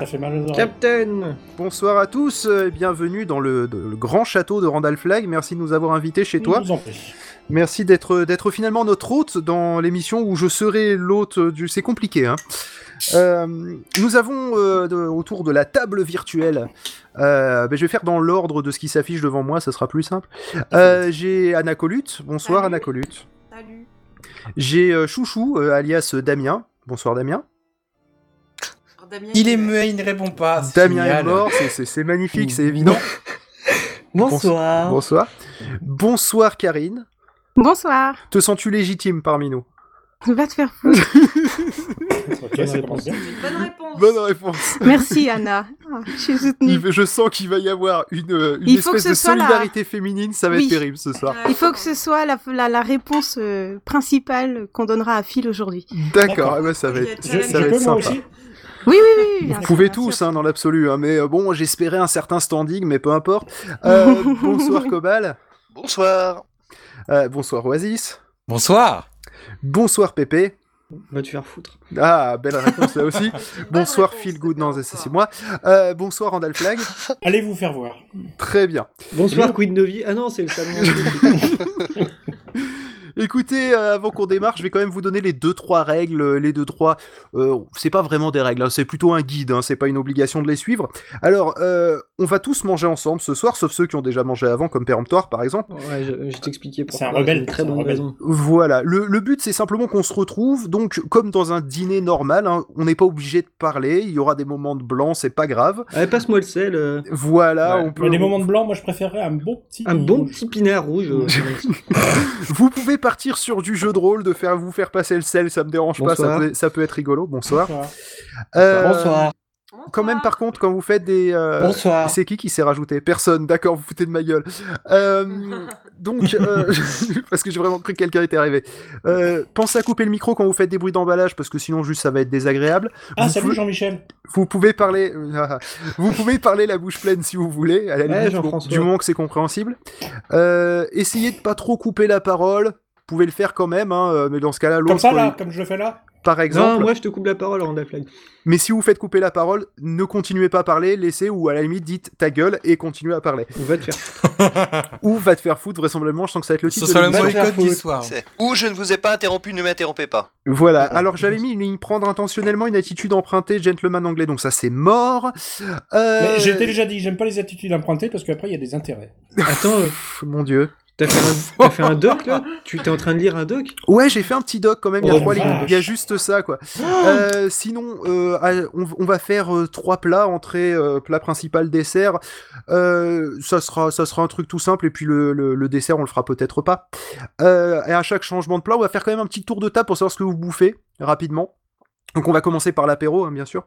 Ça fait mal aux oreilles. Captain Bonsoir à tous euh, et bienvenue dans le, de- le grand château de Randall Flag. Merci de nous avoir invités chez toi. Je vous en prie. Merci d'être d'être finalement notre hôte dans l'émission où je serai l'hôte du. C'est compliqué. Hein. Euh, nous avons euh, de- autour de la table virtuelle. euh, ben, je vais faire dans l'ordre de ce qui s'affiche devant moi, ça sera plus simple. Euh, J'ai Anacolute. Bonsoir Salut. Anacolute. Salut. J'ai euh, Chouchou, euh, alias Damien. Bonsoir Damien. Alors, Damien, Il est muet, il ne répond pas. Ah, c'est Damien est génial. mort, c'est- c'est c'est magnifique, c'est évident. Bonsoir. Bonsoir. Bonsoir Karine. Bonsoir. Te sens-tu légitime parmi nous Va te faire foutre. Ok, Ouais, ça c'est commence bien. C'est une bonne réponse. réponse. Merci Anna. Ah, je suis soutenue. je sens qu'il va y avoir une, euh, une Il faut espèce que de ce soit la- solidarité féminine, ça va être Oui. terrible ce soir. Ouais, Il faut que c'est ce soit la, la- la réponse euh, principale qu'on donnera à Phil aujourd'hui. D'accord, ah ouais, ça va Je- être, Je, Ça va je ça va peux être moi sympa. aussi Oui, oui, oui. bien Vous sûr, pouvez bien tous sûr. hein, dans l'absolu, hein, mais euh, bon, j'espérais un certain standing, mais peu importe. Euh, bonsoir Cobal, Bonsoir. Euh, bonsoir Oasis, Bonsoir. bonsoir Pépé. Va te faire foutre. Ah, belle réponse là aussi. une bonne bonsoir réponse, Phil Good, c'est non, bien, c'est ça. c'est moi. Euh, bonsoir Randall Flag, Allez vous faire voir. très bien. Bonsoir, Hello. Queen Novi. Ah non, c'est le salon. Écoutez, euh, avant qu'on démarre, je vais quand même vous donner les deux trois règles, euh, les deux trois. euh, c'est pas vraiment des règles, hein, c'est plutôt un guide. Hein, c'est pas une obligation de les suivre. Alors, euh, on va tous manger ensemble ce soir, sauf ceux qui ont déjà mangé avant, comme péremptoire par exemple. ouais, je, je t'expliquais pourquoi. C'est un rebelle, j'ai une c'est très un bonne rebelle. raison. Voilà. Le, le but, c'est simplement qu'on se retrouve. Donc, comme dans un dîner normal, hein, on n'est pas obligé de parler. Il y aura des moments de blanc, c'est pas grave. Allez, passe-moi le sel. euh, Voilà, Ouais. on peut. Mais les moments de blanc, moi je préférerais un bon petit. un bon petit pinard rouge. euh, Vous pouvez partir sur du jeu de rôle, de faire vous faire passer le sel, ça me dérange pas. Ça Bonsoir. peut, ça peut être rigolo. Bonsoir. Bonsoir. Euh, Bonsoir. Bonsoir. Quand même, par contre, quand vous faites des. euh, Bonsoir. C'est qui qui s'est rajouté Personne, d'accord, vous foutez de ma gueule. Euh, donc, euh, parce que j'ai vraiment cru que quelqu'un était arrivé. Euh, pensez à couper le micro quand vous faites des bruits d'emballage, parce que sinon, juste, ça va être désagréable. Ah, vous, salut pouvez, Jean-Michel. vous pouvez parler. vous pouvez parler la bouche pleine si vous voulez, à la Ouais, limite, Jean-François. du moment que c'est compréhensible. Euh, essayez de pas trop couper la parole. Vous pouvez le faire quand même, hein, euh, mais dans ce cas-là, Comme l'autre, ça là, comme je le fais là. par exemple. Non, moi je te coupe la parole, Randall Flag. Mais si vous faites couper la parole, ne continuez pas à parler, laissez ou à la limite dites ta gueule et continuez à parler. On va te faire. Ou va te faire foutre, vraisemblablement, je sens que ça va être le Ce titre. sera de le l'émission. mot code du soir. C'est- Ou je ne vous ai pas interrompu, ne m'interrompez pas. Voilà, alors j'avais mis une ligne prendre intentionnellement une attitude empruntée gentleman anglais, donc ça c'est mort. Euh, Mais je t'ai déjà dit, j'aime pas les attitudes empruntées parce qu'après il y a des intérêts. Attends, euh, pff, Mon dieu. t'as fait, un- t'as fait un doc là Tu t'es en train de lire un doc Ouais, j'ai fait un petit doc quand même, il y a Oh, trois la lignes, vache. il y a juste ça quoi. Euh, sinon, euh, à- on, on va faire euh, trois plats, entrée, euh, plat principal, dessert. Euh, ça, sera, ça sera un truc tout simple, et puis le, le- le dessert, on le fera peut-être pas. Euh, et à chaque changement de plat, on va faire quand même un petit tour de table pour savoir ce que vous bouffez rapidement. Donc on va commencer par l'apéro, hein, bien sûr.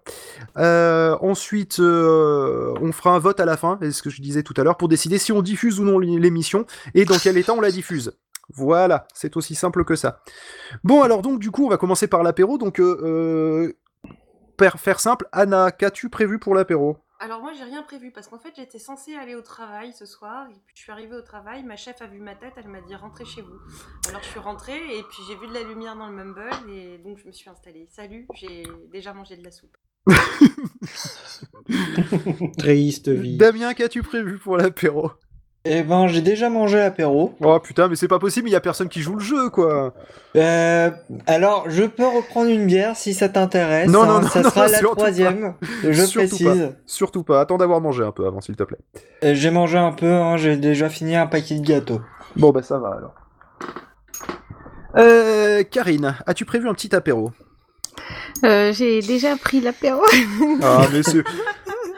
Euh, ensuite, euh, on fera un vote à la fin, c'est ce que je disais tout à l'heure, pour décider si on diffuse ou non l'émission et dans quel état on la diffuse. Voilà, c'est aussi simple que ça. Bon, alors donc du coup, on va commencer par l'apéro. Donc, euh, euh, per- faire simple, Anna, qu'as-tu prévu pour l'apéro Alors moi j'ai rien prévu parce qu'en fait j'étais censée aller au travail ce soir et puis je suis arrivée au travail, ma chef a vu ma tête, elle m'a dit rentrez chez vous. Alors je suis rentrée et puis j'ai vu de la lumière dans le mumble et donc je me suis installée. Salut, j'ai déjà mangé de la soupe. Tréiste vie. Damien, qu'as-tu prévu pour l'apéro Eh ben, j'ai déjà mangé l'apéro. Oh putain, mais c'est pas possible, il y a personne qui joue le jeu, quoi. Euh, alors, je peux reprendre une bière si ça t'intéresse. hein. Non, non, non, ça non, sera la surtout troisième. Je Surtout précise. Surtout pas, attends d'avoir mangé un peu avant, s'il te plaît. Euh, J'ai mangé un peu. hein, j'ai déjà fini un paquet de gâteaux. Bon, bah ça va alors. Euh, Karine, as-tu prévu un petit apéro Euh, J'ai déjà pris l'apéro. Ah, mais c'est.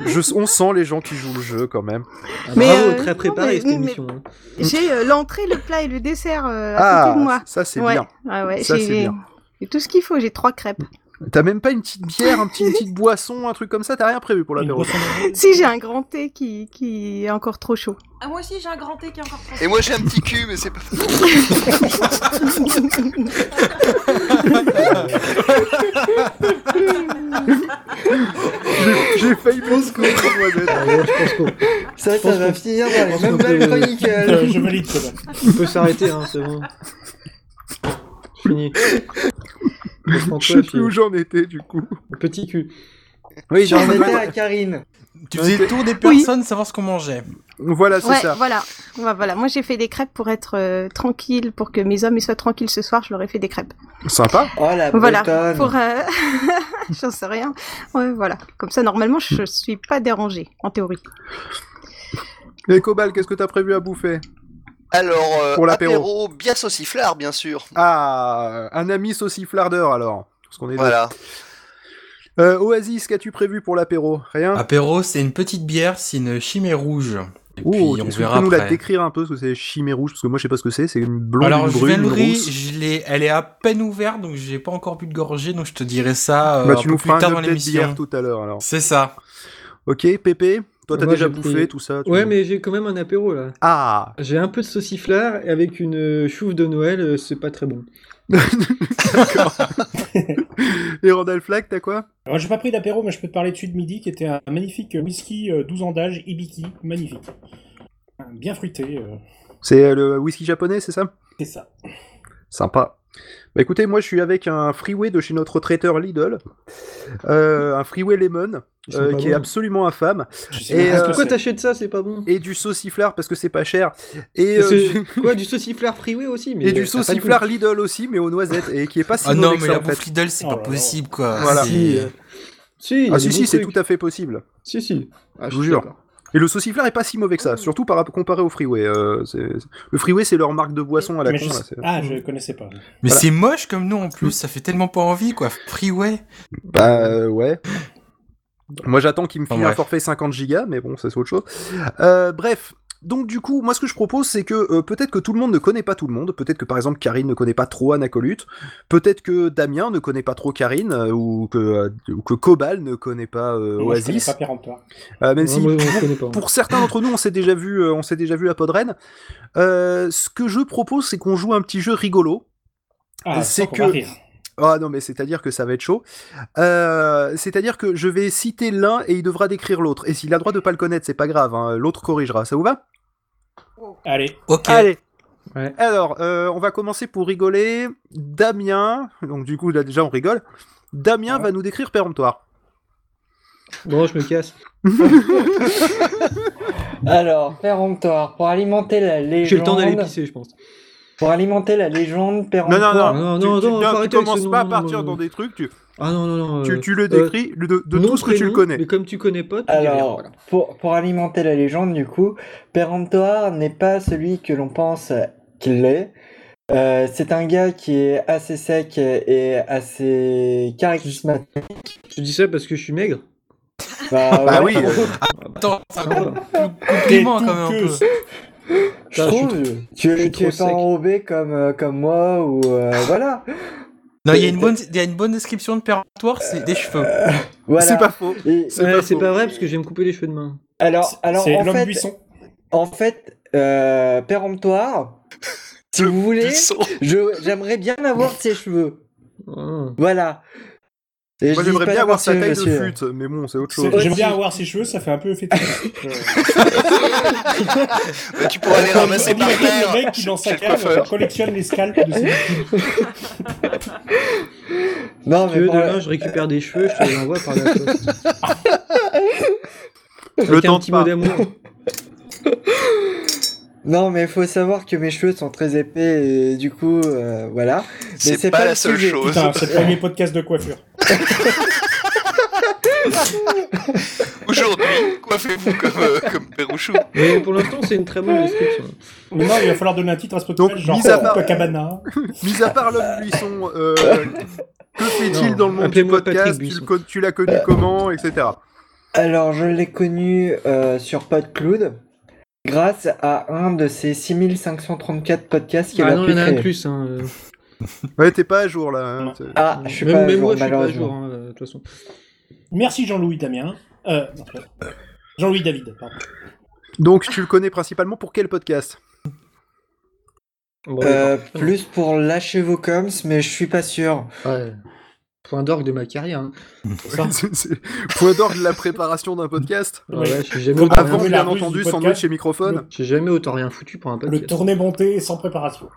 Je- on sent les gens qui jouent le jeu quand même. Ah, Mais, bravo, euh, très non, préparé mais- cette mais- émission. hein. J'ai euh, l'entrée, le plat et le dessert euh, à côté de Ah, moi. ça c'est ouais. bien. Ouais, ouais, Ça, j'ai- c'est bien. j'ai tout ce qu'il faut. J'ai trois crêpes. T'as même pas une petite bière, un petit, une petite boisson, un truc comme ça, t'as rien prévu pour Une l'apéro. boisson de- Si j'ai un grand thé qui, qui est encore trop chaud. Ah moi aussi j'ai un grand thé qui est encore trop Et moi j'ai un petit cul, mais c'est pas. J'ai- J'ai failli me couper, moi, d'être- Ah, ouais, je pense qu'on Ça, ça pense va qu'on- finir dans les pense mêmes qu'on balles peut- chroniques. euh. Euh, je valide Thomas. on peut s'arrêter, hein, c'est bon. Fini. Je sais plus où j'en étais du coup. Petit cul. Oui, J'en donc, étais à Karine. Tu faisais le tour des Oui. personnes, savoir ce qu'on mangeait. voilà, c'est ouais, ça. voilà. Ouais, voilà. Moi, j'ai fait des crêpes pour être euh, tranquille, pour que mes hommes ils soient tranquilles ce soir. Je leur ai fait des crêpes. Sympa. Oh la Voilà. bretonne. Pour, euh, j'en sais rien. Ouais, voilà. Comme ça, normalement, je suis pas dérangée, en théorie. Et Cobal, qu'est-ce que t'as prévu à bouffer Alors, euh, Pour l'apéro. apéro bien sauciflard, bien sûr. Ah, un ami sauciflardeur alors. Parce qu'on est là. Voilà. Euh, Oasis, qu'as-tu prévu pour l'apéro Rien Apéro, c'est une petite bière, c'est une chimée rouge. Et Oh, puis on est-ce que verra tu peux nous la après. décrire un peu parce que c'est chimée rouge parce que moi je sais pas ce que c'est, c'est une blonde, Alors, une je brune, viens de une le riz, rousse. je l'ai- elle est à peine ouverte, donc j'ai pas encore pu de gorger, donc je te dirai ça euh, Bah, un tu peu nous plus feras tard un dans update d'hier l'émission. tout Ah à l'heure alors. C'est ça. Ok, Pépé, toi t'as Moi, déjà j'ai bouffé pris- tout ça. tu- Ouais, mais j'ai quand même un apéro là. Ah J'ai un peu de sauciflard et avec une euh, chouffe de Noël, euh, c'est pas très bon. Et Randall Flag, t'as quoi Alors, j'ai pas pris d'apéro, mais je peux te parler dessus de midi, qui était un magnifique whisky euh, 12 ans d'âge, Ibiki, magnifique. Un Bien fruité, euh, C'est le whisky japonais, c'est ça c'est ça. Sympa. Bah écoutez, moi je suis avec un freeway de chez notre traiteur Lidl, euh, un freeway lemon, Ils sont euh, pas qui est bons. absolument infâme, Je Et, sais même pas euh, ce que Ah, Pourquoi c'est. t'achètes ça C'est pas bon. et du sauciflard parce que c'est pas cher, et, Et euh, ce- du... Quoi, du sauciflard freeway aussi mais euh, et du ça a pas de sauciflard goût. Lidl aussi, mais aux noisettes, et qui est pas si Ah mauvais non, que mais ça, la en fait. bouffe Lidl, c'est Oh pas là là. possible, quoi. Voilà. C'est- Si, euh, si, il y a Ah des si, bons si, c'est trucs. tout à fait possible. Si, si. Ah, Je vous suis jure. d'accord. Et le sauciflard est pas si mauvais que Oh. ça, surtout par, comparé au freeway. euh, c'est- Le freeway, c'est leur marque de boisson à la Mais con. je là, sais- c'est- Euh, Ah, je connaissais pas. Mais Voilà. c'est moche comme nous en plus, ça fait tellement pas envie, quoi. Freeway. Bah euh, ouais. Moi j'attends qu'il me file Enfin, un bref. forfait 50 gigas, mais bon, ça c'est autre chose. Euh, bref. Donc du coup, moi ce que je propose, c'est que euh, peut-être que tout le monde ne connaît pas tout le monde. Peut-être que par exemple Karine ne connaît pas trop Anacolute. Peut-être que Damien ne connaît pas trop Karine euh, ou que euh, ou que Cobal ne connaît pas euh, Moi, je connais Oasis. pas Péremptoire. Euh, même Ouais, si Ah, moi, je connais pas. pour certains d'entre nous, on s'est déjà vu, euh, on s'est déjà vu à Podren. Euh, ce que je propose, c'est qu'on joue un petit jeu rigolo. Ah, C'est c'est que- que. Ah non, mais c'est-à-dire que ça va être chaud. Euh, c'est-à-dire que je vais citer l'un et il devra décrire l'autre. Et s'il a le droit de pas le connaître, c'est pas grave, hein, l'autre corrigera. Ça vous va Allez, Ok. Allez Ouais. Alors, euh, on va commencer pour rigoler. Damien, donc du coup, là déjà on rigole. Damien Ouais. va nous décrire péremptoire. Bon, je me casse. Alors, péremptoire, pour alimenter la légende. J'ai le temps d'aller pisser, je pense. Pour alimenter la légende Non, non, péremptoire. non, non, tu, non, tu- non, tu faut arrêter avec commences ce pas à nom, partir non, non. dans des trucs, tu, Ah non, non, non. euh, tu, tu le euh, décris de, de nom, tout ce que tu le prénom, connais. Mais comme tu connais pas, tu dis rien, Alors, voilà. pour, pour alimenter la légende, du coup, péremptoire n'est pas celui que l'on pense qu'il est. Euh, c'est un gars qui est assez sec et assez charismatique. Tu dis ça parce que je suis maigre Bah, Bah ouais. oui, euh, Attends, Ah, ça voilà. compliment T'es quand même un tout peu. Je Putain, je suis trouve, tu, je suis tu es trop pas sec. enrobé comme, euh, comme moi ou euh, voilà. Non, il y a une bonne, il y a une bonne description de péremptoire, c'est des cheveux. voilà. c'est pas faux. Et- C'est pas Ouais, c'est faux. pas vrai parce que je vais me couper les cheveux de main. alors, alors c'est en, l'homme fait, buisson. en fait, euh, péremptoire, si vous voulez, Buisson. je- j'aimerais bien avoir ses cheveux. Ah. Voilà. Et Moi je dis j'aimerais pas bien avoir sa monsieur, taille monsieur. de fute, mais bon, c'est autre chose. C'est- J'aime bien avoir ses cheveux, ça fait un peu fétiche. Euh, Bah, tu pourras les on ramasser dirait par comme terre. le mec qui dans Chez sa le cave coiffeur. collectionne les scalps de ses Non, Si mais tu veux, bon, euh, demain, je récupère des cheveux, je te les envoie par la poste. Le Avec un temps petit de pas. mot d'amour. non, mais faut savoir que mes cheveux sont très épais et du coup, euh, voilà. Mais C'est pas, le la seule sujet. chose. Putain, c'est le premier podcast de coiffure. Aujourd'hui, coiffez-vous comme, euh, comme Pérouchou. Mais pour l'instant, c'est une très bonne description. Mais non, il va falloir donner un titre à ce podcast, Donc, genre mis à part- Copacabana. Mis à part l'homme buisson, euh, que fait-il Non, dans le monde du appelez-moi Patrick podcast Tu, le Buisson. con- tu l'as Euh. connu comment, etc. Alors, je l'ai connu euh, sur PodCloud grâce à un de ses 6534 podcasts qu'il Ah a non, pu il y en a un de créer. plus. Hein. euh. Ouais, t'es pas à jour là. hein. C'est- Ah, je suis même pas à même jour, moi, je suis pas à malheureusement. jour, hein, Euh, de toute façon. Merci Jean-Louis Damien. Euh, non, Jean-Louis David, pardon. Donc tu le connais principalement pour quel podcast Bon, bah, Euh, d'accord. plus pour lâcher vos coms, mais je suis pas sûr. Ouais. Point d'orgue de ma carrière. hein. Ah. C'est- c'est- Point d'orgue de la préparation d'un podcast. Ah Ouais. ouais, j'ai jamais, Faut autant pas Avant, rien- trouver bien la ruse entendu, du sandwich podcast. et microphone. j'ai jamais autant rien foutu pour un Le podcast. tourné monté sans préparation.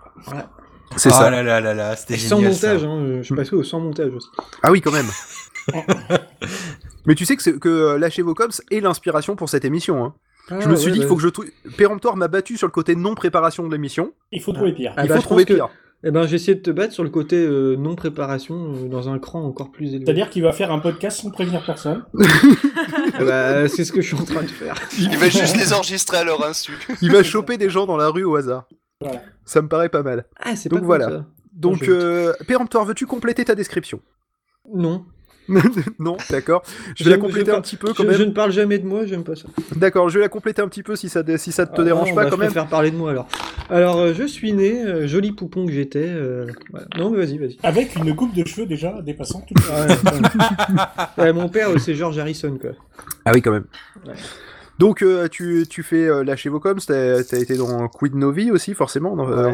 C'est Ah ça. là là là là, c'était Et sans génial. ça. montage, hein, euh, je suis passé au sans montage aussi. Ah oui, quand même. Mais tu sais que, c'est- que euh, lâcher vos cops est l'inspiration pour cette émission. hein. Ah je me suis bah dit, il faut que je trouve. Péremptoire m'a battu sur le côté non préparation de l'émission. Il faut trouver pire. Ah il bah, faut je trouver pense que- pire. Eh ben, j'ai essayé de te battre sur le côté euh, non-préparation euh, dans un cran encore plus élevé. C'est-à-dire qu'il va faire un podcast sans prévenir personne. Ah bah, c'est ce que je suis en train de faire. Il va juste les enregistrer à leur insu. Il va choper des gens dans la rue au hasard. Voilà. Ça me paraît pas mal. Ah, c'est Donc pas voilà. comme ça. Donc, je- euh, Péremptoire, veux-tu compléter ta description Non. Non, d'accord. Je vais la J'aime- compléter j'aime un pas- petit peu quand Je, je même. ne parle jamais de moi, j'aime pas ça. D'accord, je vais la compléter un petit peu si ça, dé- si ça te dérange pas quand Ah bah, Je même. préfère parler de moi alors. Alors, euh, je suis né, euh, joli poupon que j'étais. euh, voilà. Non, mais vas-y, vas-y. Avec une coupe de cheveux déjà dépassant tout le Ah ouais, putain. Ouais, mon père, euh, c'est George Harrison, quoi. Ah oui, quand même. Ouais. Donc, euh, tu, tu fais euh, lâcher vos coms, t'as t'as été dans Quid Novi aussi, forcément. dans- euh,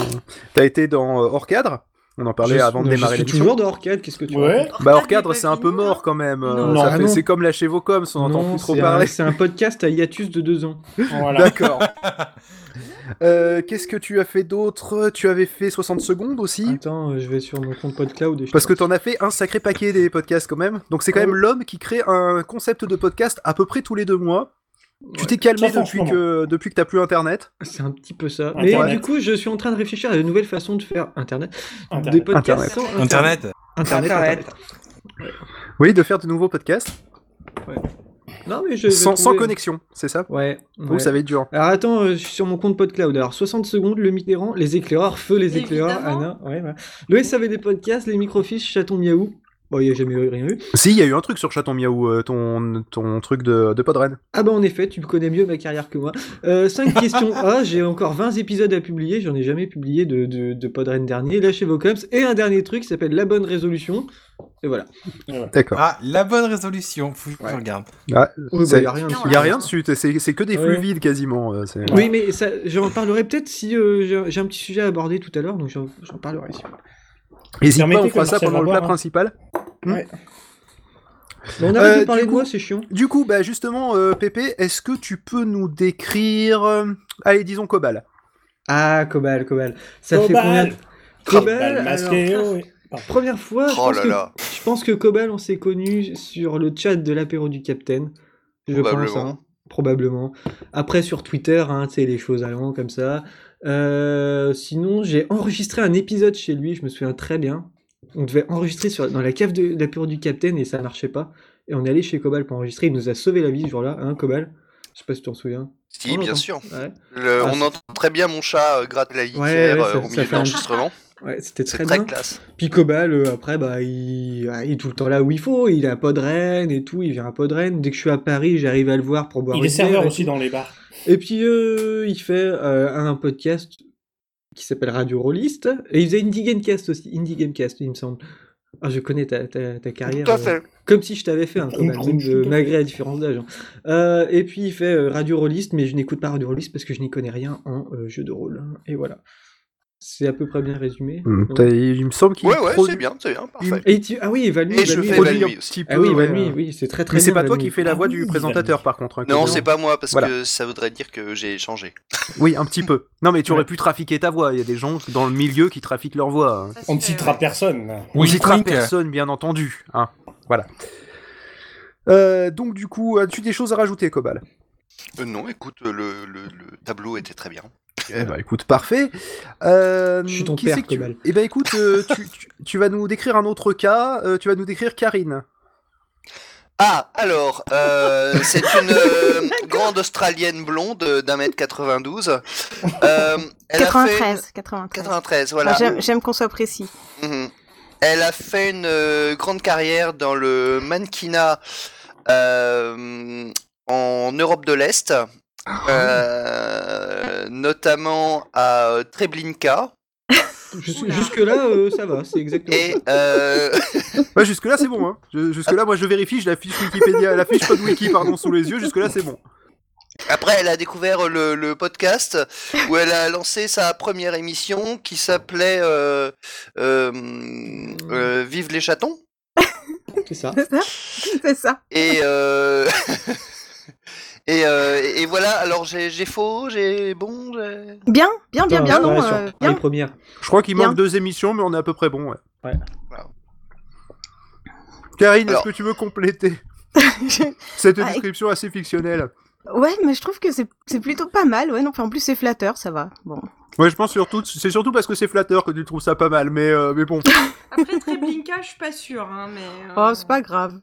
T'as été dans euh, Hors Cadre, on en parlait Je- avant de non, démarrer Je suis l'émission. toujours de hors-cadre, qu'est-ce que tu Ouais. racontes Bah, Hors Orcade, Cadre, il est c'est pas un peu fini, hein. mort quand même. euh, Non. ça Ah fait- non. c'est comme lâcher vos coms, on n'entend Non, plus trop c'est un- parler. C'est un podcast à hiatus de deux ans. monde. Bah, Voilà. D'accord. Euh, Qu'est-ce que tu as fait d'autre Tu avais fait 60 secondes aussi Attends, euh, je vais sur mon compte PodCloud et je Parce que t'en as fait un sacré paquet des podcasts quand même. Donc c'est quand Ouais. même l'homme qui crée un concept de podcast à peu près tous les deux mois. Tu t'es calmé Sauf en depuis ce moment. que, depuis que t'as plus internet. C'est un petit peu ça. Internet. Mais du coup, je suis en train de réfléchir à de nouvelles façons de faire Internet. Internet. Des podcasts Internet. sans Internet Internet. Internet. Oui, de faire de nouveaux podcasts Non, mais je. vais sans, sans trouver- connexion, c'est ça Ouais. ouais. Donc ça va être dur. Alors attends, euh, je suis sur mon compte PodCloud. Alors 60 secondes, le Mitterrand, les éclaireurs, feu les éclaireurs, Évidemment. Anna. Ouais, ouais. Le SAV des podcasts, les microfiches, chaton miaou. Bon, il n'y a jamais eu rien eu. Si, il y a eu un truc sur Chaton Miaou, euh, ton, ton truc de, de Podren. Ah bah en effet, tu connais mieux ma carrière que moi. Euh, 5 questions A, j'ai encore 20 épisodes à publier, j'en ai jamais publié de, de, de Podren dernier. Lâchez vos coms. Et un dernier truc qui s'appelle La Bonne Résolution. Et voilà. D'accord. Ah, la bonne résolution. Faut que je regarde. Oui, Euh, C'est- bah, y a rien. Il y a rien dessus, t'es- c'est c'est que des flux Ouais. vides quasiment. euh, c'est- Oui, mais ça, j'en parlerai peut-être si euh, j'ai- j'ai un petit sujet à aborder tout à l'heure, donc j'en j'en parlerai. si vous voulez. N'hésite pas, Permettez on fera que ça Marcel pendant le Rabat, plat hein. principal. Mais on arrête Euh, de parler du de coup- moi, c'est chiant. Du coup, bah justement, euh, Pépé, est-ce que tu peux nous décrire, euh, allez, disons Cobal Ah, Cobal, Cobal. Ça fait Cobal. combien de- Cobal, Bal alors, masqué, oh, oui. Pardon. première fois, je, Oh pense là que, là. je pense que Cobal, on s'est connu sur le chat de l'apéro du Capitaine. Je pense, Probablement. hein, probablement. Après, sur Twitter, hein, tu sais, les choses allant comme ça. Euh, sinon, j'ai enregistré un épisode chez lui, je me souviens très bien. On devait enregistrer sur, dans la cave de l'apéro du Capitaine et ça marchait pas. Et on est allé chez Cobal pour enregistrer. Il nous a sauvé la vie ce jour-là, hein, Cobal Je sais pas si tu t'en souviens. Si, On bien l'entend. sûr. Ouais, Le- Oh. Ah, on c'est- entend très bien mon chat euh, gratter la litière Ouais, ouais, euh, ça- au ça fait milieu de un- l'enregistrement. ouais c'était C'est très, très bien. classe. Puis Cobal, euh, après, bah, il... ah, il est tout le temps là où il faut. Il est à Podren et tout. Il vient à Podren. Dès que je suis à Paris, j'arrive à le voir pour boire Il est une bière serveur et aussi tout. dans les bars. Et puis, euh, il fait euh, un podcast qui s'appelle Radio Rolliste. Et il faisait Indie Gamecast aussi. Indie Gamecast, il me semble. Ah, je connais ta, ta, ta carrière. Tout à euh, fait. comme si je t'avais fait un Proum, Cobal, proum, même de- tout à malgré la différence d'âge. hein. Euh, et puis, il fait euh, Radio Rolliste, mais je n'écoute pas Radio Rolliste parce que je n'y connais rien en euh, jeu de rôle. hein. Et voilà. C'est à peu près bien résumé. Hmm, Donc, Il me semble qu'il Mm. Ouais, ouais, produ- c'est bien, c'est bien, parfait. Et tu- Ah oui, Valmy, Et je Valmy, fais Valmy. produit Valmy un aussi. petit Ah peu, oui, ouais. Valmy, oui, c'est très très Mais c'est bien, pas toi Valmy. qui fais la Ah voix oui, du présentateur, par contre. hein, Non, que- c'est pas moi, parce Voilà. que ça voudrait dire que j'ai changé. Oui, un petit peu. Non, mais tu aurais pu trafiquer ta voix. Il y a des gens dans le milieu qui trafiquent leur voix. hein. Ça euh, se On ne fait, citera ouais. personne. On Wink, citera wink. personne, bien entendu. hein. Voilà. Euh, donc, du coup, as-tu des choses à rajouter, Cobal Euh, non, écoute, euh, le, le- le tableau était très bien. Eh ben, écoute, parfait. Euh, Je suis ton qui père, c'est que tu- Cobal. Eh ben, écoute, euh, tu, tu- tu vas nous décrire un autre cas. euh, tu vas nous décrire Karine. Ah, alors, euh, c'est une euh, grande Australienne blonde euh, d'un mètre 92. Euh, elle A fait... 93, 93. 93, voilà. Moi, j'aime- J'aime qu'on soit précis. Mhm. Elle a fait une euh, grande carrière dans le mannequinat euh, en Europe de l'Est, euh, notamment à euh, Treblinka. Jus- Oula. Jusque-là, euh, ça va, c'est exactement Et ça. euh, Ouais, jusque-là, c'est bon. Hein. Je- jusque-là, moi, je vérifie, je la fiche Wikipédia, la fiche pas de wiki, pardon, sous les yeux. Jusque-là, c'est bon. après, elle a découvert le, le podcast où elle a lancé sa première émission qui s'appelait euh, euh, euh, Vive les chatons. C'est ça. C'est ça C'est ça. Et, euh, et, euh, et- et voilà, alors j'ai j'ai faux, j'ai bon, j'ai... Bien, bien, bien, bien, Attends, non, Ah, ouais, sur- euh, sur Les bien. premières. Je crois qu'il Bien. manque deux émissions, mais on est à peu près bon. ouais. Karine, Alors- est-ce que tu veux compléter Je- cette Ah, et- description assez fictionnelle ouais, mais je trouve que c'est c'est plutôt pas mal. Ouais, non, enfin, en plus, c'est flatteur, ça va. Bon. Ouais, je pense surtout, c'est surtout parce que c'est flatteur que tu trouves ça pas mal, mais, euh, mais bon. Après, Treblinka, je suis pas sûre, hein, mais. euh, Oh, c'est pas grave.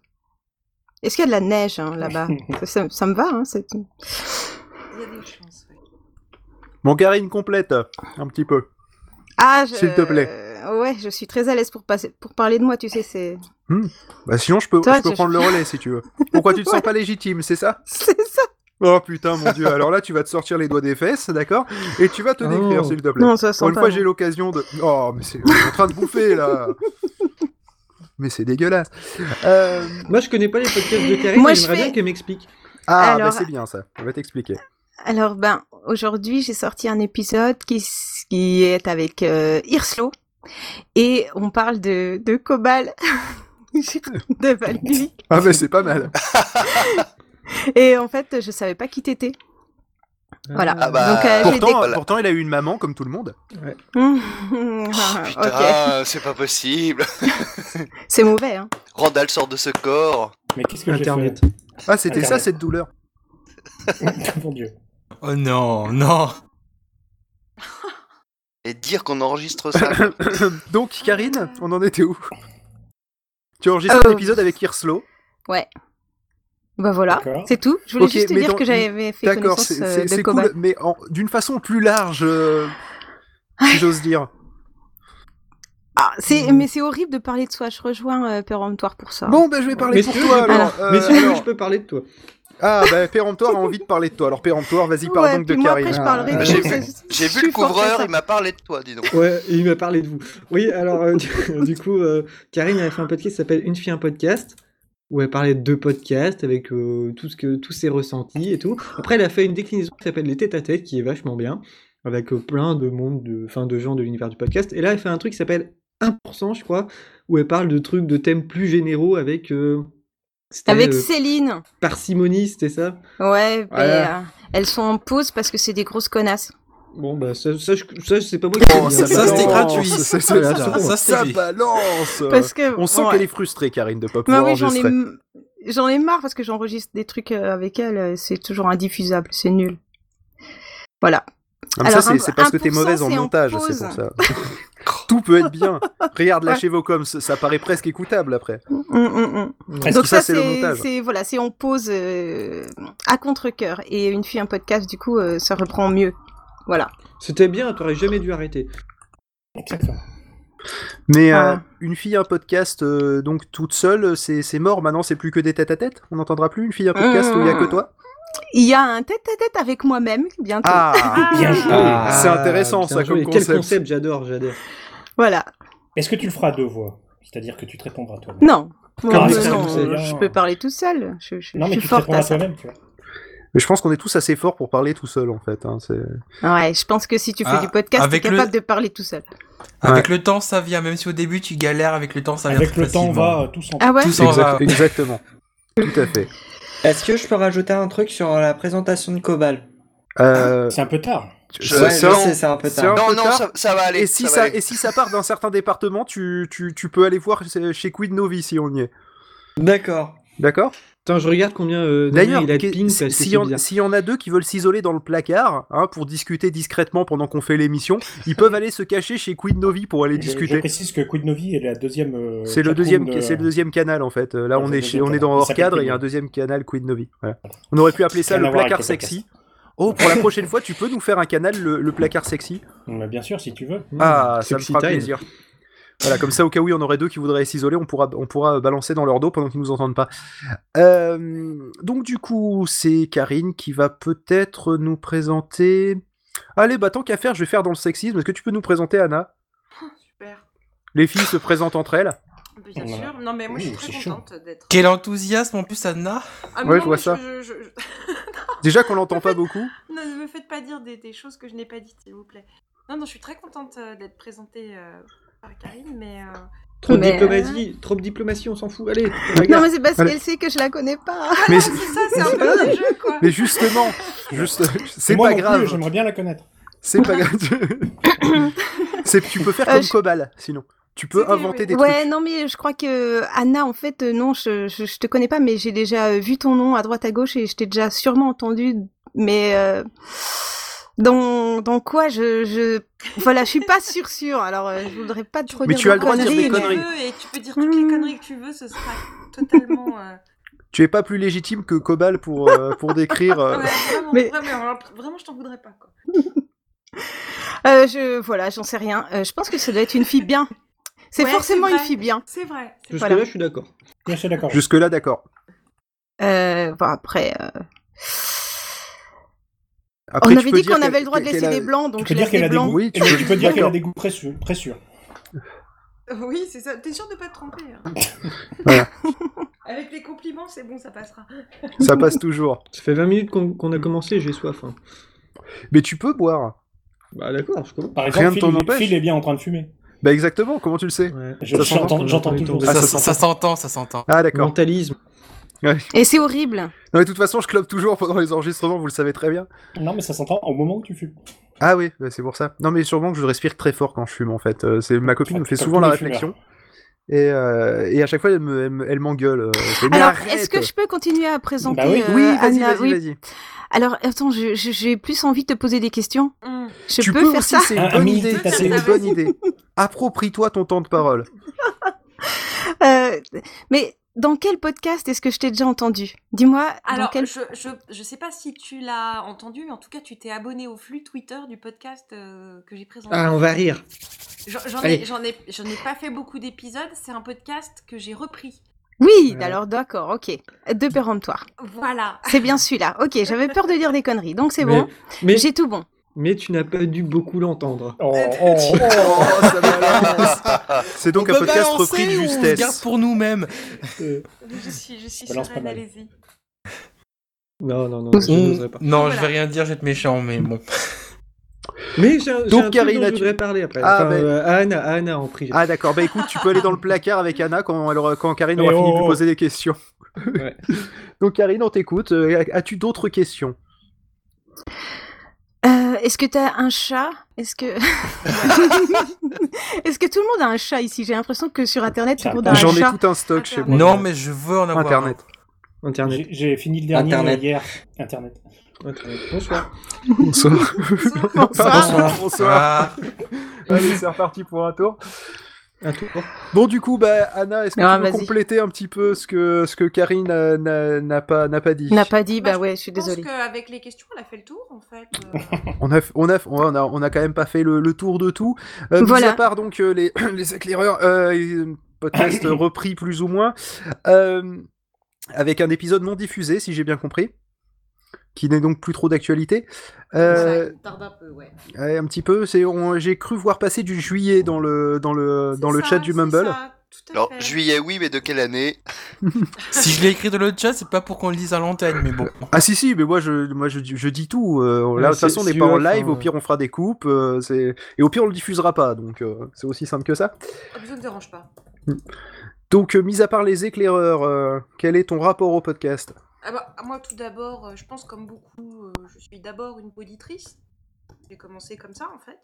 Est-ce qu'il y a de la neige hein, là-bas ça, ça- ça me va, hein, c'est... Il y a des chances, ouais. Bon, Karine, complète, un petit peu. Ah, je- S'il te plaît. euh, Ouais, je suis très à l'aise pour, passer... pour parler de moi, tu sais, c'est... Bah, sinon, je peux, Toi, je peux tu- prendre le relais si tu veux. Pourquoi tu te sens pas légitime, c'est ça C'est ça Oh putain, mon dieu, alors là, tu vas te sortir les doigts des fesses, d'accord Et tu vas te décrire, Oh. s'il te plaît. Non, hein. ça sent Pour une pas fois, bon. j'ai l'occasion de. Oh, mais c'est on est en train de bouffer là. Mais c'est dégueulasse. Euh, Moi, je connais pas les podcasts de Karine, Moi, et je j'aimerais fais- bien qu'elle m'explique. Ah, Alors- bah, c'est bien ça. On va t'expliquer. Alors ben aujourd'hui j'ai sorti un épisode qui, s- qui est avec euh, Irslo et on parle de, de Cobal de Valkyrie Ah, mais c'est pas mal. et en fait je savais pas qui t'étais. Voilà. Ah bah, Donc, euh, j'ai Hum, Pourtant, des- pourtant, il a eu une maman comme tout le monde. Oh, Ah, ok, putain, c'est pas possible. c'est mauvais hein. Randall sort de ce corps. Mais qu'est-ce que j'ai fait Internet. Ah, c'était ça Internet. cette douleur. Mon dieu. Oh non, non. Et dire qu'on enregistre ça. Donc, Karine, on en était où Tu as enregistré Euh. un épisode avec Irslo. Bah voilà, D'accord. c'est tout. Je voulais Ok, juste te mais dire dans- que j'avais fait D'accord, connaissance c'est- euh, c'est de c'est Cobal. cool, mais en- d'une façon plus large, euh, si j'ose dire. Ah, c'est mais c'est horrible de parler de soi. Je rejoins euh, Péremptoire pour ça. Bon, ben je vais parler Mais pour si tu toi veux, je alors. Mais Euh, si tu veux, alors- je peux parler de toi. Ah, ben Péremptoire a envie de parler de toi. Alors, Péremptoire, vas-y, parle Ouais, donc de puis moi, Karine. après, je parlerai Ah, de- j'ai je- vu- je- J'ai je vu suis le forte à couvreur, ça. il m'a parlé de toi, dis donc. Ouais, et il m'a parlé de vous. Oui, alors euh, du, du coup, euh, Karine avait fait un podcast qui s'appelle Une fille un podcast, où elle parlait de deux podcasts avec euh, tout ce que tous ses ressentis et tout. Après, elle a fait une déclinaison qui s'appelle Les Têtes à Tête, qui est vachement bien, avec euh, plein de monde, de, enfin de gens de l'univers du podcast. Et là, elle fait un truc qui s'appelle 1%, je crois, où elle parle de trucs, de thèmes plus généraux avec. euh, c'était, Avec euh, Céline. parcimonie, c'était ça. Ouais, Voilà. ben, euh, elles sont en pause parce que c'est des grosses connasses. Bon, bah ça, ça, je- ça, c'est pas moi qui. Oh, l'ai dit, ça, hein. Ça, c'était Non, gratuit. ça, c'est- Voilà, ça, Ça, Ça c'était lui. balance Parce que Euh, On sent ouais. qu'elle est frustrée, Karine, de pas Bah pouvoir oui, j'en ai enregistrer. m- j'en ai marre parce que j'enregistre des trucs euh, avec elle, euh, c'est toujours indiffusable, c'est nul. Voilà. Ah, mais ça, Alors, c'est- un- c'est parce que t'es 1%, mauvaise en c'est en montage, pause. c'est pour ça. Tout peut être bien. Regarde, lâchez vos coms, ça- ça paraît presque écoutable après. Mm, mm, mm. Est-ce Donc que ça, ça, c'est le c'est montage c'est- voilà, c'est on pose euh, à contre-cœur et une fille un podcast du coup euh, ça reprend mieux. Voilà. C'était bien, t'aurais jamais dû arrêter. Exactement. Mais Ah. euh, une fille, un podcast, euh, donc toute seule, c'est c'est mort. Maintenant, c'est plus que des têtes à tête. On n'entendra plus une fille, un podcast où il y a Euh. que toi. Il y a un tête-à-tête avec moi-même bientôt. Ah Bien joué. Ah, C'est intéressant, putain, ça, comme joli. concept. Quel concept, j'adore, j'adore. Voilà. Est-ce que tu le feras à deux voix C'est-à-dire que tu te répondras à toi-même. Non. Moi, Comme euh, ça, non, vous savez. je peux parler tout seul. Je, je- Non, je mais tu suis te forte répondras à à ça. toi-même, tu vois. Mais je pense qu'on est tous assez forts pour parler tout seul, en fait. hein, c'est- Ouais, je pense que si tu fais Ah, du podcast, t'es avec le- capable de parler tout seul. Avec le temps, ça vient. Même si au début, tu galères, avec le temps, ça vient Avec très le temps, on facilement. va euh, tous en Ah ouais. Tout s'en va. Exact- Exactement. Tout à fait. Est-ce que je peux rajouter un truc sur la présentation de Cobal Euh, C'est un peu tard. tu- Je- Ouais, ça- je ça- sais, c'est un peu c'est tard. un Non, peu non, tard. ça, ça va aller. Et si, va ça, aller. et si ça part d'un certain département, tu, tu, tu peux aller voir chez- chez Quid Novi si on y est. D'accord. D'accord Attends, je regarde combien euh, D'ailleurs, Damien, il a de que- ping parce que s'il c'est y, en- bizarre. s'il y en a deux qui veulent s'isoler dans le placard hein, pour discuter discrètement pendant qu'on fait l'émission, ils peuvent aller se cacher chez Quid Novi pour aller Je- Je, discuter. précise que Quid Novi est la deuxième. euh, C'est le, chatroom deuxième, de- c'est le deuxième canal en fait. Euh, Là, Ouais, on c'est est, le chez, deuxième on est dans canal. hors Ça s'appelle cadre et il y a un deuxième canal Quid Novi. Voilà. On aurait pu appeler ça Rien le à voir placard avec le podcast. sexy. Oh, pour la prochaine fois, tu peux nous faire un canal le, le placard sexy Mais Mm, Bien sûr, si tu veux. Ah, Mmh. ça me Sexy fera time. plaisir. Voilà, comme ça, au cas où il y en aurait deux qui voudraient s'isoler, on pourra, on pourra balancer dans leur dos pendant qu'ils nous entendent pas. Euh, donc, du coup, c'est Karine qui va peut-être nous présenter. Allez, bah tant qu'à faire, je vais faire dans le sexisme. Est-ce que tu peux nous présenter Anna Super. Les filles se présentent entre elles. Bien Voilà. sûr. Non, mais moi, je suis Ouh, très c'est chaud. contente d'être. Quel enthousiasme en plus, Anna. Ah, mais Ouais, non, je vois mais ça. je- je- je- Déjà qu'on l'entend pas beaucoup. Non, ne me faites pas dire des, des choses que je n'ai pas dites, s'il vous plaît. Non, non, je suis très contente euh, d'être présentée euh, par Karine, mais euh, Trop de Mais, diplomatie, trop de diplomatie, on s'en fout. Allez, Non, regarde. mais c'est parce Allez. qu'elle sait que je la connais pas. Mais, c'est ça, c'est un peu le jeu, quoi. mais justement, juste, c'est Moi pas non plus, grave. J'aimerais bien la connaître. C'est pas grave. C'est- tu peux faire Euh, comme je- Cobal, sinon. Tu peux C'était- inventer des Ouais, trucs. non, mais je crois que Anna, en fait, euh, non, je, je, je te connais pas, mais j'ai déjà euh, vu ton nom à droite à gauche et je t'ai déjà sûrement entendu, mais euh, dans, dans quoi je, je. Voilà, je suis pas sûre sûre, alors euh, je voudrais pas te redire tu as de le droit de dire des conneries, mais- conneries. Mmh. veux et tu peux dire toutes les Hmm. conneries que tu veux, ce sera totalement. euh, Tu es pas plus légitime que Cobal pour, euh, pour décrire. euh, ouais, vraiment, Mais- vraiment, alors, vraiment, je t'en voudrais pas. Quoi. Euh, je, voilà, j'en sais rien. Euh, je pense que ça doit être une fille bien. C'est Ouais, forcément c'est une vrai. fille bien. C'est vrai. c'est Jusque-là, Voilà. je suis d'accord. Je suis d'accord. Jusque-là, d'accord. Euh, bon, après, euh, Après, on tu avait peux dit dire qu'on qu'elle- avait le droit de qu'elle laisser a- des blancs, donc tu peux je dire laisse qu'elle des a des blancs. goûts. Oui, tu tu peux- peux dire qu'elle a d'accord. des goûts très sûrs. Très sûrs. vrai. Oui, c'est ça. T'es sûr de pas te tromper hein Voilà. Avec les compliments, c'est bon, ça passera. Ça passe toujours. Ça fait 20 minutes qu'on qu'on a commencé, j'ai soif. hein. Mais tu peux boire. Bah d'accord, je commence. Par Rien exemple, ne Phil, t'en il- empêche. Phil est bien en train de fumer. Bah exactement, comment tu le sais Ouais. Je- Ça J'entends s'entend, j'entends on entend toujours les ça. Ah, ça ça s'entend. ça- ça s'entend, ça s'entend. Ah d'accord. Mentalisme. Et c'est horrible. Non mais de toute façon, je clope toujours pendant les enregistrements, vous le savez très bien. Non, mais ça s'entend au moment où tu fumes. Ah oui, bah, c'est pour ça. Non mais sûrement que je respire très fort quand je fume en fait. Euh, c'est ma copine Ah, me fait comme souvent tous la les fumeurs. réflexion. Et, euh, et à chaque fois, elle me- elle me- elle m'engueule. euh, elle fait, mais Alors, arrête est-ce que je peux continuer à présenter Bah oui. euh, Oui, vas-y, Anna vas-y, Oui. vas-y. Alors, attends, je- je- j'ai plus envie de te poser des questions. Hmm. Je tu peux, faire aussi, ça c'est Un- une un bonne mini idée. détail. C'est une bonne idée. Approprie-toi ton temps de parole. Euh, Mais dans quel podcast est-ce que je t'ai déjà entendu Dis-moi, dans Alors, quel... je, je, je sais pas si tu l'as entendu, mais en tout cas, tu t'es abonné au flux Twitter du podcast euh, que j'ai présenté. Ah, on va rire. J'en j'en allez. ai, j'en ai, j'en ai pas fait beaucoup d'épisodes, c'est un podcast que j'ai repris. Oui, Ouais. alors d'accord, ok. Deux péremptoires. Voilà. C'est bien celui-là. Ok, j'avais peur de dire des conneries, donc c'est Mais- bon. Mais, J'ai tout bon. mais tu n'as pas dû beaucoup l'entendre. Oh, oh, oh. Oh, ça balance. C'est donc hein. On un peut podcast balancer repris de ou on se justesse. garde pour nous-mêmes. Je suis, je suis Ça balance pas sereine, mal. allez-y. Non, non, non, Mm. je n'oserais pas. Non, je Voilà. vais rien dire, je vais être méchant, mais bon. Mais j'ai un, j'ai Donc, un truc Karine, dont je as-tu- voudrais parler après. Ah, Enfin, ben. euh, à Anna, à Anna en privé. Ah d'accord, bah écoute, tu peux aller dans le placard avec Anna quand, elle aura- quand Karine aura Eh fini de oh. lui poser des questions. Ouais. Donc Karine, on t'écoute. Euh, As-tu d'autres questions Euh, est-ce que t'as un chat Est-ce que... est-ce que tout le monde a un chat ici J'ai l'impression que sur Internet, tout le monde Bah, a un J'en ai chat. tout un stock chez moi. Non, mais je veux en avoir. Internet. Internet. J'ai- J'ai fini le dernier Internet. euh, hier. Internet. Internet. Bonsoir. Bonsoir. Bonsoir. un. Bonsoir. Ah, Allez, c'est reparti pour un tour. Un Oh, tour. Bon, du coup, bah, Anna, est-ce que Ah, tu veux vas-y. compléter un petit peu ce que, ce que Karine euh, n'a n'a pas, n'a pas dit N'a pas dit, bah Bah, ouais, je suis Je pense désolée. qu'avec les questions, on a fait le tour, en fait. Euh, On a, on a, on a, on a quand même pas fait le, le tour de tout. Euh, mis Voilà. à part donc euh, les, les éclaireurs, euh, et, euh, podcast repris plus ou moins, euh, avec un épisode non diffusé, si j'ai bien compris, qui n'est donc plus trop d'actualité. Euh, ça tarde un peu, ouais. ouais, un petit peu, c'est, on- j'ai cru voir passer du juillet dans le, dans le, euh, dans C'est le ça, chat du c'est Mumble. ça, tout à Alors, fait. juillet, oui, mais de quelle année si je l'ai écrit dans le chat, c'est pas pour qu'on le dise à l'antenne, mais bon. Ah si si, mais moi je, moi je, dis- je dis tout. euh, là, de toute c'est- façon, on n'est c'est pas en off, hein, live. Au ouais. pire, on fera des coupes. euh, c'est... Et au pire, on le diffusera pas. Donc euh, c'est aussi simple que ça. Je ne Oh, dérange pas. Donc, euh, mis à part les éclaireurs, euh, quel est ton rapport au podcast Ah bah, moi, tout d'abord, euh, je pense comme beaucoup, euh, je suis d'abord une auditrice. J'ai commencé comme ça, en fait,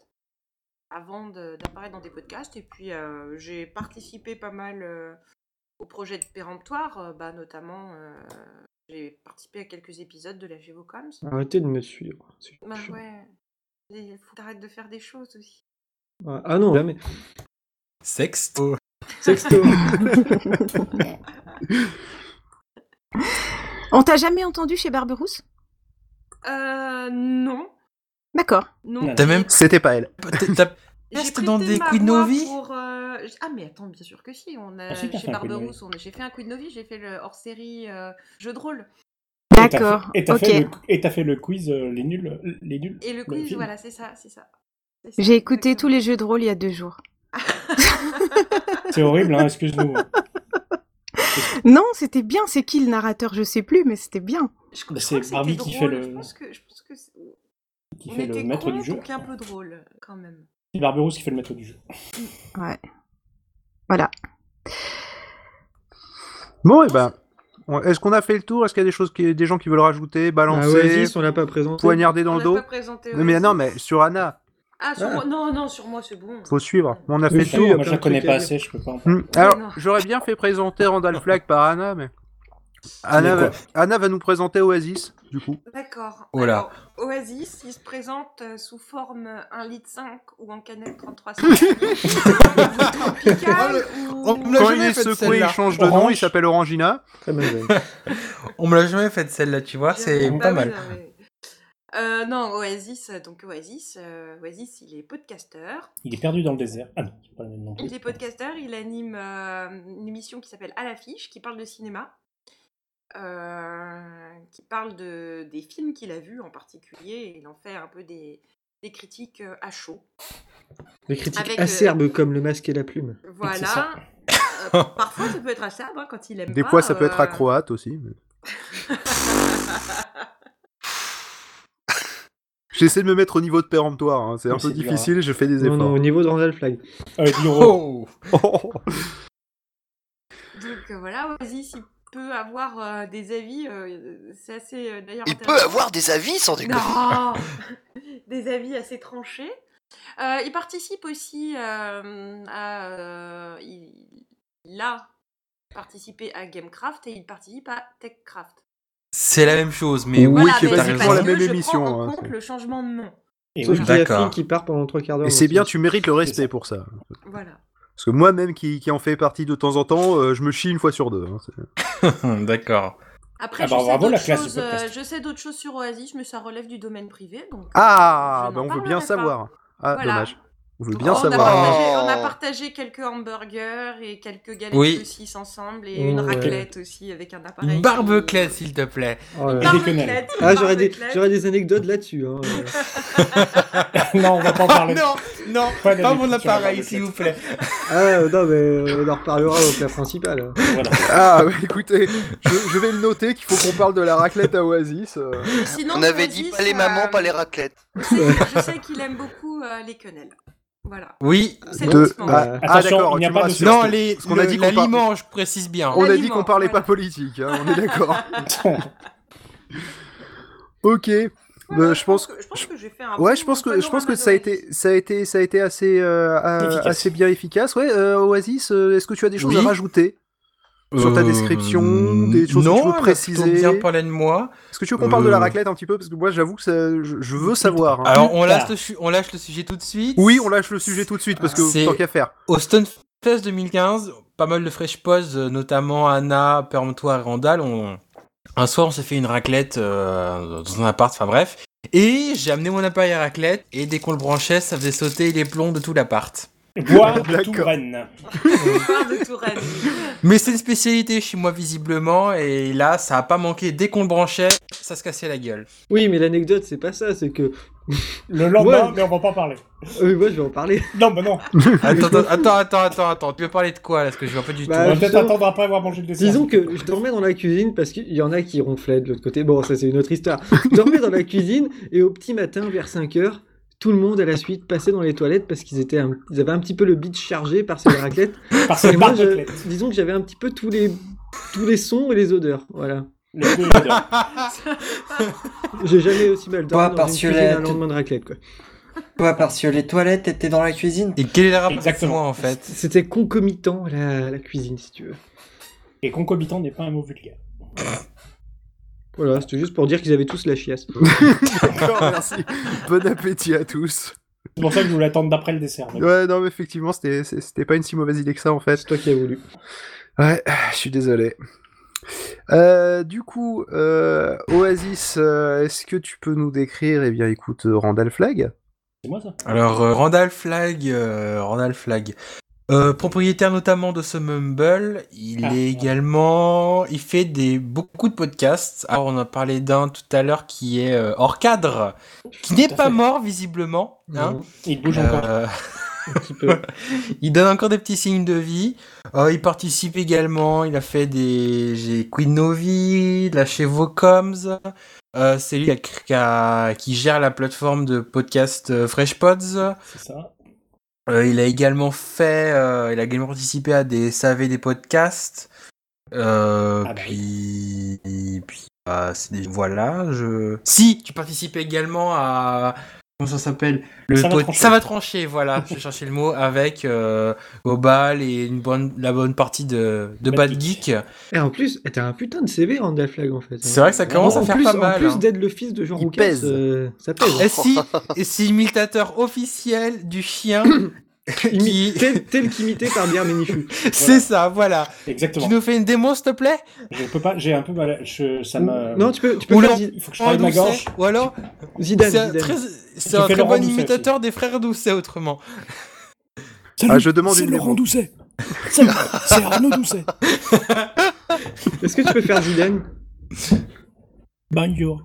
avant de- d'apparaître dans des podcasts. Et puis, euh, j'ai participé pas mal euh, au projet de péremptoire, euh, bah, notamment, euh, j'ai participé à quelques épisodes de la Gévocoms. Arrêtez de me suivre. C'est Bah chaud. ouais, il faut que t'arrêtes de faire des choses aussi. Ouais. Ah non, jamais. Sext. Sexto. On t'a jamais entendu chez Barberousse Euh, non. D'accord. Non. T'as même- C'était pas elle. T'as- t'as- J'ai Reste dans prêté des ma Quid voix Novi pour, euh, j- Ah mais attends, bien sûr que si. On a Ah, si, t'as chez fait un Quid Barberousse, on a- j'ai fait un Quid Novi, j'ai fait le hors-série euh, jeu de rôle Et t'as D'accord. fait- Et t'as Ok. fait, le- et t'as fait le quiz euh, les nuls, euh, les nuls. et le Le quiz. film. voilà, c'est ça, c'est ça. C'est ça, J'ai écouté tous exactement. les jeux de rôle il y a deux jours. C'est horrible, hein, excuse-nous. Non, c'était bien. C'est qui le narrateur Je sais plus, mais c'était bien. Je crois- je Bah, C'est crois que c'était Barbie qui fait drôle, le- Je pense que je pense que c'est- Qui on fait était le maître cons, du jeu. donc un peu drôle quand même. C'est Barberousse qui fait le maître du Ah, jeu. Bon, et ben, on- est-ce qu'on a fait le tour Est-ce qu'il y a des choses, qui, des gens qui veulent rajouter, ah balancer, ouais, zis, on l'a pas présenté. poignarder dans On le l'a dos pas présenté. Non, Mais ouais, non, c'est- mais sur Anna. Ah, sur Ah. moi Non, non, sur moi, c'est bon. Faut suivre. On a Oui, fait c'est tout. bon, il y a moi, plein je la de connais trucs pas à assez, dire. je peux pas en Hmm, Alors, non. j'aurais bien fait présenter Randall Flag par Anna, mais. Anna Mais va, Anna va nous présenter Oasis, du coup. D'accord. Oh là. Alors, Oasis, il se présente euh, sous forme 1 litre 5 ou en canette 33 Oh, Oh, Tropical ou... on me l'a Quand il jamais est faite, secoué, il celle-là. change de nom, Orange. il s'appelle Orangina. Très bonne vanne. On me l'a jamais faite celle-là, tu vois, Ah, c'est Bah pas oui, mal. non, mais- Euh, non, Oasis, euh, donc Oasis, euh, Oasis, il est podcasteur. Il est perdu dans le désert. Ah non, c'est pas le même nom. Il est podcasteur, il anime euh, une émission qui s'appelle À l'affiche, qui parle de cinéma, euh, qui parle de, des films qu'il a vus en particulier, et il en fait un peu des, des critiques euh, à chaud. Des critiques Avec, euh, acerbes comme le masque et la plume. C'est ça. Voilà. Euh, parfois, ça peut être acerbe hein, quand il aime Des pas. fois, ça peut être euh, acroate aussi. mais- J'essaie de me mettre au niveau de péremptoire, hein, c'est un Oui, peu c'est dur, difficile, je fais des Non, non, efforts. au niveau de Randall Flag. Euh, Duro. Oh Donc euh, voilà, Oasis, il peut avoir euh, des avis. euh, c'est assez euh, d'ailleurs. Il peut intéressant. avoir des avis sans déconner. Non Des avis assez tranchés. Euh, il participe aussi euh, à. euh, il, il a participé à Gamecraft et il participe à Techcraft. C'est la même chose, Oui, mais oui, Voilà, qui est mais t'as c'est pratiquement raison. pas la mieux, même je émission, prends en hein, compte c'est- le changement de nom. Et Sauf voilà. qu'il y a D'accord. Finn qui part pendant trois quarts d'heure. Et donc c'est bien, tu mérites le respect ça. pour ça. Voilà. Parce que moi-même qui, qui en fais partie de temps en temps, euh, je me chie une fois sur deux. hein, c'est- D'accord. Après, Ah bah, je, sais bravo, d'autres la classe, ce choses, euh, podcast. je sais d'autres choses sur Oasis, mais ça relève du domaine privé. Donc, euh, Ah, je bah n'en on veut bien parlerai pas. savoir. Ah, Voilà. dommage. On veut Donc, bien on a savoir. partagé- on a Oh. partagé quelques hamburgers et quelques galettes Oui. de saucisses ensemble et une Ouais. raclette aussi avec un appareil. Une qui- barbeclette, s'il te plaît. Oh là là. Barbe- Barbeclette, Ah, j'aurais des, barbeclette. j'aurais des anecdotes là-dessus. hein. non, on va pas en Ah parler. non, non, Pas pas d'habitude mon sur la appareil, barbecue. s'il vous plaît. ah, non, mais euh, on en reparlera au plat principal. Voilà. Ah, ouais, écoutez, je, je vais le noter qu'il faut qu'on parle de la raclette à Oasis. euh. Et sinon, On avait Oasis, dit pas les euh, mamans, pas les raclettes. je sais- Je sais qu'il aime beaucoup euh, les quenelles. Voilà. Oui. C'est De- le petit moment. Ah, ah, Attention, d'accord, il n'y a tu pas me de rassures. Parce Non, que- les, parce qu'on le- a dit qu'on la par- liman, je précise bien. On a dit L'aliment, qu'on parlait voilà. pas politique, hein, on est d'accord. ok. Voilà, Euh, je pense que, je pense que j'ai fait un Ouais, bon- je pense un que bon je pense que hommage ça a à été ça a été ça a été assez euh, euh, Efficace. assez bien efficace. Ouais, euh, Oasis, euh, est-ce que tu as des choses Oui. à rajouter Sur ta description, des choses que tu veux non, elle a plutôt préciser. bien parlé de moi. Est-ce que tu veux qu'on parle de la Euh. raclette un petit peu parce que moi j'avoue que ça- je, je veux savoir. hein. Alors, on Plus lâche, tard. le, su- on lâche le sujet tout de suite. Oui, on lâche le sujet tout de suite parce que C'est- tant qu'à faire. Au Stunfest 2015, pas mal de fresh poses, euh, notamment Anna, Permontoir et Randall. On... Un soir, on s'est fait une raclette euh, dans un appart, enfin bref. Et j'ai amené mon appareil à raclette, et dès qu'on le branchait, ça faisait sauter les plombs de tout l'appart. Boire de D'accord. Touraine. Victoire de Touraine. Mais c'est une spécialité chez moi, visiblement, et là, ça a pas manqué. Dès qu'on le branchait, ça se cassait la gueule. Oui, mais l'anecdote, c'est pas ça. C'est que. Le lendemain, Ouais. mais on va pas en parler. Euh, moi, je vais en parler. Non, bah non. Attends, attends, attends, attends, attends, attends. tu veux parler de quoi là Parce que je vois pas du Euh, Bah, On tout. va peut-être justement. attendre après avoir mangé le dessert. Disons que je dormais dans la cuisine parce qu'il y en a qui ronflaient de l'autre côté. Bon, ça, c'est une autre histoire. Je dormais dans la cuisine et au petit matin, vers 5 heures, tout le monde à la suite passait dans les toilettes parce qu'ils étaient un- ils avaient un petit peu le beat chargé par ces raclettes. Par Et cette moi, barbe je- de disons que j'avais un petit peu tous les, tous les sons et les odeurs. Voilà. Le bleu et le blanc. J'ai jamais aussi mal Toi, dormi dans une parce que cuisine la- un lendemain de raclette. Quoi. Toi, parce que les toilettes étaient dans la cuisine Et quel est le rapport avec Exactement. moi en fait C'était concomitant à la, à la cuisine, si tu veux. Et concomitant n'est pas un mot vulgaire. Voilà, c'était juste pour dire qu'ils avaient tous la chiasse. D'accord, merci. Bon appétit à tous. C'est pour ça que je voulais attendre d'après le dessert. mais- Ouais, non, mais effectivement, c'était c'est- c'était pas une si mauvaise idée que ça en fait. C'est toi qui as voulu. Ouais, je suis désolé. Euh, du coup, euh, Oasis, euh, est-ce que tu peux nous décrire Eh bien, écoute, euh, Randall Flag. C'est moi ça. Alors, euh, Randall Flag, euh, Randall Flag, euh, propriétaire notamment de ce Mumble, il Ah. est également, il fait des beaucoup de podcasts. Alors, on a parlé d'un tout à l'heure qui est euh, hors cadre, qui n'est à pas fait. mort visiblement. hein. Il bouge encore. Euh, Un petit peu. il donne encore des petits signes de vie. Euh, il participe également. Il a fait des j'ai Queen Novi, là chez Vocoms. Euh, c'est lui qui, a- qui a- qui gère la plateforme de podcast euh, Fresh Pods. C'est ça. Euh, il a également fait, euh, il a également participé à des SAV des podcasts. Euh, Ah bah puis, puis bah, c'est des- voilà, je. Si, tu participes également à Comment ça s'appelle Le Ça va pot- trancher. ça va trancher, voilà. Je cherchais le mot avec euh, Obal et une bonne, la bonne partie de, de Bad Bad Geek. Geek. Et en plus, t'as un putain de CV, Randall Flag, en fait. hein. C'est vrai que ça commence En à faire plus- pas mal. En plus hein. d'être le fils de Jean Il Roucas, pèse. euh, ça pèse. Et si, et si imitateur officiel du chien, Imi- qui... tel, tel qu'imité par Bière Ménichou. c'est ça, voilà. Exactement. Tu nous fais une démo, s'il te plaît Je peux pas, j'ai un peu mal, je, ça me. Non, tu peux, tu peux Ou faire Laurent- Il faut que je travaille Laurent ma Doucet. gorge. Ou alors, Zi- Zidane. c'est un Zidane. très, fais c'est un très Laurent bon Doucet imitateur des frères Doucet, autrement. Salut, Ah, je demande c'est une Laurent démo. Doucet. Salut, c'est Arnaud Doucet. Est-ce que tu peux faire Zidane Bonjour.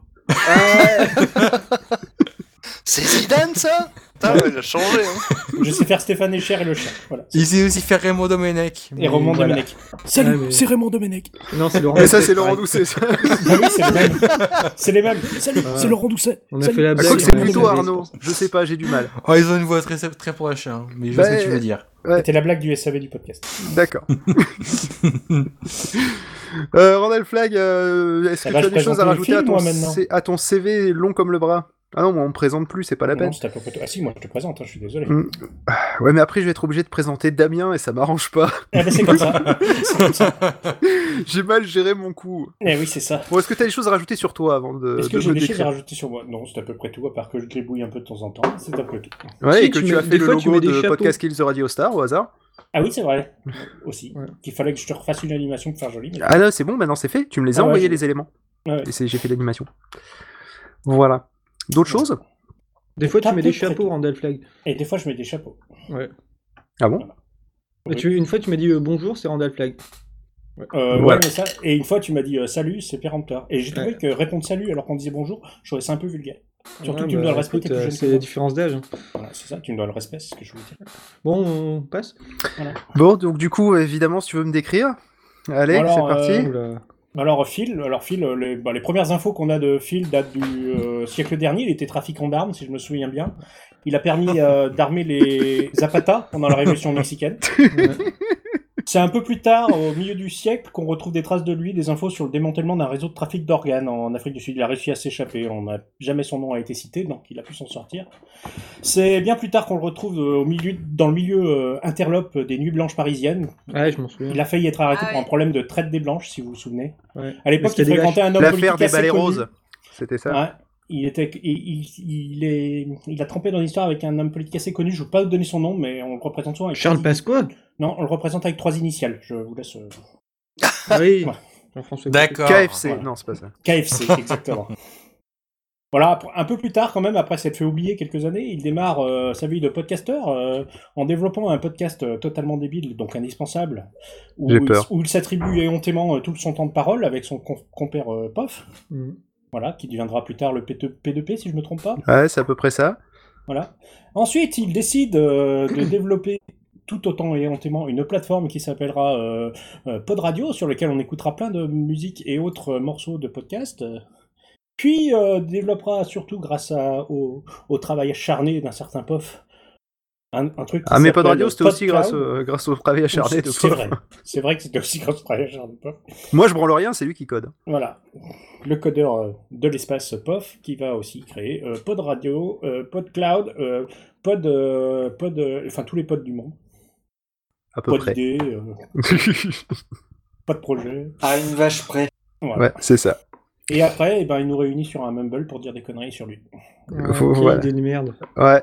C'est Zidane, ça Putain, Ah ouais, il a changé, hein. Je sais faire Stéphane Echer et le chat. Voilà. Il sait aussi faire Raymond Domenech. Et Raymond Voilà. Domenech. Salut, Ouais, mais- c'est Raymond Domenech. Non, c'est Laurent. Mais ça, Doucet, c'est Laurent pareil. Doucet. ça. Ah, Ah oui, c'est les mêmes. C'est les mêmes. Salut, Ah. c'est Laurent Doucet. On a Salut. fait la blague. quoi que c'est on a plutôt fait la- Arnaud. Je sais pas, j'ai du mal. Oh, ils ont une voix très, très proche, hein, mais je vois Bah, ce que tu veux dire. C'était la blague du SAV du podcast. D'accord. euh, Randall Flag, euh, est-ce Ça que va, tu as Eh ben, je des choses à présente le rajouter film, à, ton moi, maintenant. C- à ton CV long comme le bras Ah non, moi, on me présente plus, c'est pas la peine. Non, c'était à peu près tout. Ah si, moi je te présente, hein, je suis désolé. Mm. Ouais, mais après, je vais être obligé de présenter Damien et ça m'arrange pas. Ah bah c'est comme ça. c'est comme ça. j'ai mal géré mon coup. Eh oui, c'est ça. Bon, est-ce que tu as des choses à rajouter sur toi avant de, Est-ce de que j'ai me des choses Euh, à décrire rajouter sur moi Non, c'est à peu près tout, à part que je gribouille un peu de temps en temps. C'est à peu près tout. Ouais, Si, et que tu tu mets- as des fait le fois, tu logo mets des de chapeaux. Podcast Kills the Radio Star au hasard. Ah oui, c'est vrai. Aussi. Ouais. Qu'il fallait que je te refasse une animation pour faire joli. mais- Ah là, c'est bon, maintenant c'est fait. Tu me les as Ah ouais, envoyés, j'ai- les éléments. Ouais. Et c'est- j'ai fait l'animation. Voilà. D'autres Ouais. choses Des fois, tu mets des Tape-tape. chapeaux, Randall Flag. Et des fois, je mets des chapeaux. Ouais. Ah bon Et tu- une fois, tu m'as dit euh, bonjour, c'est Randall Flag. Euh, ouais, Voilà. mais ça... Et une fois, tu m'as dit euh, salut, c'est péremptoire. Et j'ai trouvé que répondre salut alors qu'on disait bonjour, je trouvais ça un peu vulgaire. Surtout que tu me dois le respect, écoute, t'es plus euh, jeune que C'est moi. la différence d'âge. hein. Voilà, c'est ça, tu me dois le respect, c'est ce que je voulais dire. Bon, on passe. Bon, donc du coup, évidemment, si tu veux me décrire, allez, Alors, c'est parti. euh, Oula. Alors Phil, alors Phil, euh, les, bah, les premières infos qu'on a de Phil datent du euh, siècle dernier. Il était trafiquant d'armes, si je me souviens bien. Il a permis euh, d'armer les Zapata pendant la Révolution mexicaine. Ouais. C'est un peu plus tard, au milieu du siècle, qu'on retrouve des traces de lui, des infos sur le démantèlement d'un réseau de trafic d'organes en Afrique du Sud. Il a réussi à s'échapper. On n'a jamais son nom a été cité, donc il a pu s'en sortir. C'est bien plus tard qu'on le retrouve euh, au milieu, dans le milieu euh, interlope des Nuits Blanches parisiennes, Ouais, je m'en souviens. il a failli être arrêté Ah ouais. pour un problème de traite des blanches, si vous vous souvenez. Ouais. À l'époque, Parce il qu'il y a des fréquentait un homme L'affaire politique des assez balais connu. roses, c'était ça. Ouais. Il, était, il, il, il est, il a trempé dans l'histoire avec un homme politique assez connu. Je ne veux pas vous donner son nom, mais on le représente souvent avec Charles trois- Pasqua Non, on le représente avec trois initiales. Je vous laisse. euh, Ah Oui. Ouais. euh, Jean-François. Ah. D'accord. KFC, voilà. non, c'est pas ça. KFC, exactement. Voilà, pour- un peu plus tard quand même, après s'être fait oublier quelques années, il démarre euh, sa vie de podcasteur euh, en développant un podcast euh, totalement débile, donc indispensable, où, J'ai il- peur. où il s'attribue éhontément euh, tout son temps de parole avec son com- compère euh, Pof, Mhm. voilà, qui deviendra plus tard le P2- P2P si je me trompe pas. Ouais, c'est à peu près ça. Voilà. Ensuite, il décide euh, de développer tout autant éhontément une plateforme qui s'appellera euh, euh, Pod Radio, sur laquelle on écoutera plein de musique et autres euh, morceaux de podcast. Puis euh, développera surtout grâce à- au, au travail acharné d'un certain POF un, un truc. qui Ah, mais pas de s'appelle radio, c'était aussi grâce, PodCloud. au- grâce au travail acharné de C'est Paul. vrai. C'est vrai que c'était aussi grâce au travail acharné de POF. Moi, je branle rien, c'est lui qui code. Voilà, le codeur euh, de l'espace POF qui va aussi créer euh, Pod Radio, euh, Pod Cloud, euh, Pod, euh, Pod, euh, enfin tous les pods du monde, À peu Pod près. idée, euh, Pod projet, À une vache près. voilà. ouais, c'est ça. Et après, eh ben, il nous réunit sur un Mumble pour dire des conneries sur lui. Ouais, Faut- quelle voilà. idée de merde. Ouais.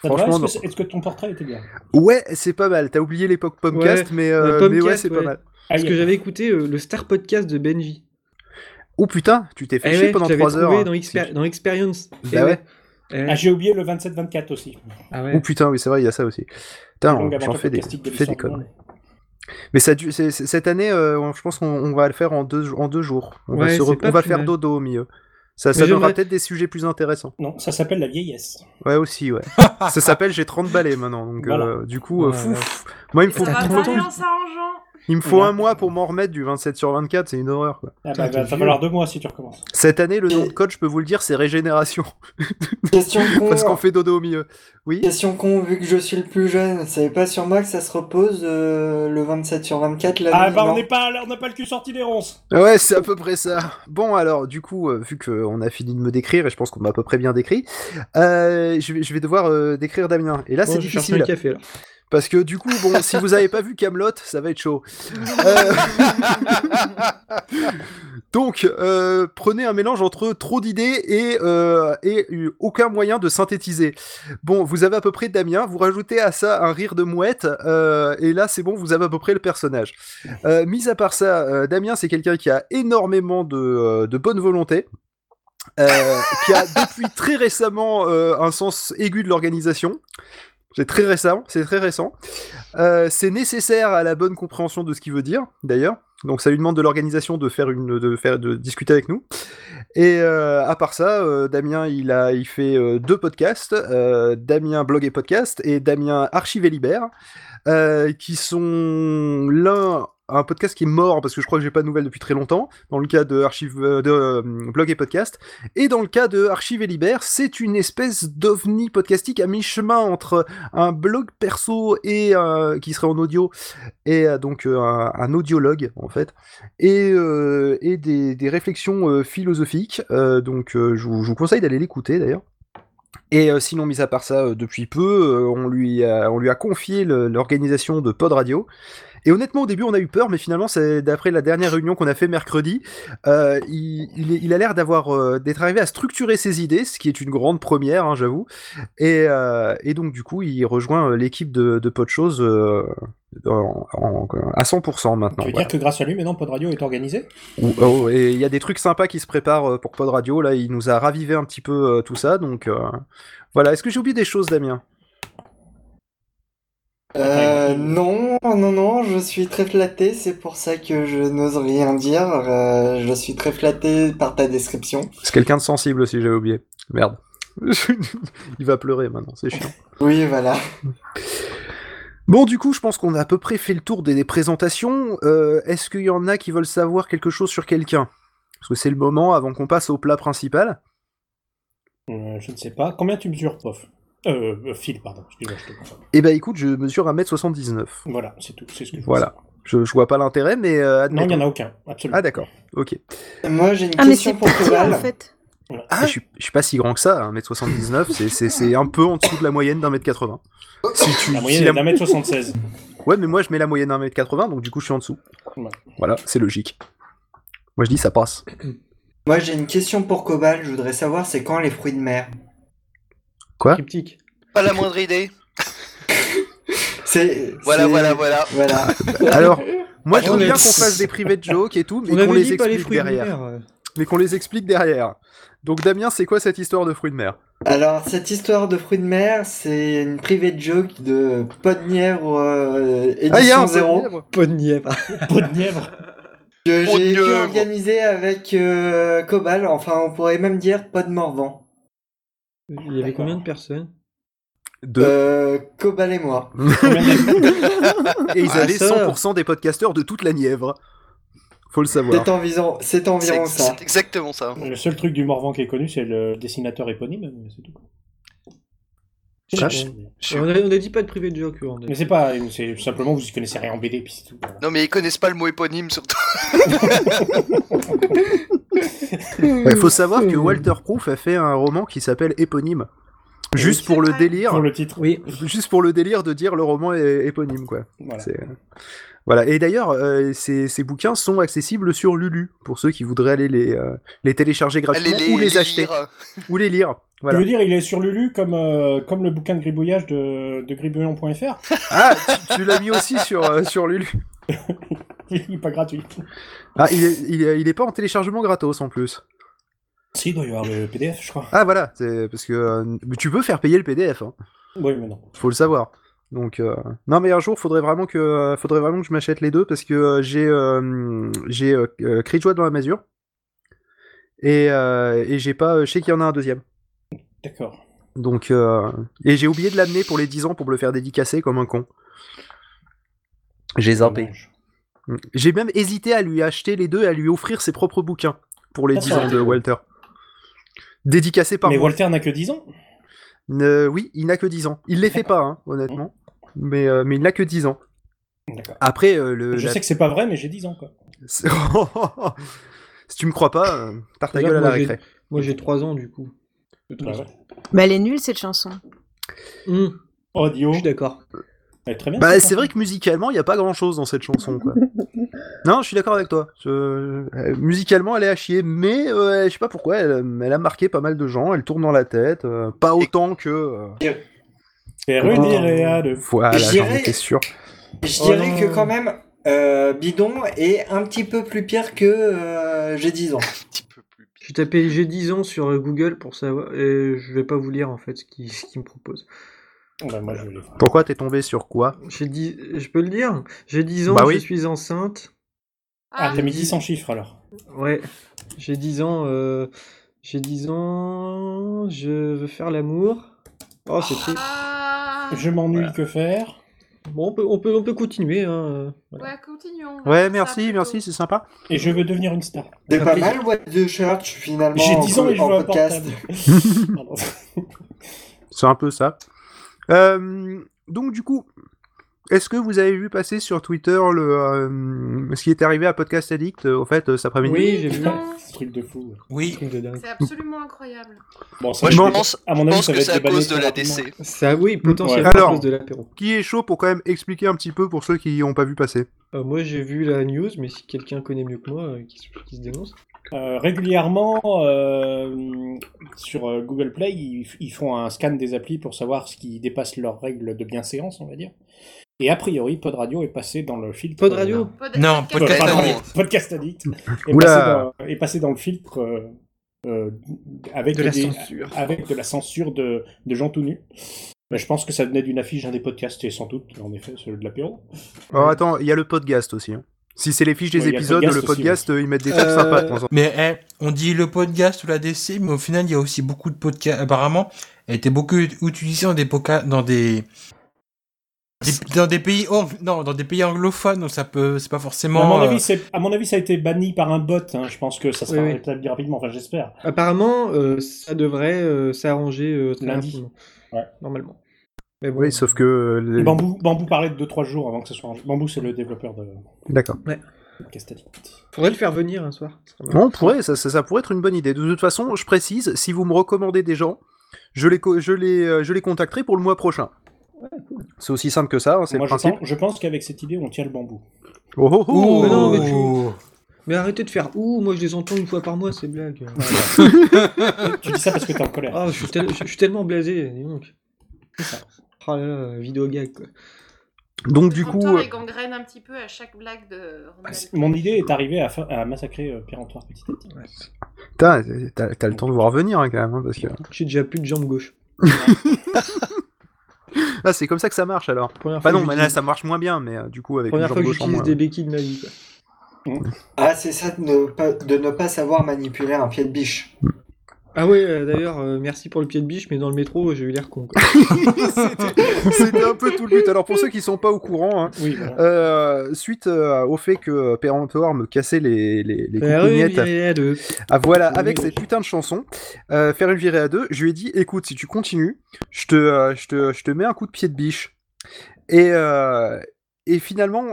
Ça te va Franchement, Est-ce que non. c'est- est-ce que, ton portrait était bien Ouais, c'est pas mal. T'as oublié l'époque Pomcast, mais, euh, Euh, Pomcast, mais ouais, c'est pas ouais. mal. Parce que j'avais écouté euh, le Star Podcast de Benji. Oh putain, tu t'es fait Eh chier ouais, pendant je l'avais 3 heures. trouvé hein. Dans, Exper- dans Experience. Eh Bah ouais. Eh Ah, j'ai oublié le 27-24 aussi. Ah Oh ouais. putain, oui, c'est vrai, il y a ça aussi. Putain, Donc, on- j'en aventure fais des, podcastique de fais l'histoire des du conneries. monde. Mais ça, du- c'est- c'est- cette année, euh, on- je pense qu'on on va le faire en deux, en deux jours. On va, Ouais, se c'est re- pas on va plus faire mal. dodo au milieu. Ça, ça donnera j'aimerais- peut-être des sujets plus intéressants. Non, ça s'appelle la vieillesse. Ouais, aussi, ouais. ça s'appelle J'ai 30 balais maintenant. Donc, euh, Voilà. du coup, euh, Ouais, fou, ouais. fou. Moi, il me Ça faut. T'as va trop pas de temps. en s'arrangeant. Il me faut un mois pour m'en remettre du 27 sur 24, c'est une horreur. quoi. Ah bah, Putain, bah, t'es ça va vieux. falloir deux mois si tu recommences. Cette année, le nom Et- de coach, je peux vous le dire, c'est Régénération. Question con, Oh. euh, Parce qu'on fait dodo au milieu. Oui question con, vu que je suis le plus jeune, c'est pas sur moi que ça se repose euh, le 27 sur 24 Euh, là Ah non, bah on non. n'est pas, on n'a pas le cul sorti des ronces. Ouais, c'est à peu près ça. Bon, alors, du coup, euh, vu qu'on a fini de me décrire, et je pense qu'on m'a à peu près bien décrit, euh, je, vais, je vais devoir euh, décrire Damien. Et là, c'est Oh, je cherche un difficile. café là. Parce que du coup, bon, si vous avez pas vu Camelot, ça va être chaud. Euh, Donc, euh, prenez un mélange entre trop d'idées et, euh, et euh, aucun moyen de synthétiser. Bon, vous avez à peu près Damien, vous rajoutez à ça un rire de mouette, euh, et là c'est bon, vous avez à peu près le personnage. Euh, mis à part ça, euh, Damien c'est quelqu'un qui a énormément de, euh, de bonne volonté. euh, qui a depuis très récemment euh, un sens aigu de l'organisation. C'est très récent, c'est très récent. Euh, c'est nécessaire à la bonne compréhension de ce qu'il veut dire, d'ailleurs. Donc ça lui demande de l'organisation de faire une, de faire, de discuter avec nous. Et euh, à part ça, euh, Damien, il a, il fait euh, deux podcasts, euh, Damien blog et podcast et Damien archive et libère, euh, qui sont l'un un podcast qui est mort parce que je crois que j'ai pas de nouvelles depuis très longtemps. Dans le cas de archive, euh, de euh, blog et podcast, et dans le cas de archive et libère, c'est une espèce d'ovni podcastique à mi-chemin entre un blog perso et euh, qui serait en audio et euh, donc euh, un, un audiologue en fait et, euh, et des, des réflexions euh, philosophiques Euh, donc euh, je, vous, je vous conseille d'aller l'écouter d'ailleurs et euh, sinon mis à part ça euh, depuis peu euh, on lui a, on lui a confié le- l'organisation de Pod Radio et honnêtement, au début, on a eu peur, mais finalement, c'est d'après la dernière réunion qu'on a fait mercredi, euh, il, il est- il a l'air d'avoir euh, d'être arrivé à structurer ses idées, ce qui est une grande première, hein, j'avoue. Et, euh, et donc, du coup, il rejoint euh, l'équipe de, de Podchose euh, en- en- à 100% maintenant. tu veux voilà. dire que grâce à lui, maintenant Pod Radio est organisé Ou- oh, et il y a des trucs sympas qui se préparent euh, pour Pod Radio. Là, il nous a ravivé un petit peu euh, tout ça. Donc, euh, voilà. Est-ce que j'ai oublié des choses, Damien Euh, non, non, non, je suis très flatté, c'est pour ça que je n'ose rien dire. euh, je suis très flatté par ta description. C'est quelqu'un de sensible aussi, j'avais oublié. Merde. il va pleurer maintenant, c'est chiant. Oui, voilà. Bon, du coup, je pense qu'on a à peu près fait le tour des, des présentations. Euh, Est-ce qu'il y en a qui veulent savoir quelque chose sur quelqu'un Parce que c'est le moment avant qu'on passe au plat principal. Euh, Je ne sais pas. Combien tu mesures, prof euh, euh, Phil, pardon. Excuse-moi, je te confonds. Eh ben, écoute, je mesure 1m79. Voilà, c'est tout. C'est ce que je voulais Voilà. savoir. Je, je vois pas l'intérêt, mais euh, Non, il n'y en admettons. a aucun. Absolument. Ah, d'accord. Ok. Moi, j'ai une Ah mais c'est question pour petit Koval. en fait. je, suis, je suis pas si grand que ça, hein, 1m79. c'est- c'est c'est un peu en dessous de la moyenne d'un mètre 80. Si tu, La Ah, si moyenne la- est d'un mètre 76. Ouais, mais moi, je mets la moyenne d'un mètre 80, donc du coup, je suis en dessous. Ouais. Voilà, c'est logique. Moi, je dis, ça passe. Moi, j'ai une question pour Cobal. Je voudrais savoir c'est quand les fruits de mer. Cryptique. Pas la moindre idée. C'est Voilà, c'est- voilà, voilà. voilà. Alors, moi, je On veux est- bien qu'on fasse des privés de jokes et tout, mais On qu'on avait les dit pas les explique fruits de derrière. mer. euh. mais qu'on les explique derrière. Donc Damien, c'est quoi cette histoire de fruits de mer Alors, cette histoire de fruits de mer, c'est une private joke de Podnièvre euh, Ah, il y a édition un zéro zéro Pot de nièvre. Peau de nièvre. que j'ai pu Podnièvre. organiser avec euh, Cobal. Enfin, on pourrait même dire Pod Morvan. Il y avait combien de personnes de... Euh, Cobal et moi. Combien de- Et ils Ah, avaient ça. 100% des podcasteurs de toute la Nièvre. Faut le savoir. C'est environ, c'est C'est environ ça. c'est exactement ça. Le seul truc du Morvan qui est connu, c'est le dessinateur éponyme. mais C'est tout. Ah, Je- On a, on a dit pas de privé de joke. on a- Mais c'est pas, c'est simplement vous y connaissez rien en BD, puis c'est tout. voilà. Non, mais ils connaissent pas le mot éponyme surtout. Il Bah, Mm. faut savoir que Walter Proof a fait un roman qui s'appelle Éponyme. Juste Oui, pour c'est le vrai. délire, Pour le titre. Oui. juste pour le délire de dire le roman est éponyme quoi. Voilà. C'est- euh, Voilà. Et d'ailleurs, euh, ces, ces bouquins sont accessibles sur Lulu pour ceux qui voudraient aller les, euh, les télécharger gratuitement Allez les, ou les lire. acheter ou les lire. Je Voilà. veux dire, il est sur Lulu comme, euh, comme le bouquin de gribouillage de, de gribouillon.fr. Ah, tu, tu l'as mis aussi sur euh, sur Lulu. Il est pas gratuit. Ah, il est, il est- il est pas en téléchargement gratos en plus. Si, il doit y avoir le PDF, je crois. Ah voilà, c'est parce que euh, mais tu peux faire payer le PDF, hein. Oui, mais non. faut le savoir. Donc euh, non mais un jour faudrait vraiment que euh, faudrait vraiment que je m'achète les deux parce que euh, j'ai euh, j'ai euh, euh, Cri de joie dans la mesure et, euh, et j'ai pas euh, je sais qu'il y en a un deuxième. D'accord. Donc euh, et j'ai oublié de l'amener pour les 10 ans pour me le faire dédicacer comme un con. J'ai zappé. Dommage. Mm. J'ai même hésité à lui acheter les deux et à lui offrir ses propres bouquins pour les Ça, 10 ça aurait ans été de cool. Walter. Dédicacé par Mais moi. Walter n'a que 10 ans. Euh, oui, il n'a que 10 ans. Il les fait pas, hein, honnêtement. Mais, euh, mais il n'a que 10 ans. D'accord. Après, euh, le. Je la- sais que c'est pas vrai, mais j'ai 10 ans, quoi. C'est- si tu me crois pas, euh, tarte ta C'est-à-dire gueule à que la moi, j'ai- récré. Moi j'ai 3 ans du coup. J'ai trois Bah ans. Bah, elle est nulle cette chanson. Hum, Audio. je suis d'accord. Ouais, très bien. Bah, c'est vrai que musicalement, il n'y a pas grand chose dans cette chanson. Quoi. non, je suis d'accord avec toi. Je- euh, Musicalement, elle est à chier, mais euh, je sais pas pourquoi, elle, elle a marqué pas mal de gens, elle tourne dans la tête, euh, pas autant que. euh, C'est Rudy Oh. Réa de Voilà, Je j'en dirais- étais sûr. Je Oh dirais non. que quand même, euh, Bidon est un petit peu plus pire que euh, j'ai 10 ans. Un petit peu plus. J'ai tapé j'ai 10 ans sur euh, Google pour savoir et je vais pas vous lire en fait ce qui ce qu'il me propose. Bah, moi, je l'ai fait. Pourquoi t'es tombé sur quoi J'ai dit je peux le dire J'ai 10 ans, Bah je oui. suis enceinte. Ah, Ah, t'as mis 10 en chiffres alors. Ouais. J'ai 10 ans euh, j'ai 10 ans, je veux faire l'amour. Oh, c'est triste. Ah, Je m'ennuie, que faire Bon, on peut, on peut, on peut continuer. Hein. Ouais, continuons. Ouais, Ça, merci, plutôt. merci, c'est sympa. Et je veux devenir une star. C'est pas Après- mal, What the Church, finalement. J'ai en 10 ans co- et je en veux un podcast. portable. Pardon. C'est un peu ça. Euh, donc du coup, est-ce que vous avez vu passer sur Twitter le, euh, ce qui est arrivé à Podcast Addict euh, au fait euh, cet après-midi Oui, j'ai vu. Non, Ce truc de fou. Oui, Truc de dingue. c'est absolument incroyable. Bon, ça, Moi, je Non. pense, à mon je avis, pense ça que va être c'est à débalayé cause de très la rapidement. DC. Ça, oui, potentiellement Alors- à cause de l'apéro. Qui est chaud pour quand même expliquer un petit peu pour ceux qui n'ont pas vu passer. Euh, moi, j'ai vu la news, mais si quelqu'un connaît mieux que moi, euh, qui, se- qui se dénonce. Euh, régulièrement, euh, sur euh, Google Play, ils, ils font un scan des applis pour savoir ce qui dépasse leurs règles de bienséance, on va dire. Et a priori, Pod Radio est passé dans le filtre. Pod Radio Pod- Euh, Non, Podcast pardon, Addict. Podcast Addict est, Oula. passé dans, est passé dans le filtre euh, euh, avec, De la des- censure. avec de la censure de, de gens tout nus. Mais je pense que ça venait d'une affiche d'un des podcasts, et sans doute, en effet, celui de l'apéro. Alors attends, il y a le podcast aussi. hein. Si c'est les fiches des Ouais, il y a le épisodes, podcast le aussi, podcast, euh, ils mettent des trucs Euh, sympas de temps en temps. mais eh, on dit le podcast ou la DC, mais au final, il y a aussi beaucoup de podcasts. Apparemment, elle était beaucoup utilisée dans des podcasts, dans des, des- dans des pays, ang- non, dans des pays anglophones, donc ça peut, c'est pas forcément. à, mon euh, avis, c'est- à mon avis, ça a été banni par un bot. hein. Je pense que ça sera Oui, oui. rétabli rapidement, enfin, j'espère. Apparemment, euh, ça devrait euh, s'arranger euh, très Lundi. rapidement. Ouais. Normalement. Mais bon, Oui, sauf que. euh, le- Bambou, Bambou parlait de 2-3 jours avant que ce soit. en- Bambou, c'est le développeur de D'accord. Podcast Addict. faudrait le faire venir un soir. Ce serait marrant. On pourrait, ça, ça- ça pourrait être une bonne idée. De toute façon, je précise, si vous me recommandez des gens, je les, co- je les, euh, je les contacterai pour le mois prochain. C'est aussi simple que ça, hein, c'est Moi, le je principe. pense, je pense qu'avec cette idée, on tient le bambou. Oh, oh, oh. ouh. mais non, mais tu- Mais arrêtez de faire ouh, moi je les entends une fois par mois, ces blagues. Tu dis ça parce que t'es en colère. Ah, je, suis tel- je suis tellement blasé, dis donc. Ah là là, vidéo gag quoi. Donc du Antoine coup, euh, et gangrène un petit peu à chaque blague de Ronald. Mon idée est arrivée à, fa- à massacrer euh, Pierre Antoine petit à petit. t'as t'as- t'as le temps de voir venir hein, quand même, hein, parce que J'ai déjà plus de jambe gauche. ah, c'est comme ça que ça marche alors. Première Bah fois non, que mais là j'utilise- ça marche moins bien, mais euh, du coup avec une Première jambe fois que gauche en j'utilise moins. des béquilles de ma vie. quoi. Ah, c'est ça de ne, pas, de ne pas savoir manipuler un pied de biche. Ah ouais, euh, d'ailleurs, euh, merci pour le pied de biche, mais dans le métro, j'ai eu l'air con. quoi. C'était- C'était un peu tout le but. Alors pour ceux qui sont pas au courant, hein, Oui, voilà. euh, suite euh, au fait que Péremptoire me cassait les, les, les Ah oui, coupignettes mais elle, euh, Ah voilà, Oui, avec oui. cette putain de chanson, euh, faire une virée à deux, je lui ai dit, écoute, si tu continues, je te, euh, je te, je te mets un coup de pied de biche. Et, euh, et finalement,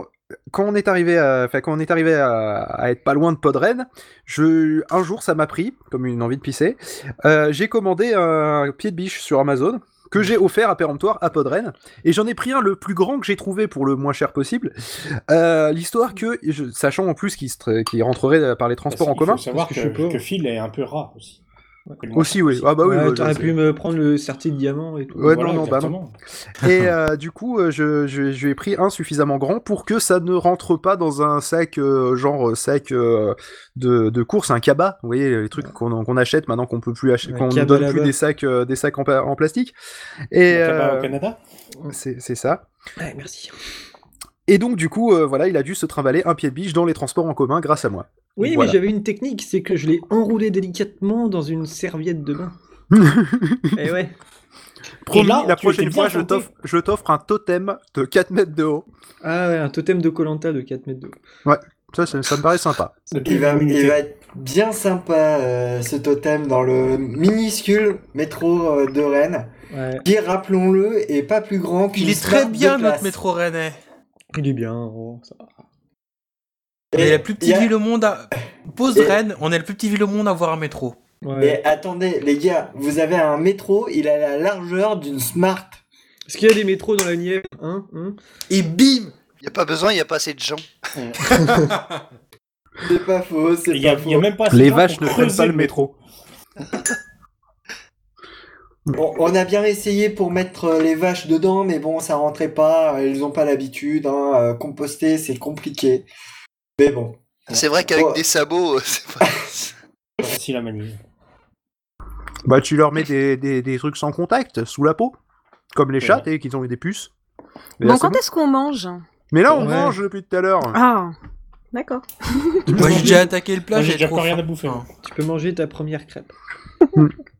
quand on est arrivé, à, enfin, quand on est arrivé à, à être pas loin de Podren, je, un jour, ça m'a pris, comme une envie de pisser, euh, j'ai commandé un pied de biche sur Amazon que j'ai offert à péremptoire à Podren et j'en ai pris un le plus grand que j'ai trouvé pour le moins cher possible Euh, l'histoire que je- sachant en plus qu'il se tra- qu'il rentrerait par les transports en Parce qu'il Bah, faut commun savoir parce que que, je suis pauvre. que Phil est un peu rat aussi. aussi, oui. Ah bah oui. ouais, bah, T'aurais je- pu me prendre le certificat de diamant et tout. Ouais, Voilà, non, non, bah non. exactement. Et euh, du coup, euh, je, je, je lui ai pris un suffisamment grand pour que ça ne rentre pas dans un sac, euh, genre euh, sac euh, de, de course, un cabas. Vous voyez, les trucs qu'on qu'on achète maintenant qu'on peut plus acheter, Un qu'on ne cabas donne plus là-bas. des sacs, euh, des sacs en, pa- en plastique. Et Donc, là-bas, euh, au Canada c'est c'est ça. Ouais, merci. Et donc, du coup, euh, voilà, il a dû se trimballer un pied de biche dans les transports en commun grâce à moi. Oui, Voilà. mais j'avais une technique, c'est que je l'ai enroulé délicatement dans une serviette de bain. et Eh ouais. Promis, là, la tu prochaine étais bien fois, je tenté. t'offre, je t'offre un totem de 4 mètres de haut. Ah ouais, un totem de Colanta de 4 mètres de haut. Ça, ça, ça me paraît sympa. Il va, il va être bien sympa euh, ce totem dans le minuscule métro euh, de Rennes, Ouais, qui, rappelons-le, est pas plus grand qu'une Il est barre très de bien place. notre métro rennais. il est bien. oh, ça va. Mais Et la plus il y petite a- ville au monde à. Pose Et- Rennes, on est la plus petite ville au monde à avoir un métro. Ouais. Mais attendez, les gars, vous avez un métro, il a la largeur d'une Smart. Est-ce qu'il y a des métros dans la Nièvre hein Hein Et bim Il n'y a pas besoin, il n'y a pas assez de gens. C'est pas faux, c'est Il y a, pas il y a faux. même pas assez Les de gens vaches pour ne prennent creuser pas le métro. On, on a bien essayé pour mettre euh, les vaches dedans, mais bon, ça rentrait pas, elles ont pas l'habitude, hein, euh, composter, c'est compliqué. Mais bon. C'est vrai qu'avec Ouais. des sabots, euh, c'est pas... C'est facile à manier. Bah, tu leur mets des, des, des trucs sans contact, sous la peau. Comme les chats, et qu'ils ont eu des puces. Et là, Bon, c'est quand bon. est-ce qu'on mange Mais là, on Ouais. mange depuis tout à l'heure. Ah, d'accord. Moi j'ai déjà attaqué le plat, Moi, j'ai j'ai déjà trop pas rien faim. à bouffer. hein. Tu peux manger ta première crêpe.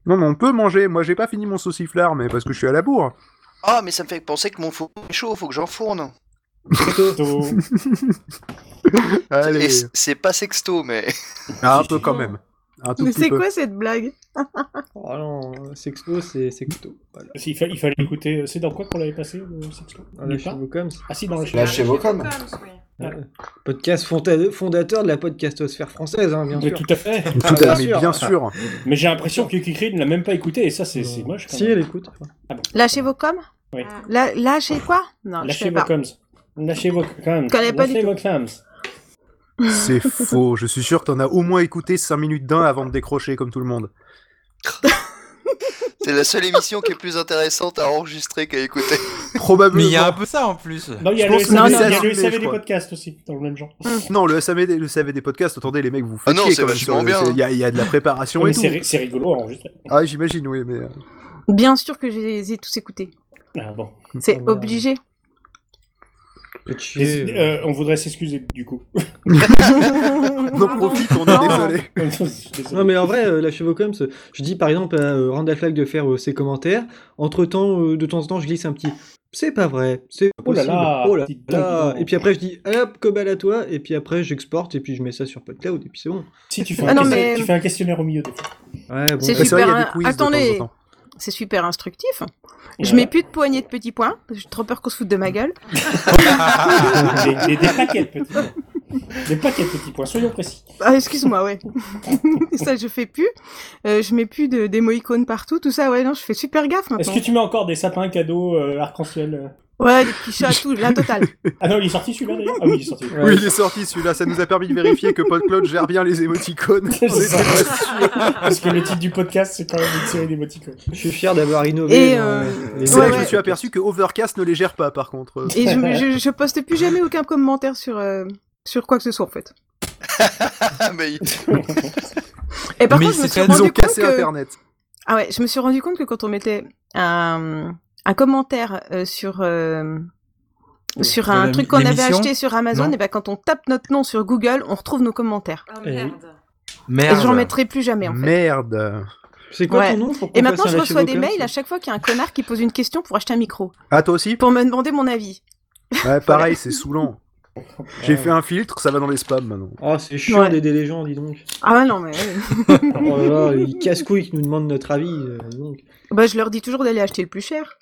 Non, mais on peut manger. Moi, j'ai pas fini mon sauciflard, mais parce que je suis à la bourre. Ah, mais ça me fait penser que mon four est chaud, faut que j'enfourne. Plutôt- Et Allez, c- c'est pas sexto, mais... Ah, un peu quand même. Un tout Mais petit c'est peu. quoi cette blague Oh non, euh, sexto, c'est sexto. Voilà. il, fa- il fallait écouter. euh, C'est dans quoi qu'on l'avait passé euh, le sexto Ah, Il là, est chez pas vous comme ça. Ah si, dans le Là, chat. chez Vocom. Podcast fonda- fondateur de la podcastosphère française, hein, bien Mais sûr. tout à fait. Tout Ah, à bien mais sûr. bien sûr. Mais j'ai l'impression que Kikri ne l'a même pas écouté et ça, c'est c'est moche. Quand Si, elle même. écoute. Lâchez vos coms Oui. Ah. La- Lâchez quoi Non, je Lâchez sais vos pas. coms. Lâchez vos coms. connais pas du Lâchez tout. vos coms. C'est faux. Je suis sûr que t'en as au moins écouté 5 minutes d'un avant de décrocher, comme tout le monde. C'est la seule émission qui est plus intéressante à enregistrer qu'à écouter. Probablement. Mais il y a un peu ça en plus. Non, il y a Je le pense que SAV, c'est il y a le assumé, SAV je des crois. podcasts aussi, dans le même genre. Non, le SAV, des- le SAV des podcasts, attendez, les mecs, vous Ah faites non, chier c'est quand même. vachement sur le- bien. c'est- Il y, a- il y a de la préparation Mais et tout. c'est ri- c'est rigolo à enregistrer. Ah, j'imagine, oui, mais. euh, Bien sûr que je les ai tous écoutés. Ah, bon. C'est Ah, merde. obligé. Et, euh, on voudrait s'excuser du coup. On en profite, on est Non. désolé. Je suis désolé. Non mais en vrai, euh, la Chevaucom, c'est- je dis par exemple à euh, Randall Flagg de faire euh, ses commentaires. Entre temps, de temps en temps, je glisse un petit. C'est pas vrai, c'est pas Oh là possible. là, oh là dis donc, dis là. donc. Et puis après, je dis hop, cobal à toi. Et puis après, j'exporte et puis je mets ça sur PodCloud et puis c'est bon. Si tu fais, un Ah non, question- mais- tu fais un questionnaire au milieu des fois. Ouais, bon. C'est bah, Mais c'est vrai, il y a super, des hein. quiz de Attendez. temps en temps. C'est super instructif. Je Voilà. mets plus de poignées de petits points. J'ai trop peur qu'on se foute de ma gueule. des, des- des paquets de petits points. Des paquets de petits points, soyons précis. Ah, excuse-moi, ouais. ça, je fais plus. Euh, je mets plus de, des moïcones partout, tout ça. Ouais, non, je fais super gaffe Est-ce maintenant. que tu mets encore des sapins cadeaux euh, arc-en-ciel euh Ouais, des petits chats, tout, la totale. Ah non, il est sorti celui-là d'ailleurs Ah oui, il est sorti. Ouais. Oui, il est sorti celui-là, ça nous a permis de vérifier que PodCloud gère bien les émoticônes. C'est ça. Parce que le titre du podcast, c'est quand même une série d'émoticônes. Je suis fier d'avoir innové. Et, dans, euh, les- les C'est là que je nouvelles me suis podcasts. aperçu que Overcast ne les gère pas, par contre. Et je, je, je poste plus jamais aucun commentaire sur, euh, sur quoi que ce soit, en fait. Ah, mais... Et par Mais contre, je me c'est suis très- Ils rendu ont compte cassé que... Internet. Ah ouais, je me suis rendu compte que quand on mettait un, un commentaire euh, sur... euh, sur Sur un la- truc qu'on avait l'émission acheté sur Amazon, Non. et ben quand on tape notre nom sur Google, on retrouve nos commentaires. Oh Eh oui. merde. Et j'en Merde. mettrai plus jamais en fait. Merde. C'est quoi Ouais. ton nom pour qu'on Et maintenant, fasse un je reçois des Chevaucom, mails à chaque fois qu'il y a un connard qui pose une question pour acheter un micro, Ah, toi aussi pour me demander mon avis. Ouais, pareil, c'est saoulant. J'ai fait un filtre, ça va dans les spams maintenant. Oh, c'est chiant Ouais. d'aider les gens, dis donc. Ah ouais, non, mais. Oh là là, ils casse-couilles qui nous demandent notre avis. euh, dis donc. bah, je leur dis toujours d'aller acheter le plus cher.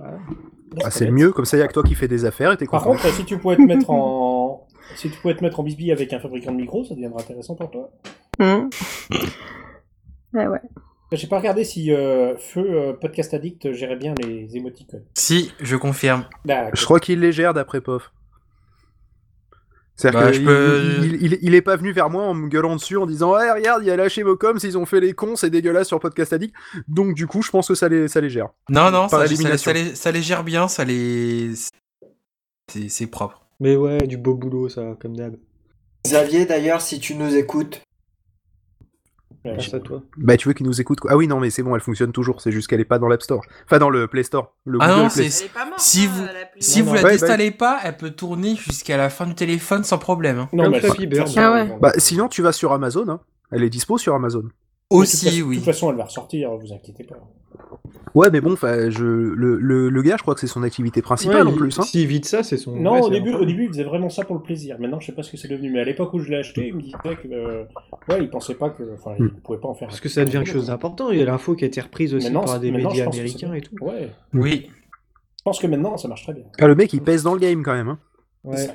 Bah, Ah, c'est mieux, comme ça, il y a que toi qui fais des affaires et t'es Par content. contre, si tu pouvais te mettre en. Si tu pouvais te mettre en bisbille avec un fabricant de micros, ça deviendra intéressant pour toi. Hum. Ouais, Ah ouais. J'ai pas regardé si euh, Feu euh, Podcast Addict gérait bien les émoticônes. Bah, euh, Si, je confirme. D'accord. Je crois qu'il les gère d'après POF. C'est-à-dire Bah, qu'il je peux- il, il- il est pas venu vers moi en me gueulant dessus en disant Ouais, regarde, il y a lâché vos coms, ils ont fait les cons, c'est dégueulasse sur Podcast Addict. Donc, du coup, je pense que ça les, ça les gère. Non, non, Par ça, ça, élimination. ça les, ça les gère bien, ça les. C'est c'est propre. Mais ouais, du beau boulot, ça, comme d'hab. Xavier, d'ailleurs, si tu nous écoutes, Ouais, Pense à toi. Bah, tu veux qu'ils nous écoutent quoi. Ah oui, non, mais c'est bon, elle fonctionne toujours, c'est juste qu'elle est pas dans l'App Store. Enfin, dans le Play Store. Le Ah Google non, Play c'est- Elle est pas morte. Si hein, vous- elle a plus- Si Non, bah- vous non. la Ouais, désinstallez pas, elle peut tourner jusqu'à la fin du téléphone sans problème. hein. Non, Comme mais Flappy Bird. Bah, de toute façon, Ah ouais. ils vont- Bah, sinon, tu vas sur Amazon. hein. Elle est dispo sur Amazon. Mais de toute Aussi, façon- De oui. toute façon, elle va ressortir, vous inquiétez pas. Ouais, mais bon, 'fin, je, le, le, le gars, je crois que c'est son activité principale en plus. Hein. S'il vide ça, c'est son. Non, ouais, au, c'est début, un- au début, il faisait vraiment ça pour le plaisir. Maintenant, je sais pas ce que c'est devenu. Mais à l'époque où je l'ai acheté, il me disait que. euh, ouais, il pensait pas que. Enfin, il Hmm. pouvait pas en faire. Parce que ça devient quelque chose d'important. Il y a l'info qui a été reprise aussi Maintenant, par des maintenant, médias je pense que américains et tout. Ouais. Je Oui. pense que maintenant, ça marche très bien. Ah, le mec, il pèse dans le game quand même. hein. Ouais.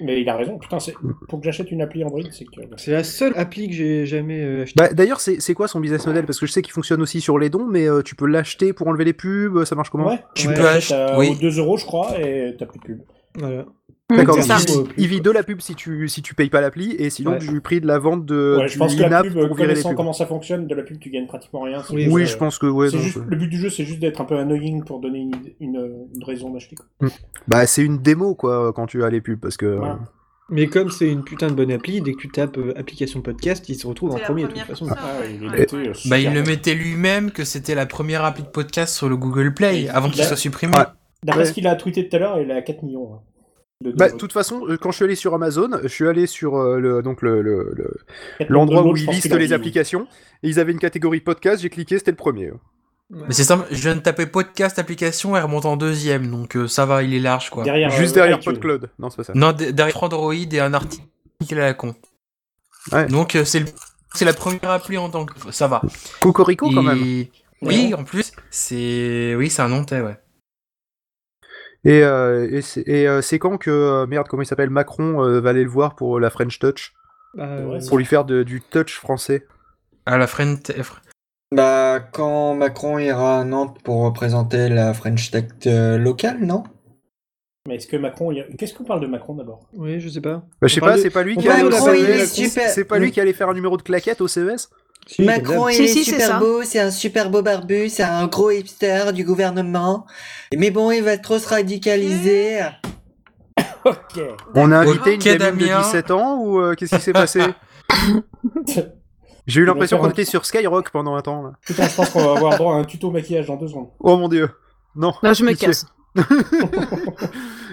Mais il a raison. Putain, c'est- pour que j'achète une appli Android, c'est que. C'est la seule appli que j'ai jamais euh, achetée. Bah, D'ailleurs, c'est c'est quoi son business model Parce que je sais qu'il fonctionne aussi sur les dons, mais euh, tu peux l'acheter pour enlever les pubs, euh, ça marche comment Ouais, Tu Ouais, peux t'achètes, acheter. euh, aux Oui. 2 euros, je crois, et t'as plus de pub. Voilà. D'accord, c'est donc ça. il, Ouais, vit- plus, il vit de la pub si tu, si tu payes pas l'appli, et sinon Ouais. du prix de la vente de Ouais, du je pense que la in-app pub, Euh, euh, pour virer les connaissant pubs. comment ça fonctionne, de la pub, tu gagnes pratiquement rien. c'est Oui, juste, Oui, euh, je pense que ouais. c'est non, juste- c'est- le but du jeu, c'est juste d'être un peu annoying pour donner une, euh, une- une raison d'acheter. quoi. Bah, c'est une démo quoi euh, quand tu as les pubs, parce que euh, Voilà. Mais comme c'est une putain de bonne appli, dès que tu tapes euh, application podcast, il se retrouve en C'est la premier de toute première façon. qui sort, Ah, ouais. il, Ouais, était, ouais. euh, Bah, super il le bon. mettait lui-même que c'était la première appli de podcast sur le Google Play Et avant il qu'il a- soit supprimé. Ouais. D'après Ouais. ce qu'il a tweeté tout à l'heure, il est à 4 millions. hein, de Bah, de downloads. toute façon, euh, quand je suis allé sur Amazon, je suis allé sur euh, le, donc le, le- le- 4 millions de l'endroit où downloads, je ils pense listent qu'il a les dit, applications, et ils avaient une catégorie podcast, j'ai cliqué, c'était le premier. Mais c'est simple, je viens de taper podcast application et remonte en deuxième, donc euh, ça va, il est large quoi. Derrière, Juste euh, derrière iTunes. PodCloud. Non, c'est pas ça. Non, de- derrière Android et un article à la con. Ouais. Donc euh, c'est le- c'est la première appli en tant que ça va. Cocorico quand même. Et- Oui, en plus, c'est oui, c'est un Nantais, ouais. Et, euh, et c'est et, euh, c'est quand que euh, merde comment il s'appelle Macron euh, va aller le voir pour la French Touch Bah, euh, Ouais, c'est- pour lui faire de- du touch français. À Ah, la Frente. Bah, quand Macron ira à Nantes pour représenter la French Tech euh, locale, non Mais est-ce que Macron. il y a- Qu'est-ce qu'on parle de Macron d'abord ouais, je sais pas. Bah, je sais On parle pas, de- c'est pas lui on qui allait parle au de la Macron, il est CES. super. C'est pas lui qui allait faire un numéro de claquette au CES. Si, il il Si, est est si, c'est super ça. super beau, c'est un super beau barbu, c'est un gros hipster du gouvernement. Mais bon, il va trop se radicaliser. Ok. On a D'accord. invité une Ok, gamine de Damien. 17 ans ou euh, qu'est-ce qui s'est passé J'ai eu l'impression qu'on était sur Skyrock pendant un temps. là. Putain, je pense qu'on va avoir droit à un tuto maquillage dans 2 secondes. Oh mon dieu. Non. Non, je me Pitié. casse.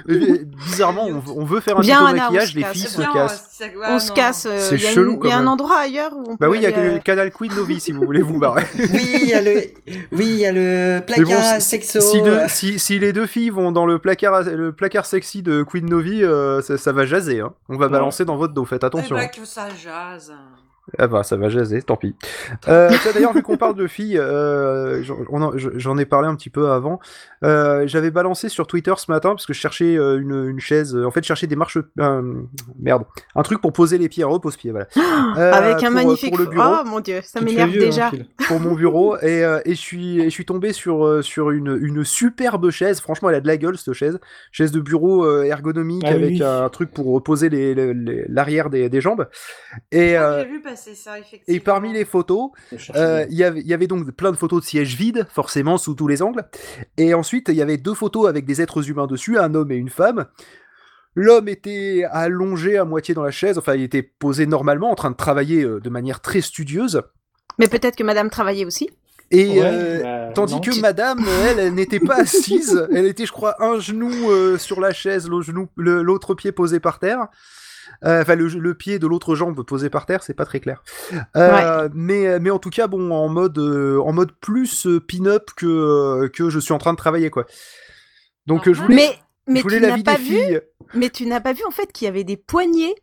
Et Bizarrement, on, on veut faire un Bien, tuto Anna, on maquillage, se les casse. filles se Bien, cassent. ça- ouais, on se non. casse. euh, C'est il y a une- chelou, quand Il y a un même. endroit ailleurs où on peut. Bah oui, il y a aller, que euh, Canal Queen Novi si vous voulez vous bah. barrer. Oui, il y a le, oui, il y a le placard si- sexo. Si, deux- si- si les deux filles vont dans le placard, le placard sexy de Queen Novi, euh, ça, ça va jaser. hein. On va balancer dans votre dos, faites Eh attention. bah, que ça jase. Ah bah ça va jaser, tant pis. Euh, tiens, D'ailleurs, vu qu'on parle de filles, euh, j'en- on en- je- j'en ai parlé un petit peu avant. Euh, J'avais balancé sur Twitter ce matin parce que je cherchais euh, une, une chaise, euh, en fait, je cherchais des marches, euh, merde, un truc pour poser les pieds, un repose-pied, voilà. Euh, Avec pour, euh, un magnifique. pour le fo- bureau, Oh mon dieu, ça tu te fais m'énerve vieux, hein, déjà. Phil. pour mon bureau, et, euh, et je suis, et je suis tombé sur euh, sur une, une superbe chaise. Franchement, elle a de la gueule cette chaise, chaise de bureau euh, ergonomique Ah oui, avec oui. un truc pour reposer les- les- les- l'arrière des, des jambes. Et, Ah euh, J'ai vu passer ça, effectivement. et hein. parmi les photos, Je cherche euh, il y avait- il y avait donc plein de photos de sièges vides, forcément sous tous les angles. Et ensuite, il y avait deux photos avec des êtres humains dessus, un homme et une femme. L'homme était allongé à moitié dans la chaise, enfin il était posé normalement, en train de travailler euh, de manière très studieuse. Mais peut-être que madame travaillait aussi. Et, Ouais, euh, bah, Tandis non. que madame, euh, elle, elle n'était pas assise. Elle était, je crois, un genou euh, sur la chaise, l'autre genou- le- l'autre pied posé par terre. Euh, Enfin, le, le pied de l'autre jambe posé par terre, c'est pas très clair. Euh, mais, mais en tout cas, bon, en mode, euh, en mode plus euh, pin-up que, euh, que je suis en train de travailler, quoi. Donc, euh, je voulais, Mais, mais je voulais tu la n'as vie pas des vu. filles. Mais tu n'as pas vu en fait qu'il y avait des poignées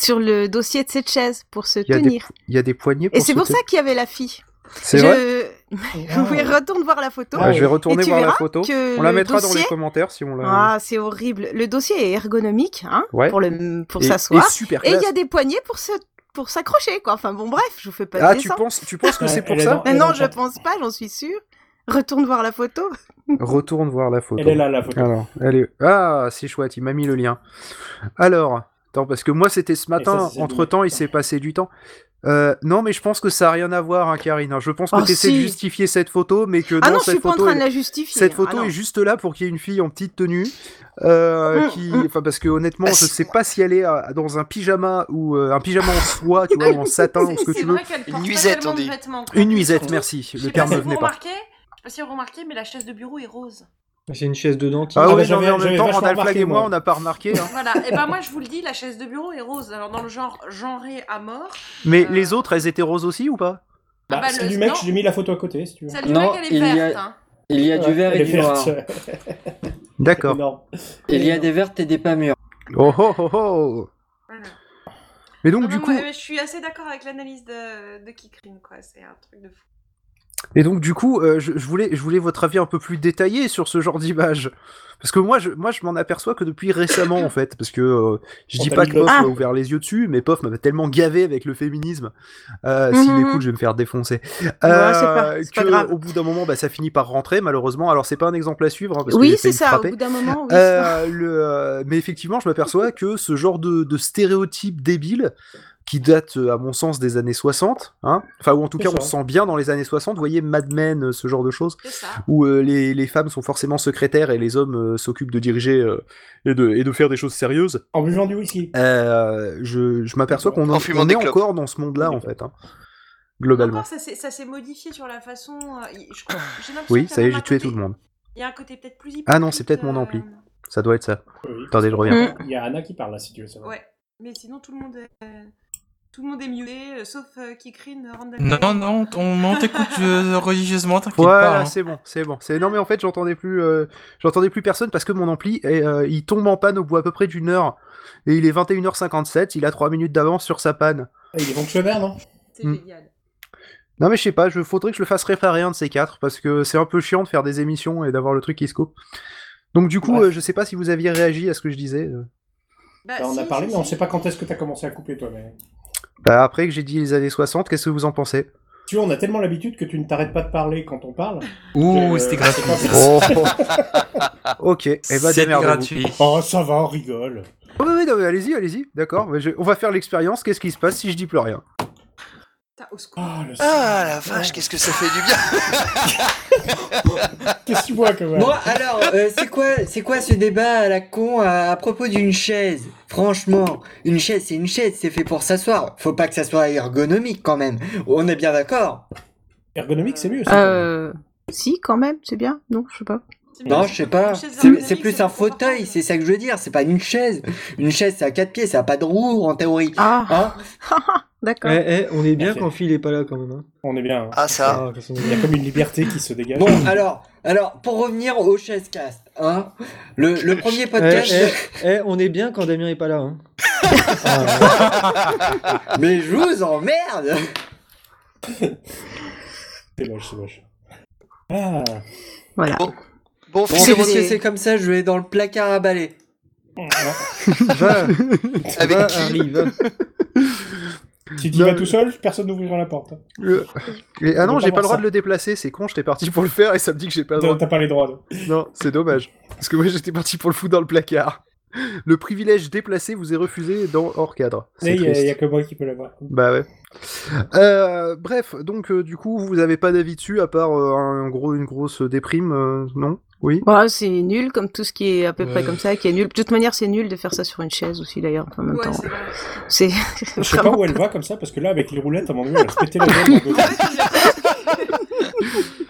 sur le dossier de cette chaise pour se y a des- tenir. Il y a des poignées Et pour c'est pour sauter. ça qu'il y avait la fille. C'est Je- vrai oui, retourne voir la photo. Ah, Euh, Je vais retourner Et tu voir la verras photo. que On la le mettra dans dossier- les commentaires si on la. Ah, c'est horrible. Le dossier est ergonomique, hein, Ouais. pour le pour Et- s'asseoir. et super Et il y a classe. des poignées pour se pour s'accrocher, quoi. Enfin bon, bref, je vous fais pas de Ah, tu dessin. penses, tu penses que c'est Ouais, pour elle est ça dans- Mais elle est non, dans je le chat. pense pas, j'en suis sûre. Retourne voir la photo. Retourne voir la photo. Elle est là, la photo. Alors, elle est... Ah, c'est chouette, il m'a mis le lien. Alors, attends, parce que moi c'était ce Et matin, ça, c'est entre temps il dommage. s'est passé du temps. Euh, non, mais je pense que ça a rien à voir, hein, Karine. hein. Je pense que Oh, tu t'essaies de si. justifier cette photo, mais que Ah non, non, je cette suis pas en photo, train de elle- la justifier. cette hein, photo non. est juste là pour qu'il y ait une fille en petite tenue. euh, Mm, qui... mm. Enfin, parce que honnêtement, je sais pas si elle est euh, dans un pyjama ou euh, un pyjama en soie, tu vois, ou en satin ou ce que C'est tu veux. vrai qu'elle Une porte pas nuisette, tellement on de dit. vêtements, quoi. Une nuisette, Surtout, merci. je Le sais pas terme si ne vous venait pas. remarquez- Je sais pas si vous remarquez, mais la chaise de bureau est rose. C'est une chaise dedans qui. Ah Ah oui, ouais, non, j'avais- mais en j'avais même temps, vachement Randalflag remarqué, et moi, moi. on n'a pas remarqué. hein. Voilà, et ben moi je vous le dis, la chaise de bureau est rose. Alors dans le genre genré à mort, Mais Euh. les autres, elles étaient roses aussi ou pas Ah Bah, bah, celle le- du mec, non. j'ai mis la photo à côté, si tu veux. celle du Non, mec elle est il y a- verte. hein. Il y a du vert Elle et est du noir. verte. D'accord. Énorme. Il y a des vertes et des pas mûres. Oh oh oh oh Voilà. Mais donc Ah Non, du non, coup, moi, je suis assez d'accord avec l'analyse de, de Kikrin, quoi. C'est un truc de fou. et donc du coup, euh, je, je voulais, je voulais votre avis un peu plus détaillé sur ce genre d'image, parce que moi, je, moi, je m'en aperçois que depuis récemment en fait, parce que euh, je On dis t'a pas mis que le- Pof Ah. m'a ouvert les yeux dessus, mais Pof m'a tellement gavé avec le féminisme. Euh, S'il Mhm. m'écoute, je vais me faire défoncer. Euh, c'est pas- c'est pas que, grave. Au bout d'un moment, bah, ça finit par rentrer malheureusement. Alors c'est pas un exemple à suivre hein, parce que Oui, j'ai c'est failli ça. frapper. Au bout d'un moment, oui. Euh, le, euh, mais effectivement, je m'aperçois que ce genre de, de stéréotype débile, qui date euh, à mon sens des années 60, hein, enfin, ou en tout C'est cas, ça. on se sent bien dans les années 60, vous voyez Mad Men, euh, ce genre de choses, C'est ça. où euh, les, les femmes sont forcément secrétaires et les hommes euh, s'occupent de diriger euh, et, de, et de faire des choses sérieuses. En buvant du whisky. Euh, je je m'aperçois qu'on en, En fumant on des est clopes. encore dans ce monde-là, en fait, hein, globalement. Encore, ça s'est ça s'est modifié sur la façon. euh, y- je- j'ai l'impression Oui, qu'il y a ça y est, même un j'ai tué côté- tout le monde. Il y a un côté peut-être plus Ah non, c'est hypocrite, peut-être mon euh, ampli. Ça doit être ça. Oui. Attendez, je reviens. Mm. Il y a Anna qui parle là, si tu veux savoir. euh, Ouais, mais sinon tout le monde est, euh, tout le monde est muté, euh, sauf euh, Kikrin, euh, Randall. Non, non, on, on t'écoute euh, religieusement, t'inquiète Voilà, pas. hein. c'est bon, c'est bon. C'est non mais en fait j'entendais plus, euh, j'entendais plus personne parce que mon ampli eh, euh, il tombe en panne au bout à peu près d'une heure et il est 21h57, il a 3 minutes d'avance sur sa panne. Et il est fonctionnaire, non C'est Hmm. génial. Non mais je sais pas, je faudrait que je le fasse réparer un de ces quatre parce que c'est un peu chiant de faire des émissions et d'avoir le truc qui se coupe. Donc du coup Ouais. euh, je sais pas si vous aviez réagi à ce que je disais. euh. Bah, Bah, On a si, parlé, si, mais on si. sait pas quand est-ce que t'as commencé à couper, toi. Mais... Bah, après que j'ai dit les années 60, qu'est-ce que vous en pensez Tu vois, on a tellement l'habitude que tu ne t'arrêtes pas de parler quand on parle. Ouh, Euh, c'était c'est gratuit. pas possible. Oh. Ok, et bah C'était gratuit. Oh, ça va, on rigole. Oh, oui, oui, non, mais allez-y, allez-y, d'accord. mais je- On va faire l'expérience. Qu'est-ce qui se passe si je dis plus rien Putain, au secours. Ah, le Ah la vache, qu'est-ce que ça fait du bien Qu'est-ce que tu vois, quand même Bon, alors, euh, c'est quoi, c'est quoi ce débat à la con à, à propos d'une chaise Franchement, une chaise, c'est une chaise, c'est fait pour s'asseoir. Faut pas que ça soit ergonomique quand même. On est bien d'accord Ergonomique, c'est mieux. Enfin, ça, quand même. euh, Si, quand même, c'est bien. Non, je sais pas. C'est Non, mieux. je sais pas. Une chaise C'est ergonomique, c'est plus un confortable. fauteuil, c'est ça que je veux dire. C'est pas une chaise. Une chaise, ça a quatre pieds, ça a pas de roue en théorie. Ah, Hein d'accord. Eh, eh, on est bien Ok. quand Phil est pas là quand même. hein. On est bien. hein. Ah ça. Ah, qu'est-ce qu'on est Il y bien. a comme une liberté qui se dégage. Bon, alors, alors, pour revenir au chaise cast, hein, le, le premier podcast, Eh, eh, eh, on est bien quand Damien est pas là. hein. Ah, mais je vous emmerde. C'est moche, c'est moche. Ah, Voilà. Bon, Bon, finalement, messieurs, c'est comme ça, je vais dans le placard à balai. Va, avec va, qui Harry, va. si tu Non, vas mais- tout seul, personne n'ouvrira la porte. Euh, et- ah On non, peut j'ai pas pas le voir droit ça. de le déplacer, c'est con, j'étais parti pour le faire et ça me dit que j'ai pas le droit. T'as t'as pas les droits. donc. Non, c'est dommage. Parce que moi j'étais parti pour le foutre dans le placard. Le privilège déplacé vous est refusé dans hors cadre. Mais C'est Il y, a- triste. il y a que moi qui peux l'avoir. Bah ouais. Euh, bref, donc euh, du coup, vous avez pas d'avis dessus à part euh, un, gros, une grosse déprime, euh, non Oui Bon, Bah, c'est nul, comme tout ce qui est à peu près Ouais. comme ça, qui est nul. De toute manière, c'est nul de faire ça sur une chaise aussi, d'ailleurs, en même Ouais, temps. c'est vrai. C'est Je sais pas vraiment- où elle va comme ça, parce que là, avec les roulettes, à mon avis, elle va se péter la gueule. dans deux ans.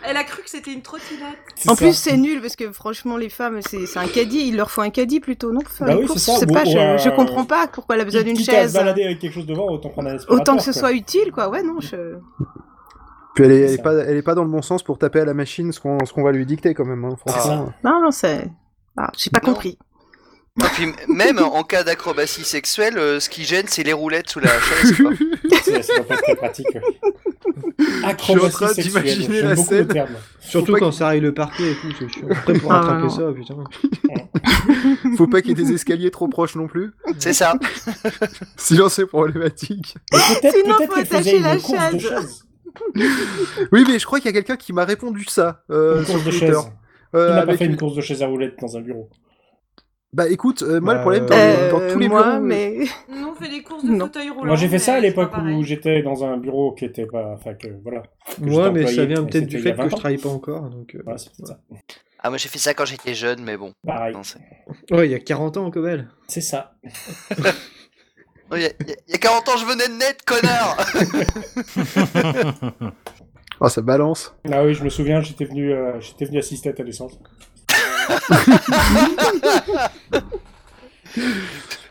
Elle a cru que c'était une trottinette. C'est En ça. plus, c'est nul parce que franchement, les femmes, c'est c'est un caddie. Il leur faut un caddie plutôt, non pour faire Bah les oui, courses. c'est ça, Je sais ou- pas, ou je, un- je comprends pas pourquoi elle a besoin d'une Quitte à se chaise. balader avec quelque chose devant, autant prendre un aspirateur. Autant que ce quoi. soit utile, quoi. Ouais, non, je. Puis elle est, elle C'est est ça. pas, elle est pas dans le bon sens pour taper à la machine ce qu'on ce qu'on va lui dicter quand même, hein, Ah. franchement. Non, non, c'est. Ah, j'ai pas Non. compris. Et puis même en cas d'acrobatie sexuelle, euh, ce qui gêne, c'est les roulettes sous la chaise. quoi. C'est ça doit pas être très pratique. suis en train Acrobatie d'imaginer sexuelle. J'aime la beaucoup scène. le terme. Surtout pas quand ça arrive le parquet et tout, c'est chiant. Après pour Ah, attraper non. ça, putain. Faut pas qu'il y ait des escaliers trop proches non plus, C'est ça. sinon c'est problématique. Mais Peut-être Sinon, peut faut qu'elle attacher faisait une la course de chaise. chaise. Oui, mais je crois qu'il y a quelqu'un qui m'a répondu ça euh, Une course sur de Twitter. chaise. Euh, Qui n'a pas avec fait une- une course de chaise à roulette dans un bureau Bah écoute, euh, moi le problème dans, Euh, dans tous les moi, bureaux, mais. Nous, on fait des courses de Non. fauteuil roulant. Moi j'ai fait ça à mais c'est l'époque pas pareil. où j'étais dans un bureau qui était pas. Enfin que voilà. Moi, mais ça employé, vient mais peut-être c'était du il y a fait que 20 je ans. travaille pas encore. Donc, euh, Voilà, c'est peut-être ça. Ah moi j'ai fait ça quand j'étais jeune, mais bon. Pareil. Non, c'est- Ouais, il y a 40 ans, quand même. C'est ça. Oh, Il y, a- il y a- il y a 40 ans, je venais de naître, connard oh, ça balance. Ah, Ah oui, je me souviens, j'étais venu, euh, j'étais venu assister à ta naissance.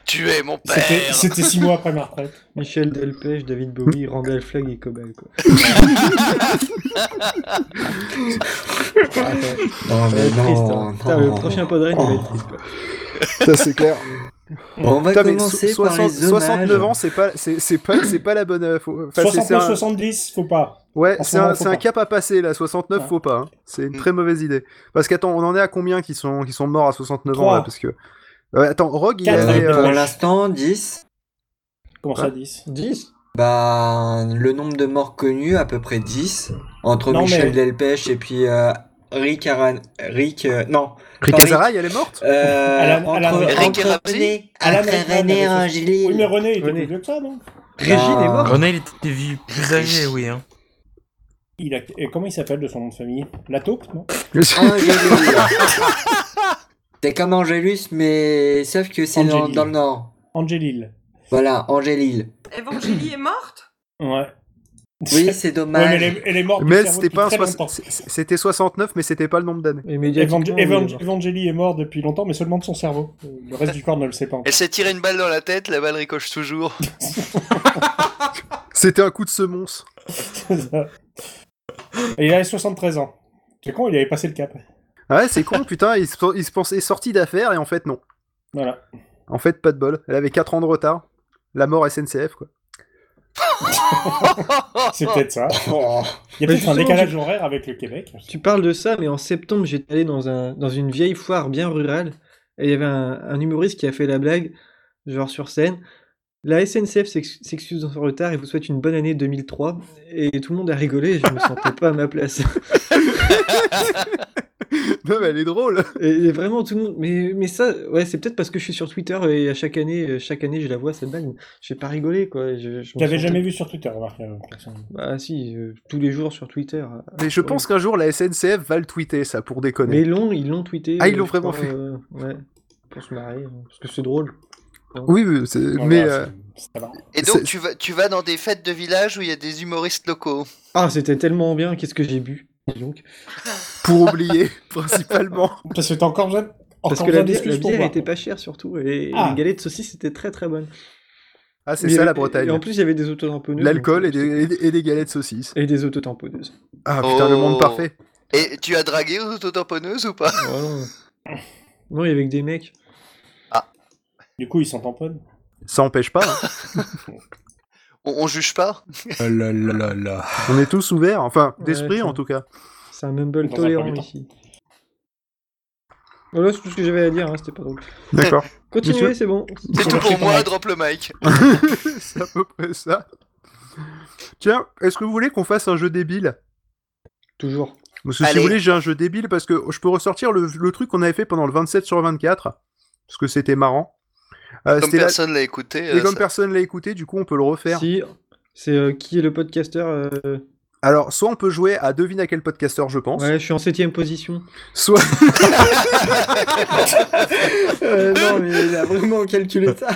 Tu es mon C'était- père. C'était six mois après ma retraite. Michel Delpech, David Bowie, Randall Flagg et Cobal. Quoi. Ah, Non, Ça va mais être triste. non, hein. Putain, le non. prochain Podren, il va être triste. Quoi. Ça, c'est clair. On va Putain, mais commencer so- par les 60 69 hommages. ans, c'est pas, c'est c'est pas, c'est pas la bonne. euh, faut- enfin, c'est- c'est 69, un- 70, faut pas. Ouais, En ce c'est un, moment, faut c'est un pas. cap à passer là, 69 Ouais. faut pas. hein. C'est une Mm. très mauvaise idée. Parce qu'attends, on en est à combien qui sont, qui sont morts à 69 ans Trois. là Parce que. Euh, attends, Rogue, il Quatre. avait. Ouais, euh, Pour l'instant, 10. Comment Hein ça, 10 10 Bah, le nombre de morts connus, à peu près 10. Entre Non, Michel mais- Delpech et puis euh, Rick Aran... Rick... euh, non. Rick Paris. Azaray, elle est morte Euh, Alan- entre, Alan- Rick entre et Ramsey René, Alan après Rickman René avait fait- Rangeli. Oui, mais René, il était René. plus vieux que ça, non Régine est morte. René, il était vu- plus âgé, oui. Hein. il a... et Comment il s'appelle de son nom de famille La taupe, non Angélus. C'est comme Angélus, mais sauf que c'est dans, Angélil. dans le Nord. Angelil. Voilà, Angélil. Evangélie est morte Ouais. Oui, Ouais, c'est mais dommage. elle est, elle est morte. Mais du elle, cerveau c'était depuis pas un très soix- longtemps. c'est- C'était 69, mais c'était pas le nombre d'années. Et médiatiquement, Evang- oui, elle est Evang- morte. Evangeli est mort depuis longtemps, mais seulement de son cerveau. Le reste du corps ne le sait pas. encore. Elle s'est tirée une balle dans la tête, la balle ricoche toujours. C'était un coup de semonce. Et il avait 73 ans. C'est con, il avait passé le cap. Ah Ouais, c'est con, putain, il se, il se pensait sorti d'affaires et en fait, non. Voilà. En fait, pas de bol. Elle avait 4 ans de retard. La mort SNCF, quoi. C'est peut-être ça. Oh. Il y a Mais peut-être un justement, décalage j'ai- horaire avec le Québec. Tu parles de ça, mais en septembre, j'étais allé dans, un, dans une vieille foire bien rurale, et il y avait un, un humoriste qui a fait la blague, genre sur scène. La SNCF s'ex- s'excuse de son retard et vous souhaite une bonne année 2003. Et tout le monde a rigolé, et je me sentais pas à ma place. Non, mais elle est drôle. Et, et vraiment tout le monde. Mais, mais ça, ouais, c'est peut-être parce que je suis sur Twitter et à chaque année, euh, chaque année je la vois cette blague. mais J'ai pas rigolé quoi. Je, je Je me l'avais sentais- jamais vu sur Twitter, remarque. euh, personne. Bah si, euh, tous les jours sur Twitter. Mais je Ouais. pense qu'un jour, la SNCF va le tweeter, ça, pour déconner. Mais ils l'ont, ils l'ont tweeté. Ah, ils euh, l'ont je vraiment crois, fait. euh, ouais, pour se marrer, euh, parce que c'est drôle. Oui, oui, c'est- Voilà, mais. c'est- euh, ça va. Et C'est- donc tu vas, tu vas dans des fêtes de village où il y a des humoristes locaux. Ah, c'était tellement bien. Qu'est-ce que j'ai bu dis donc. pour oublier, principalement. Parce que t'as encore besoin de. Parce encore que besoin la bière, la d'excuses pour bière boire, était quoi. pas chère surtout et, et Ah. les galettes de saucisses étaient très très bonnes. Ah, c'est Mais- ça la Et en Bretagne. plus, il y avait des autotamponneuses. L'alcool et donc, des, et des- et des galettes saucisses. et des autotamponneuses. Ah putain, le monde Oh. parfait. Et tu as dragué aux autotamponneuses ou pas Oh, non. non, il y avait que des mecs. Du coup, ils s'en tamponnent. Ça empêche pas, hein. on, on juge pas on est tous ouverts, enfin, Ouais, d'esprit ça. en tout cas. C'est un mumble Dans un tolérant premier temps. ici. Voilà, c'est tout ce que j'avais à dire, hein, c'était pas drôle. D'accord, Continuez, Monsieur- c'est bon. C'est tout pour moi, drop le mic. c'est à peu près ça. Tiens, est-ce que vous voulez qu'on fasse un jeu débile Toujours. Parce que si Allez. vous voulez, j'ai un jeu débile parce que je peux ressortir le, le truc qu'on avait fait pendant le 27 sur 24, parce que c'était marrant. Euh, Comme c'était la- personne l'a écouté. Et euh, comme ça- personne l'a écouté, du coup, on peut le refaire. Si, c'est euh, qui est le podcasteur euh, Alors, soit on peut jouer à devine à quel podcasteur je pense, Ouais, je suis en septième position. soit Euh, non, mais il a vraiment calculé ça.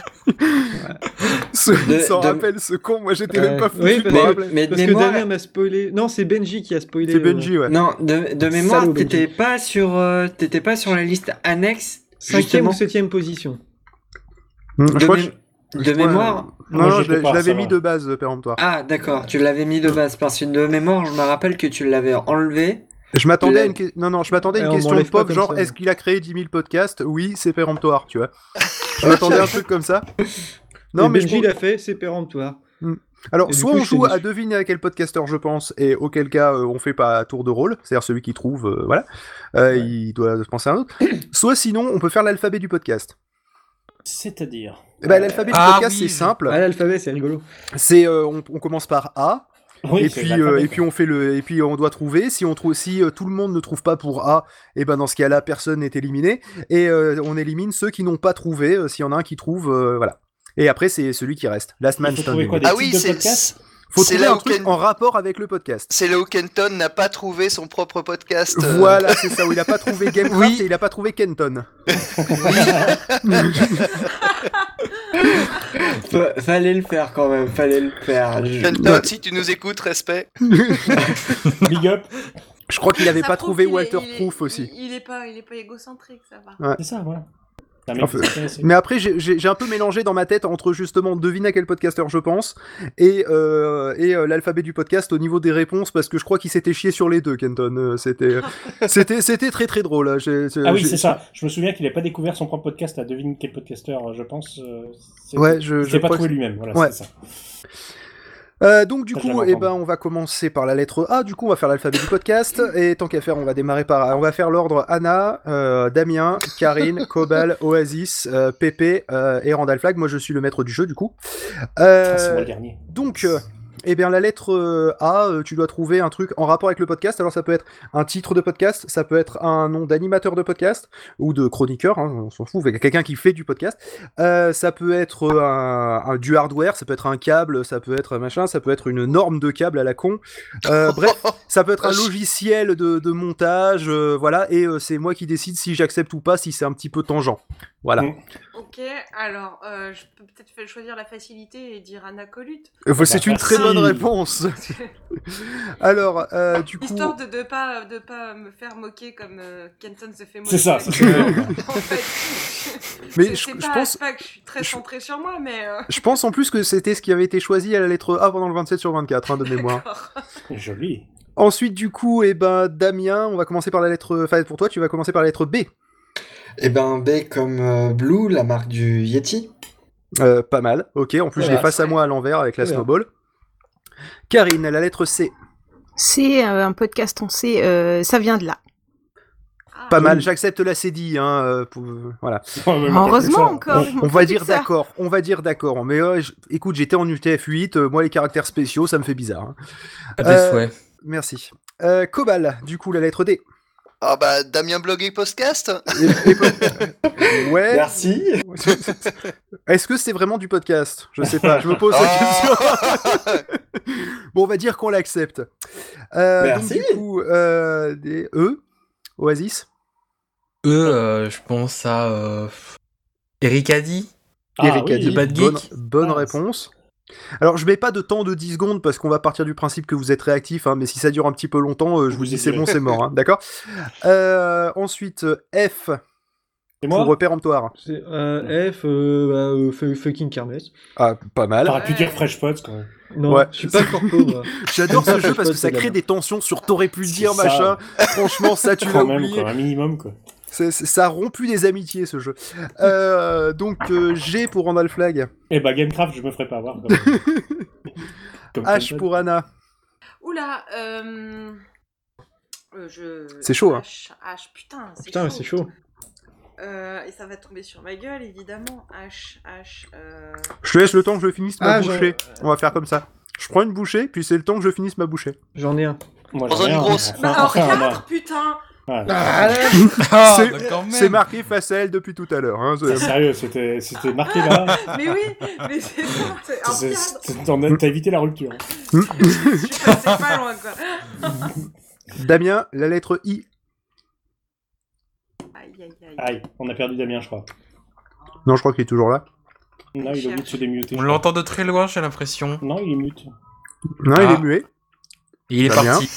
Ce- De- S'en de- rappelle ce con, moi j'étais Ouais. même pas fou. Oui, parce que- Mais de Parce que mémoire, Damien m'a spoilé. Non, c'est Benji qui a spoilé. C'est euh, Benji, ouais. non, de, de mémoire, Salaud, t'étais Benji. pas sur, euh, t'étais pas sur la liste annexe. Cinquième Justement. ou septième position. Hum, De, je crois que mé- je- de je crois- euh, mémoire. Non, Moi, non, j'étais je l'ai- pas, je l'avais ça hein. mis va. de base, euh, péremptoire. Ah, d'accord. Tu l'avais mis de base parce que de mémoire, je me rappelle que tu l'avais enlevé. Je m'attendais à l'ai- une, que- non, non, je m'attendais à Eh, une on question de m'enlève pas pop, comme genre ça. est-ce qu'il a créé 10 000 podcasts Oui, c'est péremptoire, tu vois. Je m'attendais à un truc comme ça. Non, Et mais je Benji trouve- l'a fait, c'est péremptoire. Et Alors, du soit coup, on je t'ai joue dit- à deviner à quel podcasteur je pense, et auquel cas euh, on fait pas tour de rôle, c'est-à-dire celui qui trouve, euh, voilà, Euh, Ouais. il doit se penser à un autre. soit sinon, on peut faire l'alphabet du podcast. C'est-à-dire. Eh ben, l'alphabet du Ah podcast, oui, c'est je- simple. Ah, l'alphabet, c'est rigolo. C'est euh, on, on commence par A Oui, et c'est puis l'alphabet, euh, et quoi. puis on fait le et puis on doit trouver si on trouve si euh, tout le monde ne trouve pas pour A et ben dans ce cas-là personne n'est éliminé et euh, on élimine ceux qui n'ont pas trouvé euh, s'il y en a un qui trouve euh, voilà. Et après c'est celui qui reste. Last man Il faut standing. trouver quoi, des Ah oui, types de c'est podcasts Faut C'est trouver là un où truc Ken- en rapport avec le podcast. c'est là où Kenton n'a pas trouvé son propre podcast. euh, Voilà, c'est ça où il a pas trouvé Gamecraft Oui. et il a pas trouvé Kenton. Fa- fallait le faire quand même. Bah, Fallait le faire. Je- Kenton, si tu nous écoutes, respect. Big up. Je crois qu'il n'avait Ça pas prouve trouvé qu'il est- Waterproof il est- aussi. Il, il est pas, il est pas égocentrique, ça va. C'est ça, voilà. C'est un mec Enfin, qui se connaissait. Ah, Mais après, j'ai- j'ai j'ai un peu mélangé dans ma tête entre justement devine à quel podcasteur je pense et, euh, et euh, l'alphabet du podcast au niveau des réponses parce que je crois qu'il s'était chié sur les deux, Kenton. Euh, C'était c'était c'était très très drôle. hein. J'ai- j'ai- Ah oui, j'ai- c'est ça. Je me souviens qu'il n'avait pas découvert son propre podcast à devine quel podcasteur, je pense. euh, c'est- Ouais, je, Il je s'est pas crois que- trouvé lui-même, voilà, Ouais. c'est ça. Euh, donc du Ça, je coup, l'avais eh ben, entendu. on va commencer par la lettre A. Du coup, on va faire l'alphabet du podcast. Et tant qu'à faire, on va démarrer par, on va faire l'ordre Anna, euh, Damien, Karine, Cobal, Oasis, euh, Pépé euh, et Randall Flag. Moi, je suis le maître du jeu du coup. Ah, c'est moi Euh, le dernier. donc, euh, eh bien, la lettre euh, A, euh, tu dois trouver un truc en rapport avec le podcast. Alors, ça peut être un titre de podcast, ça peut être un nom d'animateur de podcast ou de chroniqueur, hein, on s'en fout, avec quelqu'un qui fait du podcast. Euh, ça peut être euh, un, un- du hardware, ça peut être un câble, ça peut être un machin, ça peut être une norme de câble à la con. Euh, bref, ça peut être un logiciel de, de montage, euh, voilà, et euh, c'est moi qui décide si j'accepte ou pas, si c'est un petit peu tangent. Voilà. Mm. Ok, alors euh, je peux peut-être faire- choisir la facilité et dire Anna Colute, Euh, C'est une très bonne facile. réponse. Alors, euh, du coup. histoire de ne pas, de pas me faire moquer comme euh, Kenton se fait moquer. C'est ça, c'est en fait, Mais c'est- je- c'est je pas, pense- c'est pas que je suis très je- centrée sur moi, mais. euh, Je pense en plus que c'était ce qui avait été choisi à la lettre A pendant le 27 sur 24, hein, de mémoire. d'accord. Joli. Ensuite, du coup, eh ben, Damien, on va commencer par la lettre. Enfin, pour toi, tu vas commencer par la lettre B. Et ben B comme euh, Blue, la marque du Yeti. Euh, pas mal, ok. En plus, je l'ai Voilà. face à moi à l'envers avec la Voilà. snowball. Karine, la lettre C. C'est euh, un podcast, on sait, euh, ça vient de là. Ah, Pas mal, j'accepte la CDI. Hein, euh, pour- Voilà. Heureusement Ça, encore. ils on, m'ont on va fait dire tout ça. d'accord, on va dire d'accord. Mais euh, je- écoute, j'étais en UTF-8, euh, moi les caractères spéciaux, ça me fait bizarre. hein. À tes Euh, Ah, souhaits. Merci. Euh, Cobal, du coup, la lettre D. Ah bah Damien Blog et Podcast Et- et- ouais. Merci. Est-ce que c'est vraiment du podcast Je sais pas, je me pose la question. Ah. Bon, on va dire qu'on l'accepte. Euh, Merci. Donc, du coup, euh, des E, Oasis, Eux, euh, je pense à euh, Eric Addy. Ah Eric oui, a dit bah, le Bad bonne, Geek. bonne Ah, réponse. Alors, je mets pas de temps de 10 secondes parce qu'on va partir du principe que vous êtes réactif, hein, mais si ça dure un petit peu longtemps, euh, je vous Vous dis êtes c'est bon, viré. c'est mort, hein, d'accord Euh, Ensuite, euh, F C'est pour moi repère emptoire. C'est euh, F, euh, bah, euh, fu- fucking Kermesse. Ah, pas mal. T'aurais pu dire Fresh Pods quand même. Non, Ouais. je suis pas corpo, moi. J'adore ce jeu parce que C'est ça de la crée merde. des tensions sur t'aurais pu C'est dire ça. machin. Franchement, ça tu l'as Quand même, oublié. quoi, un minimum quoi. C'est- c'est- ça a rompu des amitiés ce jeu. Euh, donc euh, G pour Randall Flag, Eh bah, Gamecraft, je me ferais pas avoir. Comme... Comme H Kenton. pour Anna. Oula, euh... euh, je... C'est chaud, hein. H, H, putain, c'est Putain, mais c'est chaud. Euh, et ça va tomber sur ma gueule, évidemment. H, H, euh... Je te laisse le temps que je finisse ma Ah, j'en- bouchée. On va faire comme ça. Je prends une bouchée, puis c'est le temps que je finisse ma bouchée. J'en ai un. Moi, Prends-en j'ai une rien. grosse. Enfin, Bah, alors, enfin, on a- 4, putain voilà. Ah, c'est- bah quand C'est même. marqué face à elle depuis tout à l'heure. hein, c'est- C'est Sérieux, c'était c'était marqué là. Mais oui, mais c'est ça, c'est un C'est- cadre. c'est- t'en as- T'as évité la rupture. Je suis passé pas loin, quoi. Damien, la lettre I. Aïe, aïe, aïe. Aïe, on a perdu Damien, je crois. Non, je crois qu'il est toujours là. Là, il est obligé de se démuter. On l'entend de très loin, j'ai l'impression. Non, il est mute. Non, il Ah. est muet. Il est Très bien. parti.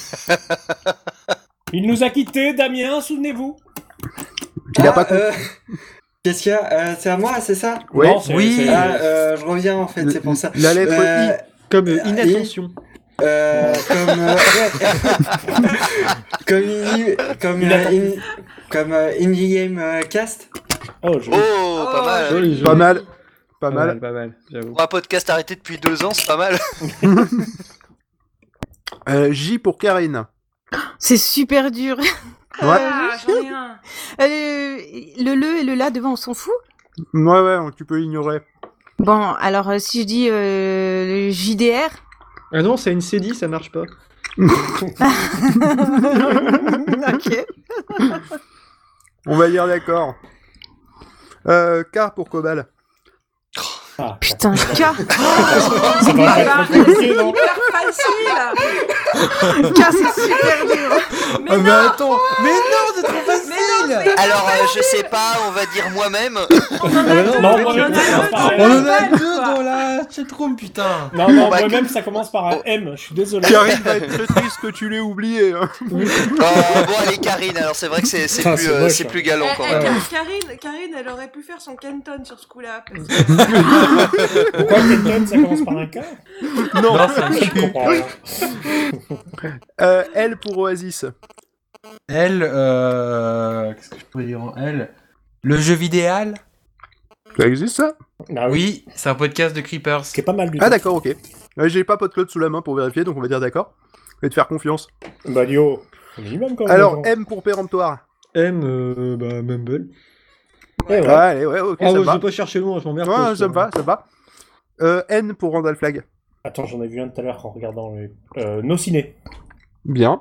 Il nous a quittés, Damien, souvenez-vous. Il a Ah, pas compris. euh, Qu'est-ce qu'il y a Euh, C'est à moi, c'est ça Ouais. Non, c'est- Oui. c'est- Ah, euh, je reviens en fait, c'est pour ça. La lettre Euh, I. Comme euh, Ah, inattention. Euh, comme euh, comme ini- comme Il euh, in- comme euh, indie game euh, cast. Oh, je... Oh, pas Oh, mal Joli, joli. Pas mal. Pas Pas mal, mal. pas mal, j'avoue. Pour un podcast arrêté depuis deux ans, c'est pas mal Euh, J pour Karine. C'est super dur. Ouais. Ah, j'en ai un. Euh, le le et le là devant, on s'en fout. Ouais, ouais, donc tu peux ignorer. Bon, alors euh, si je dis euh, le JDR, Ah non, c'est une CD, ça marche pas. ok. On va dire d'accord. Euh, K pour Cobal. Ah, Putain, K, ça va pas être trop compliqué, non Hyper facile K c'est super dur. Mais Ah, non Ah, mais attends, mais non, c'est trop Mais facile. non, Alors, euh, je sais pas, on va dire moi-même. On en a Non, deux, non, on en a moi-même, deux dans pareil. la On en a balle, deux quoi. dans la chatroom, putain. Non, non, Bah, moi-même, ça commence par un oh. M, je suis désolé. Karine va être très triste que tu l'aies oublié. hein. Euh, bon, allez, Karine, alors c'est vrai que c'est c'est Ah, Putain, plus, c'est euh, moche, c'est hein. plus galant Eh, quand eh, même. Ka- Karine, Karine, elle aurait pu faire son Kenton sur ce coup-là. parce que- Pourquoi Kenton, ça commence par un K Non. Non, c'est un Je comprends rien. Euh, L pour Oasis. Elle, euh... Qu'est-ce que je pourrais dire en elle Le jeu vidéo Ça existe ça Bah oui. Oui, c'est un podcast de Creepers. Ce qui est pas mal du Ah tout. d'accord, ok. Euh, J'ai pas Podcloud sous la main pour vérifier, donc on va dire d'accord. Et te faire confiance. Bah Dio, minimum quand même. Alors, attends. M pour péremptoire. M, euh, bah, Mumble. Eh ouais. Ah, allez, ouais, ok, Ah, ça ouais, me je va. vais pas chercher loin, je m'emmerde. Ouais, quoi, ça me va, ça me va. Euh, N pour Randall Flag. Attends, j'en ai vu un tout à l'heure en regardant les... euh, nos ciné. Bien.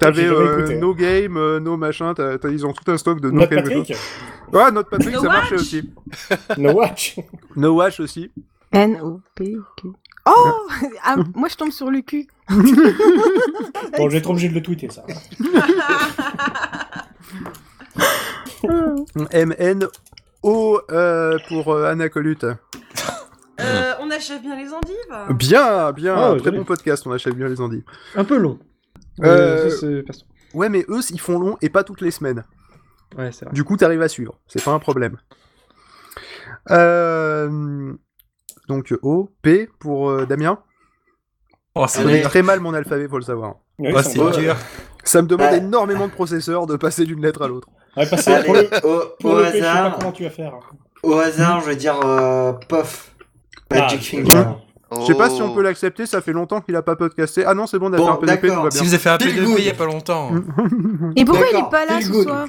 T'avais J'ai jamais euh, écouté. No Game, euh, No Machin, t'as- t'as- ils ont tout un stock de No Notre Game. Patrick, Ouais, Notre Patrick, No ça marchait Watch. aussi. No Watch. No Watch aussi. N O P Q. Oh Ah, Moi, je tombe sur le cul. Bon, je vais être obligé de le tweeter ça. MN. O euh, pour euh, Anacolute. Euh, on achève bien les endives. Bien, bien, Ah, ouais, très joli. bon podcast, on achève bien les endives. Un peu long. Euh, Euh, ça, c'est perso. Ouais, mais eux, ils font long et pas toutes les semaines. Ouais, c'est vrai. Du coup, t'arrives à suivre, c'est pas un problème. Euh, Donc O, P pour euh, Damien. Oh, Je c'est connais dur. très mal mon alphabet, faut le savoir. Oui, Oh, ça me c'est va. dur. Ça me demande Ouais. énormément de processeurs de passer d'une lettre à l'autre. Ouais, parce que pour Allez, le, au, pour au le P, je sais pas hasard, comment tu vas faire. au hasard, je vais dire euh, Pof. Magic Ah, Finger. Je sais pas Oh. si on peut l'accepter, ça fait longtemps qu'il a pas podcasté. Ah non, c'est bon, on a Bon, fait un PDP, tout d'accord. va Si bien. vous avez fait un Feel P2P good. il y a pas longtemps. Et pourquoi il D'accord, est pas là feel ce good. soir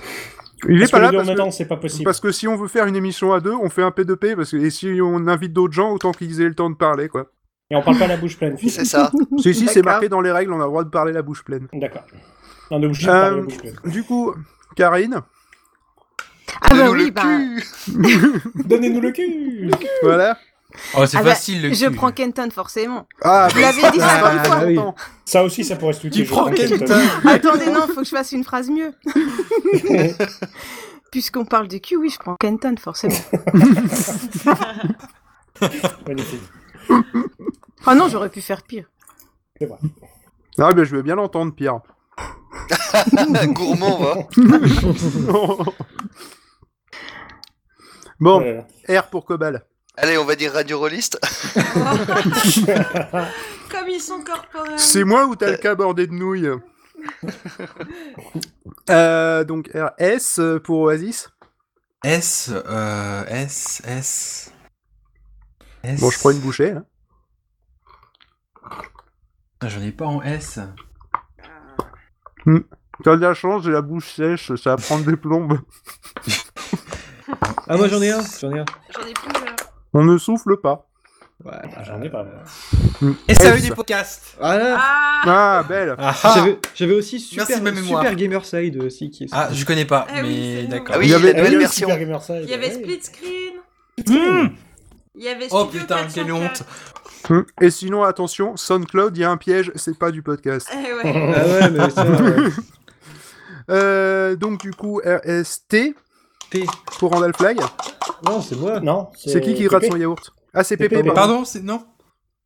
Il est Parce pas que là les deux en parce même temps, que, c'est pas possible. parce que si on veut faire une émission à deux, on fait un P2P, parce que, et si on invite d'autres gens, autant qu'ils aient le temps de parler, quoi. Et on parle pas la bouche pleine, fils. C'est ça. Si, si, c'est D'accord. marqué dans les règles, on a le droit de parler la bouche pleine. D'accord. On est obligé de parler la Euh, bouche pleine. Du coup, Karine, Ah bah Donne-nous le oui, bah, cul. Euh, Donnez-nous le cul voilà. Oh, c'est Ah bah, facile le je cul. prends Kenton forcément. Ah, Vous l'avez dit bah, 50 pas fois. oui. longtemps. Ça aussi, ça pourrait se tweeter. Tu je prends prends Kenton. Kenton. Attendez, non, faut que je fasse une phrase mieux. Puisqu'on parle de cul, oui, je prends Kenton forcément. Magnifique. Ah non, j'aurais pu faire pire. Ah, mais je veux bien l'entendre, Pierre. Gourmand, va. bon, Euh, R pour Cobal. Allez, on va dire Radio Rolliste. Comme ils sont corporels. C'est moi ou t'as le cas bordé de nouilles Euh, Donc RS pour Oasis. S, euh, S, S. S. Bon, je prends une bouchée. hein. là. Ah, J'en ai pas en S. T'as de la chance, j'ai la bouche sèche, ça va prendre des plombes. Ah, moi j'en ai un. J'en ai un. J'en ai plusieurs. On ne souffle pas. ah, J'en ai pas. moi. Et ça a eu S. des podcasts. Ah là Ah, Ah, belle Ah, ah. J'avais- J'avais aussi super, Merci de ma mémoire. super Gamerside aussi qui est Ah, je connais pas, Eh oui, c'est mais nous. d'accord. Ah oui, Il y avait- la nouvelle oui, version. Eh, Super Gamer eh, Side, Il y avait oui. Split Screen. Hmm. Il y avait Oh Studio putain, quelle 404. honte. Hum. Et sinon, attention, SoundCloud, il y a un piège, c'est pas du podcast. Eh ouais. Ah ouais, mais ça. euh, Euh, donc du coup, RST P. pour Randall Flag. Non, c'est moi. Non, C'est qui qui Pépé. rate son yaourt Ah, c'est Pépé, Pépé, pardon. Pardon, c'est. Non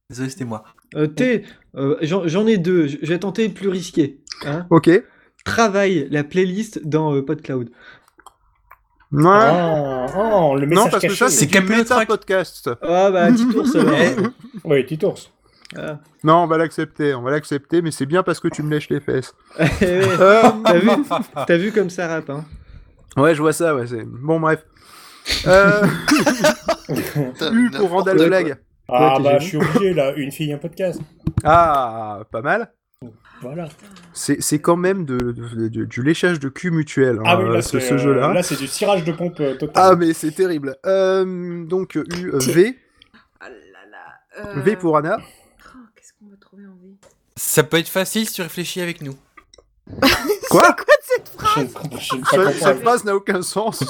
Désolé, c'était moi. Euh, T. euh, J'en j'en ai deux. Je je vais tenter le plus risqué. Hein Ok. Ouais. Travaille la playlist dans euh, PodCloud. Ah, oh, le message non, parce caché. que ça, c'est C'est du Capello Track. méta-podcast. Ah bah, petit tour, ça Eh, Oui, Titours. Non, on va l'accepter, on va l'accepter, mais c'est bien parce que tu me lèches les fesses. Euh, eh, T'as vu, t'as vu comme ça rappe, hein ouais, je vois ça, ouais, c'est... Bon, bref. Euh, U pour Randall quoi. Flag. Ah t'es bah, jaloux. je suis obligé, là. Une fille, un podcast. Ah, pas mal. Voilà. C'est, c'est quand même de, de- de- du léchage de cul mutuel, hein, Ah oui, là, ce, c'est ce euh, jeu-là. Là, c'est du tirage de pompe euh, total. Ah, mais c'est terrible. Euh, donc, U, euh, V. Ah là là. euh, V pour Anna. oh, Qu'est-ce qu'on va trouver en V Ça peut être facile si tu réfléchis avec nous. Quoi Je ne comprends- je ne Cette comprends cette pas. phrase n'a aucun sens.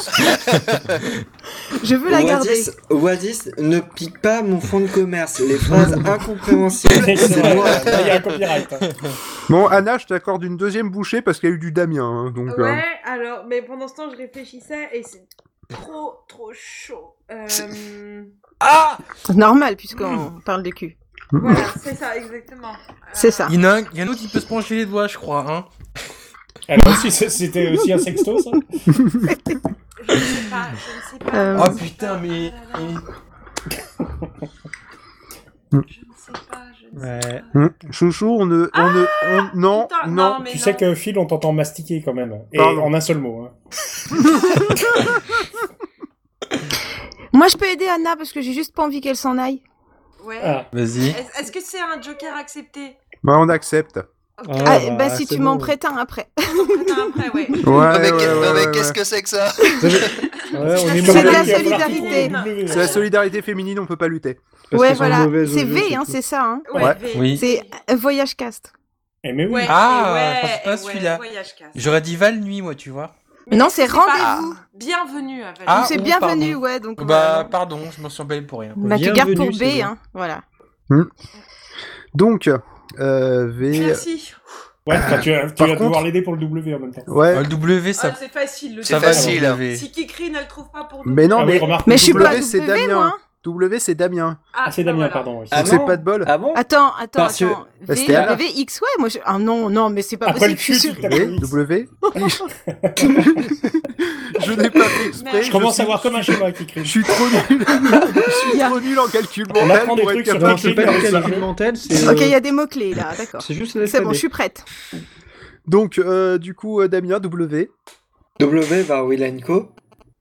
Je veux la garder. Oasis, Oasis, ne pique pas mon fonds de commerce. Les phrases incompréhensibles, c'est moi. Il y a un copyright. hein. Bon, Anna, je t'accorde une deuxième bouchée parce qu'il y a eu du Damien. hein, donc, euh, Ouais, alors, mais pendant ce temps, je réfléchissais et c'est trop, trop chaud. Euh, Ah Normal, puisqu'on parle de cul. voilà, c'est ça, exactement. C'est ça. Il y en a un, il y en a un autre qui peut se pencher les doigts, je crois. Hein. Alors, si c'est- c'était Ah, bah, aussi un sexto, ça Je ne sais pas, je ne sais pas. je Euh. ne Oh sais putain, pas, mais. ah là là, Je ne sais pas, je ne sais Ouais. pas. hmm. Chouchou, on ne. on ne- on- non, Ah Putain, non. mais Tu non. sais que Phil, on t'entend mastiquer quand même. Et Pardon. en un seul mot. hein. Moi, je peux aider Anna parce que j'ai juste pas envie qu'elle s'en aille. Ouais. Ah. Vas-y. Est-ce est-ce que c'est un joker accepté Bah, on accepte. Ah, Ah, bah, ah, si c'est tu m'en bon. prêtes un après. Attends, après, ouais. Ouais, Non, mais, ouais, qu'est- non, ouais, mais ouais, qu'est-ce ouais. que c'est que ça Ouais, on est Sur C'est de mauvais. la lequel il va falloir solidarité. trouver une W. C'est la solidarité féminine, on peut pas lutter. Parce ouais, que c'est un voilà. mauvais C'est jeu, V, hein, surtout. c'est ça. Hein. Ouais. V. Oui. C'est euh, Voyage Cast. Eh mais oui. Ouais, Ah, et je ouais, pensais pas et à celui-là. ouais, voyage casse. J'aurais dit Val Nuit, moi, tu vois. Mais non, c'est pas- rendez-vous. Bienvenue à Val. Ah, c'est ou bienvenu, pardon. ouais. Donc, Bah, pardon, je m'en suis emballé pour rien. euh, bah, tu Bienvenue, gardes pour c'est B, bon. hein. Voilà. Donc, euh, V. Merci. Ouais, enfin, tu vas, tu Par vas devoir contre- l'aider pour le W en même temps. Ouais. Ah, le W, Ah, ça, c'est facile le ça c'est va. facile. le W. Si Kikrine elle trouve pas pour nous. Mais non, ah oui, mais remarque. Mais je suis W, pas c'est W, Damien. moi. hein. W, c'est Damien. Ah, Ah, c'est bah Damien, voilà. pardon. oui. Ah Donc, c'est bon pas de bol. Ah bon Attends, attends, Parce que- attends. Bah, V, euh, c'était Anna. V, X, ouais, moi je... Ah non, non, mais c'est pas Après le possible, je cul, suis tu t'as sûre. V, compris. W. je n'ai pas fait exprès. Je Je commence suis- à voir comme un schéma qui Je crie. suis trop nul. je suis trop nul en calcul On mental apprend des pour être trucs sur capable Non, toi. de- c'est Cliquez pas du dans le calcul jeu. mental, c'est. Ok, il y euh, a des mots-clés là, d'accord. C'est juste C'est bon, je l'alphabet. suis prête. Donc, euh, du coup, euh, Damien, W. W va Wilenko.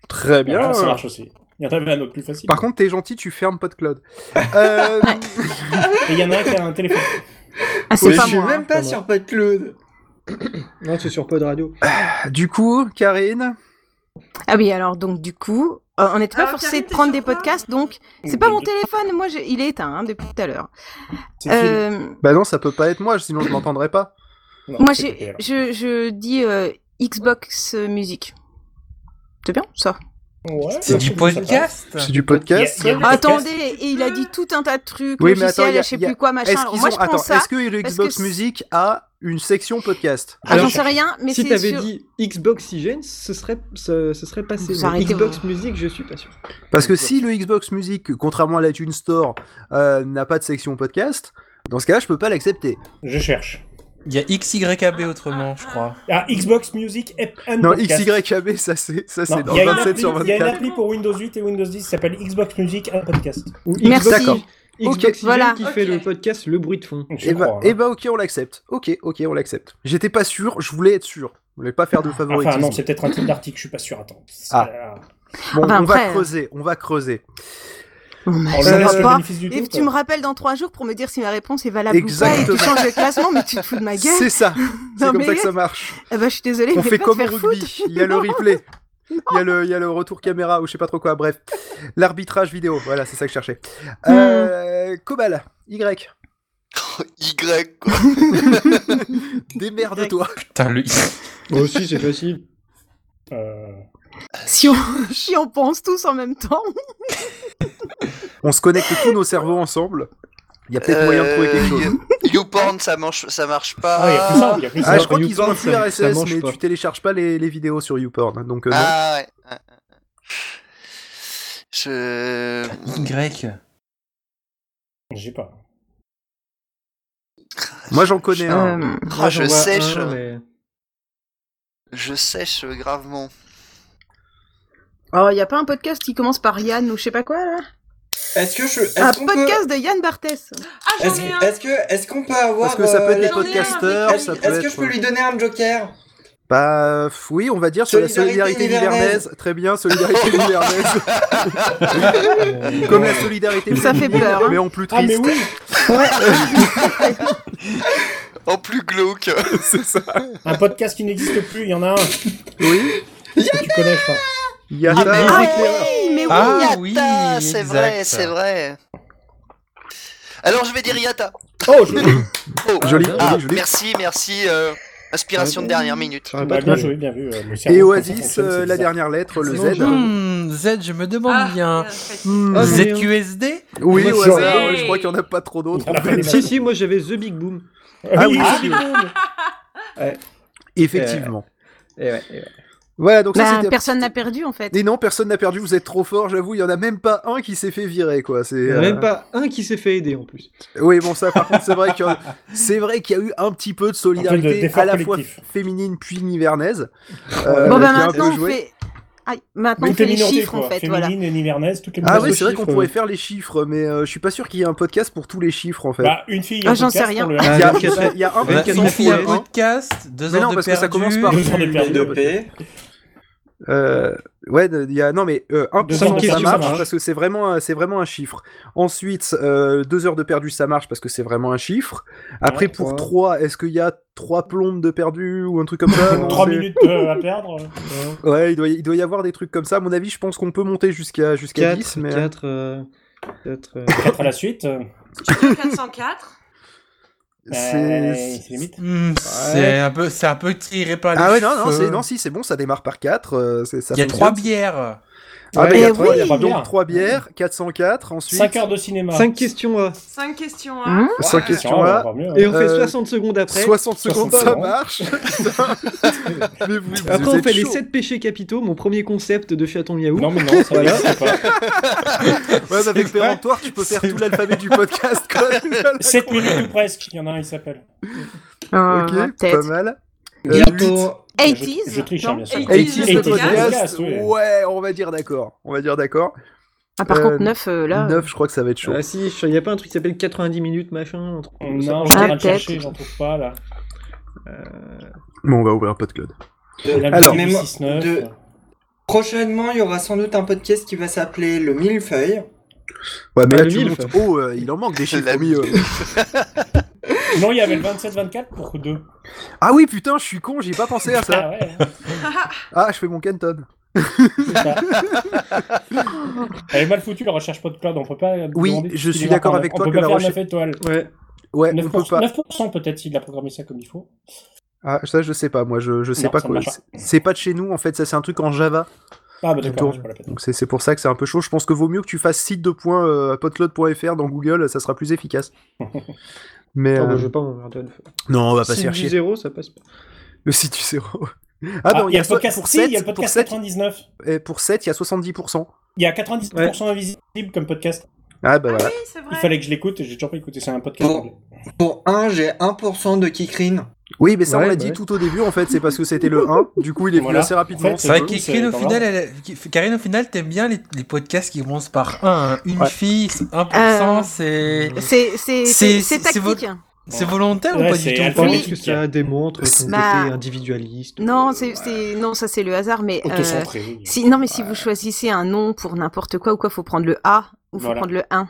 Très bien. Ah, ça marche aussi. Il y en avait un autre plus facile. Par contre, t'es gentil, tu fermes PodCloud. Euh, Et il y en a un qui a un téléphone. Ah, Mais c'est je pas suis moi. hein. même pas moi. sur Claude. Non, c'est sur Pod Radio. du coup, Karine. Ah oui, alors donc du coup, euh, on n'était pas Alors, forcé Karine, de t'es prendre sur des quoi podcasts, donc c'est pas mon téléphone, moi je- il est éteint hein, depuis tout à l'heure. C'est Phil. Euh, Bah non, ça peut pas être moi, sinon je m'entendrais pas. Non, moi c'est j'ai- Phil. je, je dis euh, Xbox euh, Music. C'est bien ça. Ouais, c'est du podcast. C'est du podcast. podcast. Il y a- il y a- Ah, podcast. attendez, et il a dit tout un tas de trucs, Oui, mais logiciels, attends, il y a- je sais il y a- plus quoi, machin. Est-ce Alors, qu'ils moi ont... je prends Attends, ça. est-ce que le parce Xbox que c'est- Music a une section podcast Ah, j'en Alors, sais rien, mais si c'est t'avais sur... dit Xbox Hygiène, ce serait, ce, ce serait passé. Vous Mais arrêtez, Xbox Music, je suis pas sûr. Parce que si le Xbox Music, contrairement à la Tune Store, euh, n'a pas de section podcast, dans ce cas-là, je peux pas l'accepter. Je cherche. Il y a XYAB autrement, je crois. Ah, Xbox Music App and Non, Podcast. XYAB, ça c'est ça Non, c'est dans il y a une 27 appli- sur Il y a une 24. appli pour Windows 8 et Windows 10 qui s'appelle Xbox Music and Podcast. Ou Merci. Xbox, D'accord. Xbox Ok. Hygiène Voilà. qui Ok. fait le podcast Le Bruit de Fond. Je Et bah, crois. hein. eh bah, ok, on l'accepte. Ok, ok, on l'accepte. J'étais pas sûr, je voulais être sûr. Je voulais pas faire de favoritisme. Enfin, non, c'est peut-être un titre d'article, je suis pas sûr. Attends. euh, Ah. bon, Enfin, on après, euh, va creuser, on va creuser. Oh, mais On je leur sais laisse le pas. bénéfice du Et doute. tu me rappelles dans trois jours pour me dire si ma réponse est valable ou pas et Exactement. tu changes le classement, mais tu te fous de ma gueule. C'est ça, c'est Non, comme mais- ça que ça marche. Eh ben, je suis désolée, On mais fait va comme te au faire foutre. rugby, il y a le replay, il y a le, il y a le retour caméra ou je sais pas trop quoi, bref. L'arbitrage vidéo, voilà, c'est ça que je cherchais. Hmm. Euh, Cobal, Y, Y, quoi. démerde-toi. Putain, le Moi aussi, c'est facile. Euh, Si on, si on pense tous en même temps. On se connecte tous nos cerveaux ensemble. Il y a peut-être moyen de trouver quelque Euh, chose. You- YouPorn, ça marche, ça marche Ah, il y a plus pas. ça, il y a plus Ah, ça. je crois qu'ils ont YouPorn, un flux ça- RSS, ça mange mais pas. tu télécharges pas les, les vidéos sur YouPorn, hein, donc euh, non. Ah, ouais. ouais, ouais, ouais. Je. Y. J'ai pas. Moi j'en connais un. Euh, Ah, je j'en vois un, sèche. mais- Je sèche gravement. Alors, il n'y a pas un podcast qui commence par Yann ou je sais pas quoi, là Est-ce que je. Un Est-ce qu'on peut. podcast de Yann Barthès. Ah, j'en Est-ce ai un. que- est-ce que, est-ce qu'on peut avoir. Parce que ça peut euh, être des la- j'en ai un, podcasters, avec- ça peut Est-ce que être. je peux lui donner un joker Bah f- oui, on va dire sur la Solidarité solidarité livernaise. livernaise. Très bien, solidarité livernaise. Comme la solidarité Ça féminine, fait peur, hein. mais en plus Ah, mais triste. oui En plus glauque. C'est ça. Un podcast qui n'existe plus, il y en a un que Oui. tu connais, je crois. Il y a Ah, ça. mais- Oui, mais oui. Ah oui, Yata, c'est vrai, exact. c'est vrai. Alors je vais dire Yata. Oh, je... Oh. Joli, Ah, joli, joli. merci, merci. euh, Inspiration de dernière minute. Bah, bien joué, bien vu. euh, le Et cerveau, comment Oasis, ça fonctionne, euh, c'est la bizarre. dernière lettre, le C'est Z. bon. Hmm, Z, je me demande Ah, bien. merde, faites- Hmm, Ah, mais- ZQSD Oui, au Bonjour. hasard, Hey. je crois qu'il n'y en a pas trop d'autres. Il en a pas les Si, si, moi j'avais The Big Boom. Ah oui, Ah c'est oui. bon. Effectivement. Et ouais, et ouais. Voilà, donc ça Bah, c'était. personne n'a perdu en fait. Et non, personne n'a perdu, vous êtes trop fort, j'avoue, il n'y en a même pas un qui s'est fait virer, quoi. C'est, Il y en a euh, même pas un qui s'est fait aider en plus. Oui, bon, ça, par contre, c'est vrai qu'il y, a... c'est vrai qu'il y a eu un petit peu de Un peu de- solidarité d'effort à la fois collectif. féminine puis nivernaise. euh, bon, qui bah a un peu maintenant on joué. fait. Aïe, maintenant on Toutes les fait les minorités, chiffres quoi. en fait, Féminine voilà. et nivernaise, toutes les Ah minorités oui, c'est vrai chiffres, qu'on pourrait euh, faire les chiffres, mais euh, je suis pas sûr qu'il y ait un podcast pour tous les chiffres, en fait. Bah, une fille. Ah, un j'en podcast, sais rien. on le- Ah, il, y a, donc, il y a- Bah, il y a un Ouais, podcast une Une pour fille, fille, un un un. podcast, deux Mais heures non, de parce que ça perdu. commence par Deux heures de tu, perdu. deux- Ah, bah, Euh, ouais, de- il y a non mais euh, un Deux pour cent, heures de ça perdu, ça marche marche. parce que c'est vraiment un- c'est vraiment un chiffre. Ensuite, euh, deux heures de perdu, ça marche parce que c'est vraiment un chiffre. Après Ouais. pour Ouais. trois, est-ce qu'il y a trois plombes de perdu ou un truc comme ça Non, Trois c'est- minutes euh, à perdre. Ouais, il doit y, il doit y avoir des trucs comme ça. À mon avis, je pense qu'on peut monter jusqu'à jusqu'à 10 4, mais 4, euh, 4. euh, Quatre à la suite. euh, Studio 404. euh, c'est C'est limite. Hmm, C'est un peu, c'est un peu tiré par les Ah ouais, non non, c'est cheveux. non si, c'est bon, ça démarre par 4, ça Il y a fonctionne. trois bières. Ah bah, il y a Eh trois, oui. donc Trois bières. 3 bières, 404, ensuite 5 heures de cinéma. 5 questions A. 5 questions. hein. Cinq Ah, questions on là. va voir mieux, hein. Et on fait Euh, 60 secondes après. 60 secondes, ça 60. marche. Mais vous- vous Après, on êtes fait les chaud. 7 péchés capitaux, mon premier concept de chaton miaou. Non, mais non, ça n'existe pas. Ouais, mais avec péremptoire, tu peux faire tout l'alphabet du podcast. Quoi. 7 minutes ou presque, il y en a un, il s'appelle. Ah, ok, pas peut-être. mal. Euh, huit. Bientôt. Je, je triche, 80s, hein, non bien sûr. 80s, le 80s, podcast. ouais. Ouais, on va dire d'accord. On va dire d'accord. Ah, par Euh, contre, 9 là. 9, je crois que ça va être chaud. Ah si, il n'y a pas un truc qui s'appelle 90 minutes, machin. un truc comme ça. Non, je suis en train de Ah, peut-être. chercher, j'en trouve pas là. Bon, on va ouvrir un podcast. Et là, Alors, le mais moi, 6-9, de- Prochainement, il y aura sans doute un podcast qui va s'appeler Le Millefeuille. Ouais, mais Ah, là, le tu mille, montes. frère. Oh, euh, il en manque des chiffres La au milieu. euh, Non, il y avait le 27-24 pour 2. Ah oui, putain, je suis con, j'ai pas pensé à ça. Ah ouais, Ah, je fais mon canton. c'est ça. Elle est mal foutue la recherche podcast, on peut pas. Oui, demander je si suis il est d'accord en- avec on toi peut que pas la faire recherche- 9 étoiles. Ouais. Ouais, on peut 9%, pas. 9% peut-être s'il a programmé ça comme il faut. Ah, ça, je sais pas. Moi, je, je sais Non, pas ça quoi. marche pas. C'est pas de chez nous, en fait. Ça, c'est un truc en Java. Ah bah Plutôt. d'accord, c'est pas la peine. Donc c'est c'est pour ça que c'est un peu chaud. Je pense que vaut mieux que tu fasses site de points euh, potload.fr dans Google, ça sera plus efficace. Mais Attends, euh, bah, je vais pas m'en faire de non, on va pas se Si faire du chier. zéro, ça passe pas. Le site du zéro. Ah, Ah, non, il y a le so- podcast pour 6, il y 7, a le pour podcast 7, 99. et pour 7, il y a 70%. Il y a 90% invisible comme podcast. Ah bah Ah voilà. oui, c'est vrai. Il fallait que je l'écoute et j'ai toujours pas écouté. C'est un podcast Bon. anglais. Pour 1, j'ai 1% de Kikrine. Oui, mais ça on Ouais, l'a bah dit ouais. tout au début en fait, c'est parce que c'était le 1, du coup il est venu Voilà. assez En rapidement. Bah, fait, C'est Ouais, vrai cool, qu'Écrine, au c'est final, elle- Karine, au final, t'aimes bien les, les podcasts qui commencent par 1. Une Ouais. fille, 1%, Euh, c'est. C'est c'est- C'est- c'est- c'est c'est tactique. votre- C'est volontaire ou Ouais, pas du c'est tout Je pense Oui. que ça démontre ton côté Bah. individualiste. euh, Non, c'est c'est- non, ça c'est le hasard, mais euh, Autocentré. oui. si non, mais si vous choisissez un nom pour n'importe quoi ou quoi, faut prendre le A ou faut Voilà. prendre le 1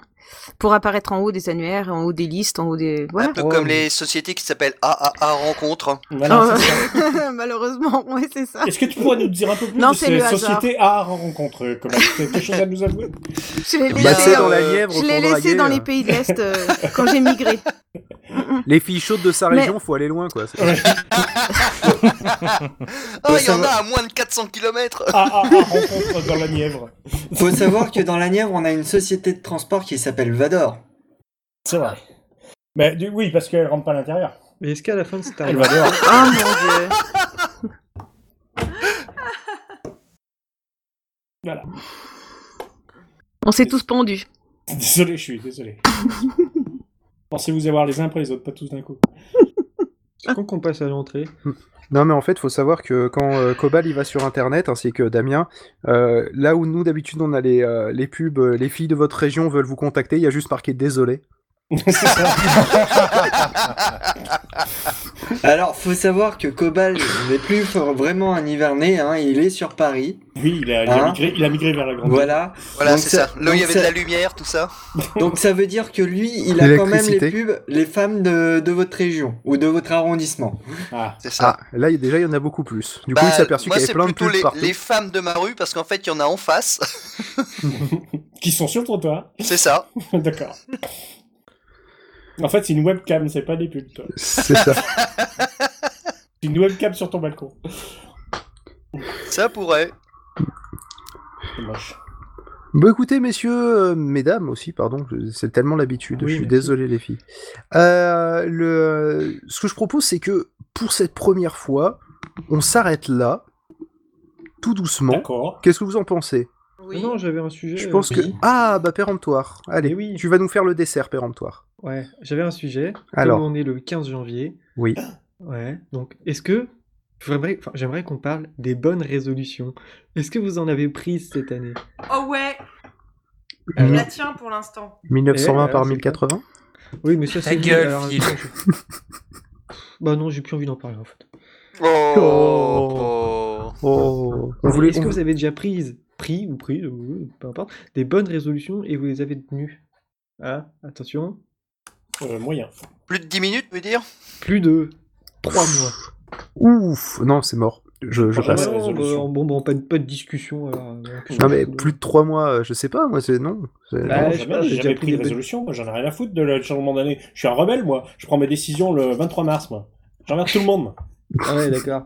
pour apparaître en haut des annuaires, en haut des listes, en haut des Un voilà. peu Oh, comme mais- les sociétés qui s'appellent AAA Rencontre. Voilà, Ah. c'est ça. Malheureusement, ouais, c'est ça. Est-ce que tu pourrais nous dire un peu plus Non, de c'est ces le hasard. sociétés à rencontrer comme quelque chose à nous avouer Je l'ai Bah, Bah, laissé, c'est euh, dans dans... la Nièvre je l'ai qu'on laissé draguait, dans euh, les pays de l'Est euh, quand j'ai migré. les filles chaudes de sa Mais- région, faut aller loin quoi. C'est- Ah, il y ça en a va. à moins de 400 km Ah, ah, ah, rencontre dans la Nièvre. Faut savoir que dans la Nièvre, on a une société de transport qui s'appelle Vador. C'est vrai. Mais du- oui, parce qu'elle rentre pas à l'intérieur. Mais est-ce qu'à la fin de Star Elle va Wars, dehors. oh mon dieu. Voilà. On s'est tous pendus. Désolé, je suis désolé. Pensez-vous avoir les uns après les autres, pas tous d'un coup. c'est quand qu'on passe à l'entrée Non mais en fait, faut savoir que quand euh, Cobal il va sur internet ainsi que Damien, euh, là où nous d'habitude on a les, euh, les pubs, euh, les filles de votre région veulent vous contacter, il y a juste marqué désolé. C'est ça. Alors, faut savoir que Cobal n'est plus for- vraiment un hivernais, hein, il est sur Paris. Oui, il a, il a Hein migré, il a migré vers la grande. Voilà. Voilà, Donc c'est ça- ça. Là où il y donc avait de la ça- lumière, tout ça. Donc, ça veut dire que lui, il a quand même les L'électricité. pubs, les femmes de, de votre région ou de votre arrondissement. Ah, C'est ça. Ah, là il- déjà il y en a beaucoup plus. Du coup, Bah, il s'est aperçu moi, qu'il y avait c'est plein de plutôt pubs les, partout. les femmes de ma rue, parce qu'en fait, il y en a en face. qui sont sur le trottoir. c'est ça. D'accord. En fait, c'est une webcam, c'est pas des pubs. toi. C'est ça. une webcam sur ton balcon. Ça pourrait. C'est moche. Bon, écoutez, messieurs, euh, mesdames aussi, pardon, je- c'est tellement l'habitude, Oui, je suis merci. désolé, les filles. Euh, le... Ce que je propose, c'est que pour cette première fois, on s'arrête là, tout doucement. D'accord. Qu'est-ce que vous en pensez Oui. Non, j'avais un sujet. Je euh, pense que. oui. Ah, bah, péremptoire. Allez, Mais oui. tu vas nous faire le dessert péremptoire. Ouais, j'avais un sujet. Alors. Comme on est le 15 janvier. Oui. Ouais. Donc, est-ce que j'aimerais, enfin, j'aimerais qu'on parle des bonnes résolutions. Est-ce que vous en avez prises cette année Oh ouais, Mhm. Alors- la tiens pour l'instant. 1920 Eh, par ouais, c'est 1080 Oui, mais ça Ta c'est nul. gueule, Alors, Phil. je- bah non, j'ai plus envie d'en parler en fait. Oh, Oh. Oh, on voulait. Est-ce que on- vous avez déjà prise, pris ou pris, ou- ou- peu importe, des bonnes résolutions et vous les avez tenues Ah, attention, Euh, moyen. Plus de 10 minutes, veux dire plus de 3 mois. Ouf Non, c'est mort. Je, je Ah, passe. ouais. bon, résolution. bah, bon, bah, pas, de- pas de discussion. alors, donc, Non, euh, mais plus de 3 mois, euh, je sais pas, moi, c'est. Non. c'est- Bah, Non, je sais jamais, pas, j'ai j'ai déjà jamais pris pris des de bonnes- résolution. Moi, j'en ai rien à foutre de le changement d'année. Je suis un rebelle, moi. Je prends mes décisions le 23 mars, moi. J'emmerde tout le monde. Ah ouais, d'accord.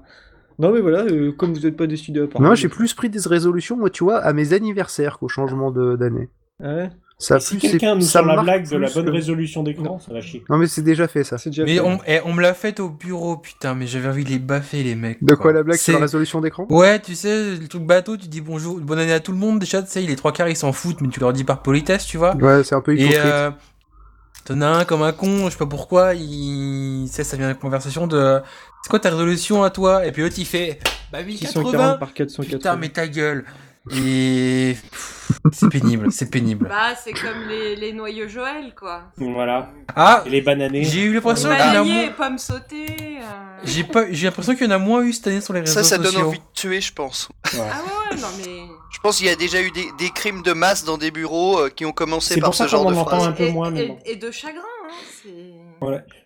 Non, mais voilà, euh, comme vous n'êtes pas décidé à parler. Non, j'ai plus pris des résolutions, moi, tu vois, à mes anniversaires qu'au changement de- d'année. Ah Ouais, Ça, si plus, c'est- quelqu'un nous ça sort la marque blague de la plus bonne que- résolution d'écran, ça va chier. Non, mais c'est déjà fait, ça. c'est déjà Mais fait. on, eh, on me l'a faite au bureau, putain, mais j'avais envie de les baffer, les mecs. De quoi la blague C'est- sur la résolution d'écran Ouais, tu sais, le truc bateau, tu dis bonjour, bonne année à tout le monde, déjà, tu sais, les trois quarts, ils s'en foutent, mais tu leur dis par politesse, tu vois. Ouais, c'est un peu Et hypocrite. euh, t'en as un comme un con, je sais pas pourquoi, il. Ça, ça vient de conversation de. C'est quoi ta résolution à toi Et puis l'autre il fait. Bah 640 1080 par 480. Putain, mais ta gueule Et. Pff, C'est pénible, c'est pénible. Bah, c'est comme les, les noyaux Joël, quoi. Voilà. Ah Et les bananés. J'ai eu l'impression qu'il y en a Panier, moins. pommes sautées. euh. J'ai pas... j'ai l'impression qu'il y en a moins eu cette année sur les réseaux Ça, ça donne sociaux. envie de tuer, je pense. Ouais. Ah ouais, ouais, non mais. Je pense qu'il y a déjà eu des, des crimes de masse dans des bureaux euh, qui ont commencé C'est par pour ça ce genre qu'on de en entend phrase. un peu et, moins, mais et- bon. et de chagrin, hein. C'est.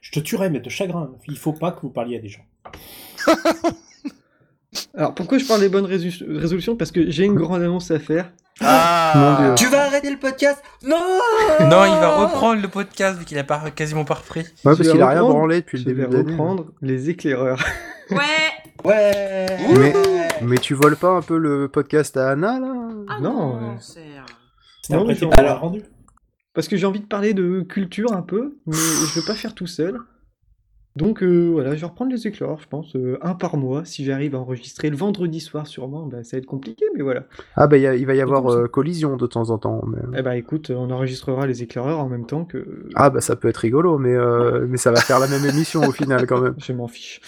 Je te tuerai, mais de chagrin. Il faut pas que vous parliez à des gens. Alors pourquoi je parle des bonnes résu- résolutions Parce que j'ai une grande annonce à faire. Mon Ah Dieu. Tu vas arrêter le podcast Non Non, il va reprendre le podcast vu qu'il a pas... quasiment pas repris. Ouais, je parce vais qu'il a rien reprendre- branlé depuis le Je vais début hein. de l'année. reprendre les éclaireurs. Ouais. Ouais Mais, mais tu voles pas un peu le podcast à Anna, là Ah Non, non. ouais. c'est. C'est Non, un mais prétexte non. pour la Alors- rendu. Parce que j'ai envie de parler de culture un peu, mais je veux pas faire tout seul. Donc euh, voilà, je vais reprendre les éclaireurs, je pense, euh, un par mois, si j'arrive à enregistrer le vendredi soir sûrement, bah, ça va être compliqué, mais voilà. Mm. Ah, bah, il y a- il va y avoir comme ça. euh, collision de temps en temps. mais- euh, Eh bah écoute, on enregistrera les éclaireurs en même temps que... Ah, bah, ça peut être rigolo, mais, euh, mais ça va faire la même émission au final, quand même. Je m'en fiche.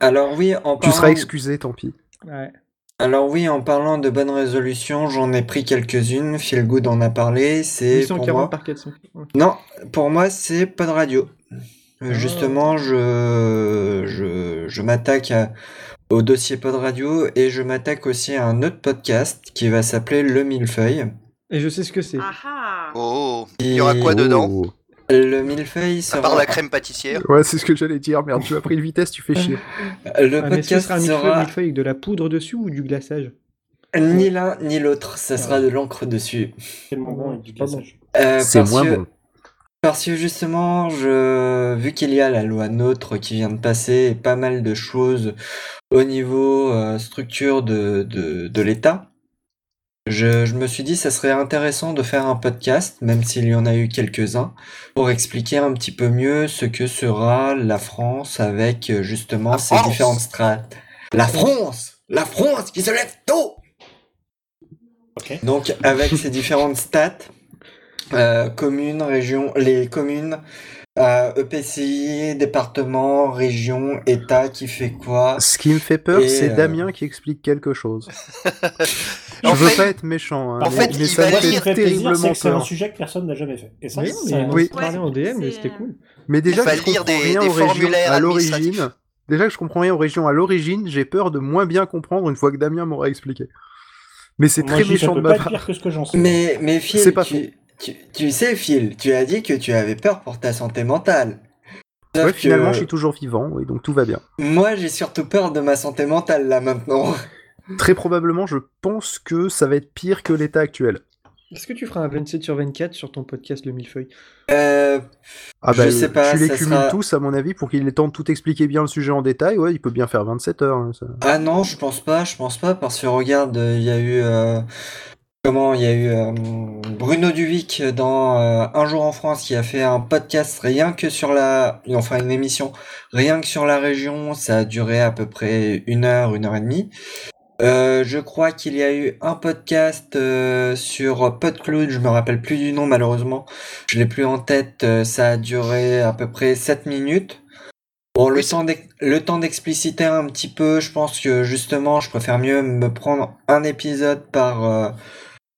Alors oui, en Tu seras parlant, excusé, tant pis. Ouais. Alors oui, en parlant de bonnes résolutions, j'en ai pris quelques-unes, Feel Good en a parlé, c'est pour 840 moi... par 400. Ouais. Non, pour moi, c'est pas de radio. Euh, Ah. Justement, je, je, je m'attaque à- au dossier Pod Radio et je m'attaque aussi à un autre podcast qui va s'appeler Le Millefeuille. Et je sais ce que c'est. Ah ah. Oh Il y aura quoi Et dedans Oh. Le Millefeuille À sera. part la crème pâtissière. Ouais, c'est ce que j'allais dire. Merde, tu as pris une vitesse, tu fais chier. Le Ah, mais est-ce que ce podcast sera un millefeuille, sera millefeuille avec de la poudre dessus ou du glaçage ni l'un ni l'autre, ça sera de l'encre dessus. Tellement bon avec du Pas bon. glaçage. Euh, C'est parce moins que- bon. Parce que justement, je... vu qu'il y a la loi NOTRe qui vient de passer et pas mal de choses au niveau euh, structure de, de, de l'État, je, je me suis dit ça serait intéressant de faire un podcast, même s'il y en a eu quelques-uns, pour expliquer un petit peu mieux ce que sera la France avec euh, justement La ses France différentes strates. La France La France qui se lève tôt Ok. donc avec ces différentes stats, euh, communes, régions, les communes, euh, EPCI, départements, régions, État qui fait quoi Ce qui me fait peur, Et, c'est euh, Damien qui explique quelque chose. Je En veux fait- pas être méchant, hein, en mais, fait, mais il ça va me Moi, ce qui me fait fait plaisir, c'est lire- terriblement que c'est un peur. sujet que personne n'a jamais fait. Et ça, Mais non, mais ça- on en Oui. parlait en DM, mais c'était cool. Mais déjà, Il va que je comprends lire des- rien des aux régions formulaires à administratifs. l'origine. Déjà que je comprends rien aux régions à l'origine, j'ai peur de moins bien comprendre une fois que Damien m'aura expliqué. Mais c'est Moi, très je dis, ça méchant de ma peut pas être part. pire que ce que j'en sais. Mais, mais Phil, C'est pas faux. tu, tu, tu sais Phil, tu as dit que tu avais peur pour ta santé mentale. Sauf Ouais, que finalement, je suis toujours vivant, oui, donc tout va bien. moi j'ai surtout peur de ma santé mentale là maintenant. Très probablement, je pense que ça va être pire que l'état actuel. Est-ce que tu feras un 27 sur 24 sur ton podcast Le Millefeuille Euh, Ah Je sais pas, tu les ça cumules sera- tous, à mon avis, pour qu'il ait le temps de tout expliquer bien le sujet en détail. Ouais, il peut bien faire 27 heures. hein, ça. Ah non, je pense pas, je pense pas, parce que regarde, euh, il y a eu. euh, comment Il y a eu euh, Bruno Duvic dans euh, Un jour en France qui a fait un podcast rien que sur la. Enfin, une émission rien que sur la région. Ça a duré à peu près une heure, une heure et demie. Euh, je crois qu'il y a eu un podcast euh, sur PodCloud, je me rappelle plus du nom malheureusement, je l'ai plus en tête, euh, ça a duré à peu près 7 minutes. Bon, le temps d'ex- le temps d'expliciter un petit peu, je pense que justement, je préfère mieux me prendre un épisode par, euh,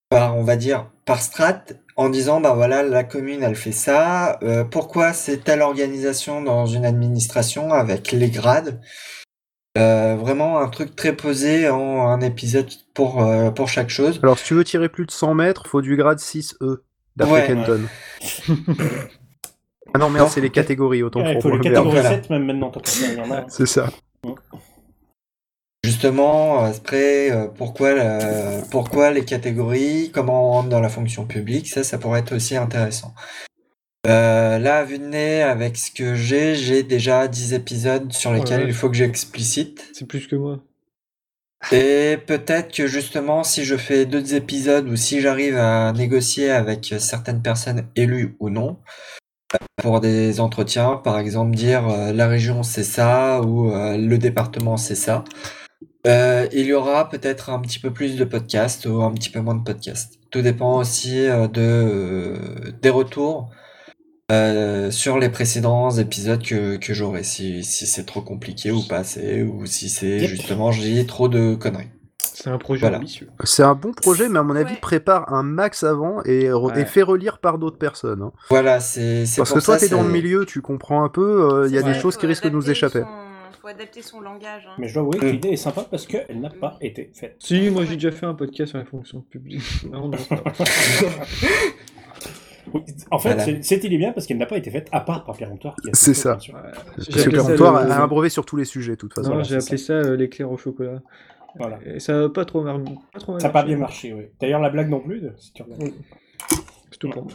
par on va dire, par strat, en disant, bah voilà, la commune, elle fait ça, euh, pourquoi c'est telle organisation dans une administration avec les grades. Euh, vraiment un truc très posé en un épisode pour, euh, pour chaque chose. Alors, si tu veux tirer plus de 100 mètres, faut du grade 6E, d'après Ouais. Kenton. ah non, merde, Non. c'est les catégories, autant Ouais, il pour faut moi. les Merde. catégories voilà. 7 même maintenant tant qu'à faire, il y en a. C'est ça. Justement, euh, après, euh, pourquoi, la- pourquoi les catégories, comment on rentre dans la fonction publique, ça, ça pourrait être aussi intéressant. Euh, là, vu de nez, avec ce que j'ai, j'ai déjà 10 épisodes sur lesquels Ouais. il faut que j'explicite. C'est plus que moi. Et peut-être que justement, si je fais d'autres épisodes ou si j'arrive à négocier avec certaines personnes élues ou non, euh, pour des entretiens, par exemple dire euh, la région c'est ça ou euh, le département c'est ça, euh, il y aura peut-être un petit peu plus de podcasts ou un petit peu moins de podcasts. Tout dépend aussi euh, de, euh, des retours euh, sur les précédents épisodes que, que j'aurai, si, si c'est trop compliqué ou pas assez, ou si c'est Yep. justement je dis trop de conneries. C'est un projet Voilà. ambitieux. C'est un bon projet, mais à mon avis, Ouais. prépare un max avant et, re- et Ouais. fais relire par d'autres personnes. hein. Voilà, c'est c'est Parce pour que toi, ça, t'es dans le c'est- milieu, tu comprends un peu, euh, il y a C'est des vrai, choses faut qui risquent de nous adapter échapper. son- Faut adapter son langage. hein. Mais je dois avouer que Euh. Mm. l'idée est sympa parce qu'elle n'a pas été faite. Si, moi j'ai déjà fait un podcast sur la fonction publique. Non, non, c'est pas vrai. Oui, En fait, Voilà. c'est- cette idée est bien parce qu'elle n'a pas été faite à part par Pierre Antoine. qui a fait C'est tout, ça. bien sûr. Ouais. J'ai Parce que appelé ça Péremptoire le- a un brevet sur tous les sujets, de toute Non, façon. Voilà, j'ai c'est appelé ça, euh, l'éclair au chocolat. Voilà. Et ça a pas trop, mar... pas trop Ça n'a pas bien marché. marché, oui. D'ailleurs, la blague non plus, si tu regardes. C'est tout pour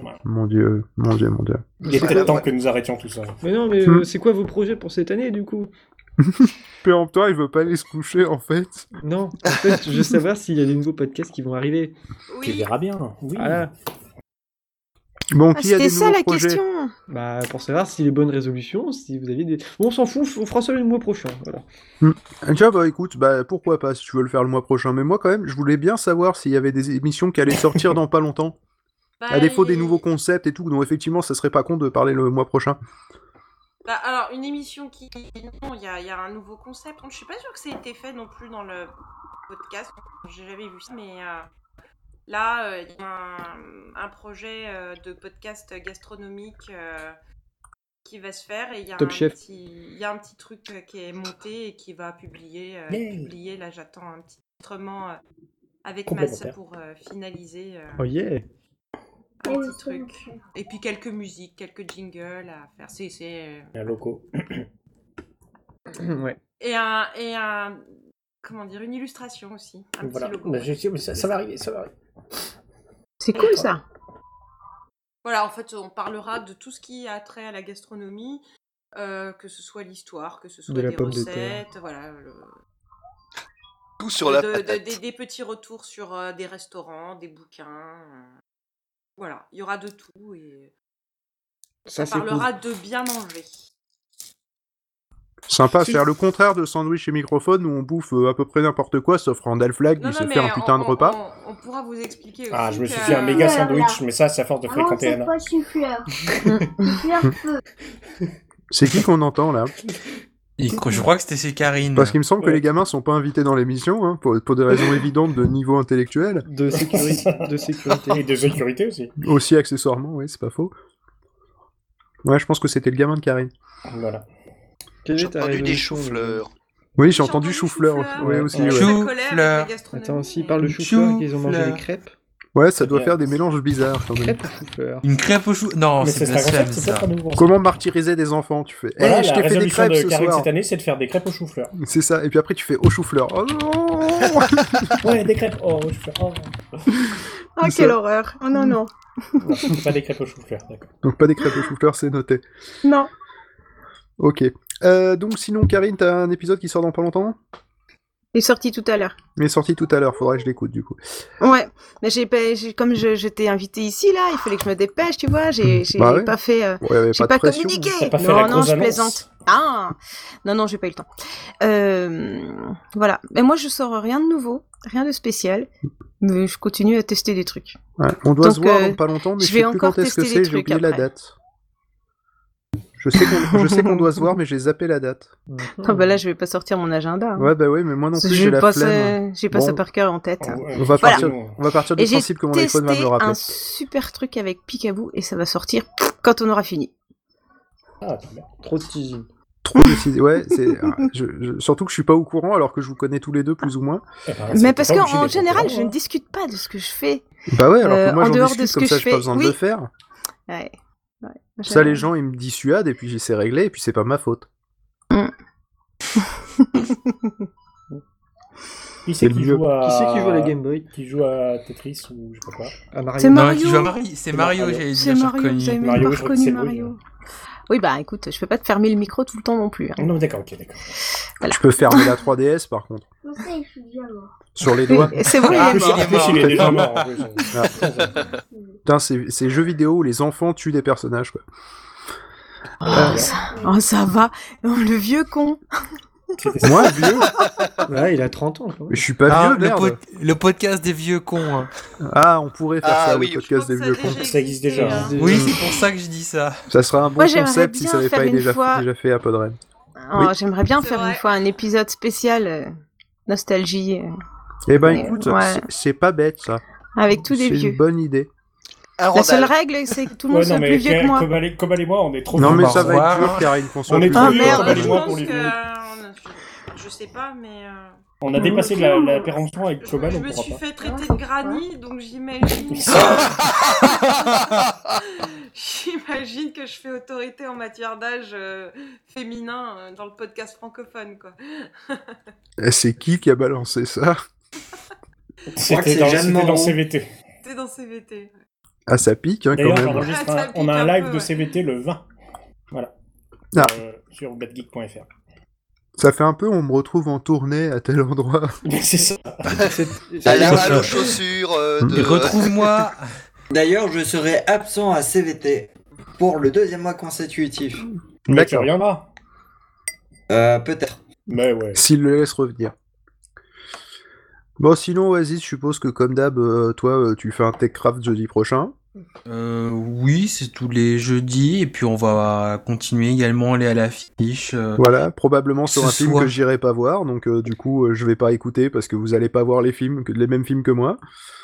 moi. Mon dieu, mon dieu, mon dieu. Il est C'est peut-être pas temps vrai. que nous arrêtions tout ça. Mais non, mais Hmm. euh, c'est quoi vos projets pour cette année du coup Péremptoire, il veut pas aller se coucher, en fait. Non, en fait, je veux savoir s'il y a des nouveaux podcasts qui vont arriver. Tu Oui, verras bien. Oui. Voilà. Bon, Ah, qui a C'était des ça nouveaux la projets question. Bah, pour savoir si les bonnes résolutions, si vous aviez des. Bon, on s'en fout, on fera ça le mois prochain. Voilà. Tiens, bah écoute, bah pourquoi pas, si tu veux le faire le mois prochain. Mais moi, quand même, je voulais bien savoir s'il y avait des émissions qui allaient sortir dans pas longtemps. bah, À défaut des il- nouveaux concepts et tout, donc effectivement, ça serait pas con de parler le mois prochain. bah, alors, une émission qui. Non, il y a, il y a un nouveau concept. Je suis pas sûre que ça a été fait non plus dans le podcast. J'ai jamais vu ça, mais. euh, Là, euh, il y a un, un projet euh, de podcast gastronomique euh, qui va se faire et il y, a Top un Chef. petit- il y a un petit truc euh, qui est monté et qui va publier. euh, Yay. publier. Là, j'attends un petit enregistrement euh, avec Mass Complémentaire. pour euh, finaliser euh, Oh yeah un petit truc. Et puis quelques musiques, quelques jingles à faire. C'est- c'est- Un loco. Ouais. Et un, et un. Comment dire Une illustration aussi. Un Voilà. petit logo. Mais je- mais ça, ça va arriver, ça va arriver. C'est cool ça. Voilà, en fait, on parlera de tout ce qui a trait à la gastronomie, euh, que ce soit l'histoire, que ce soit De la des pomme de recettes, terre. voilà. le- Tout sur la de- de- patate. des, des petits retours sur euh, des restaurants, des bouquins. euh, voilà, il y aura de tout et Ça, on c'est cool. parlera de bien manger. Sympa, Si. faire le contraire de sandwich et microphone où on bouffe euh, à peu près n'importe quoi, sauf Randall Flag qui se fait un putain de repas. On, on pourra vous expliquer aussi. Ah, je me suis que- fait un méga Voilà. sandwich, mais ça, c'est à force de Ah non, fréquenter hein. c'est Anna. pas souffleur. Souffleur feu. C'est qui qu'on entend là Il- je crois que c'était c'est Karine. Parce qu'il me semble que Ouais. les gamins sont pas invités dans l'émission, hein, pour, pour des raisons évidentes de niveau intellectuel. De sécurité. De Et sécurité. de sécurité aussi. Aussi accessoirement, oui, c'est pas faux. Ouais, je pense que c'était le gamin de Karine. Voilà. Quelle J'ai est ta entendu des résolution, choux-fleurs. Oui, j'ai entendu chou-fleur. chou-fleur. Oui, Ouais, aussi, ouais. ouais. J'ai la Chou, colère avec la fleur. Attends, gastronomie, s'ils parlent de mais- chou-fleur et qu'ils ont mangé Chou-fleur. des crêpes, Ouais, ça doit Ouais. faire des mélanges bizarres quand même. Crêpe au chou-fleur. Une crêpe au chou. Non, Mais c'est c'est un concept, blasphème c'est pas ça. très nouveau. Comment martyriser des enfants Tu fais, Eh, Voilà, je la t'ai fait des résolution crêpes de ce Karine soir. cette année, c'est de faire des crêpes au chou-fleur. C'est ça. Et puis après, tu fais au chou-fleur. Oh non Ouais, des crêpes oh, au chou-fleur. Oh. Ah, Ça- quelle horreur. Oh non, non. Non, c'est pas des crêpes au chou-fleur, d'accord. Donc pas des crêpes au chou-fleur, c'est noté. Non. Ok. Euh, donc sinon, Karine, t'as un épisode qui sort dans pas longtemps Il est sorti tout à l'heure. Il est sorti tout à l'heure, faudrait que je l'écoute du coup. Ouais, mais j'ai pas, j'ai- comme je, je t'ai invité ici là, il fallait que je me dépêche, tu vois. J'ai, j'ai Bah ouais. pas fait, euh, Ouais, ouais, j'ai pas, pas de pression. communiqué. T'as pas fait non, la non, grosse je annonce. plaisante. Ah, non, non, j'ai pas eu le temps. Euh, voilà. Mais moi, je sors rien de nouveau, rien de spécial. Mais je continue à tester des trucs. Ouais, on doit Donc, se voir euh, dans pas longtemps, mais je je, vais sais plus encore quand est-ce que tester c'est, des j'ai trucs oublié la après. date. Je sais qu'on je sais qu'on doit se voir, mais j'ai zappé la date. Mhm. Ah bah là, je vais pas sortir mon agenda. hein. Ouais, bah oui, mais moi non Parce que plus, je j'ai la passe, flemme. euh, j'ai pas ça Bon. par cœur en tête. hein. Oh, Ouais, On va voilà. partir- On va partir du Et j'ai principe que mon iPhone va me testé le rappeler. un super truc avec Picaboo et ça va sortir quand on aura fini. Ah, très bien. Trop de teasing. Trop décidé. Ouais, c'est. ah, je- je- Surtout que je suis pas au courant, alors que je vous connais tous les deux plus ou moins. Eh ben, Mais c'est parce pas qu'en obligé en d'être au général, courant, je ne hein. discute pas de ce que je fais. Bah ouais, alors Euh, que moi en j'en dehors de discute, ce comme que ça je j'ai pas fais, besoin de oui. le faire. Ouais. Ouais. Ça, les Je- gens, ils me dissuadent et puis c'est réglé et puis c'est pas ma faute. Qui c'est C'est qui le joue à. Qui c'est qui joue à la Game Boy Qui joue à Tetris ou je sais pas quoi. À Mario. C'est Non, Mario. qui joue à Marie. C'est C'est Mario, Mario. j'allais C'est dire, j'ai Mario, reconnu. j'avais même Mario, pas je crois que c'est reconnu le bruit, Mario. Oui, bah écoute, je peux pas te fermer le micro tout le temps non plus. hein. Non, mais d'accord, ok, d'accord. Je peux fermer la 3DS par contre. Je sais, je suis déjà mort. Sur les doigts. C'est bon, En Ah, il plus, est- bah. en plus, mort. il est déjà Ah. mort. en plus. Putain, c'est c'est jeux vidéo où les enfants tuent des personnages quoi. Ah, Oh, ça... oh, ça va. Oh, le vieux con. C'était- Moi, vieux Ouais, il a 30 ans. Quoi. Mais je suis pas Ah, vieux, le, merde. pod- le podcast des vieux cons. hein. Ah, on pourrait faire Ah ça, oui, le je podcast des crois que vieux ça a cons. déjà Ça existe déjà. existé, hein. C'est- Oui, c'est pour ça que je dis ça. Ça serait un bon Moi, j'aimerais concept si ça bien avait faire pas une déjà, fois- déjà fait à Podren. Oh, Oui. J'aimerais bien C'est faire une vrai. fois un épisode spécial euh, nostalgie euh, Eh ben Ouais. écoute, Ouais. c'est- c'est pas bête ça. avec tous C'est des une vieux. bonne idée. Un La seule randal. règle, c'est que tout le Ouais, monde non, soit mais plus vieux que moi. comme elle, comme elle et moi, on est trop Non vieux. mais bah, ça au va être revoir. dur, Karine, qu'on soit On est plus trop Ah, vieux, vieux, merde. comme elle et moi, pour je les pense vieux. que. euh, Je sais pas, mais. euh, On a dépassé la, la péremption avec Je, Cobal, je on me pourra suis pas. fait traiter de granny, donc j'imagine. J'imagine que je fais autorité en matière d'âge euh, féminin euh, dans le podcast francophone, quoi. Eh, C'est qui qui a balancé ça crois que C'était c'est dans, Jeanne c'était dans Moreau. CVT. C'est dans CVT. Ah, ça pique hein, quand D'ailleurs, même. j'enregistre Ah, ça un- on a un pique un live peu, de ouais. CVT le 20. Voilà. Ah. Euh, sur badgeek.fr. Ça fait un peu, on me retrouve en tournée à tel endroit. Mais c'est ça. À la D'ailleurs, halle aux je- chaussures euh, Mm. de. Et Retrouve-moi. D'ailleurs, je serai absent à CVT pour le deuxième mois consécutif. Mais tu D'accord. reviendras. Euh, peut-être. Mais ouais. S'il le laisse revenir. Bon, sinon, Oasis, je suppose que comme d'hab, euh, toi, euh, tu fais un TechCraft jeudi prochain. Euh, oui, c'est tous les jeudis. Et puis on va continuer également à aller à l'affiche. euh, Voilà, probablement sur Ce un film soir. que j'irai pas voir, donc euh, du coup, euh, je vais pas écouter parce que vous allez pas voir les films, que- les mêmes films que moi.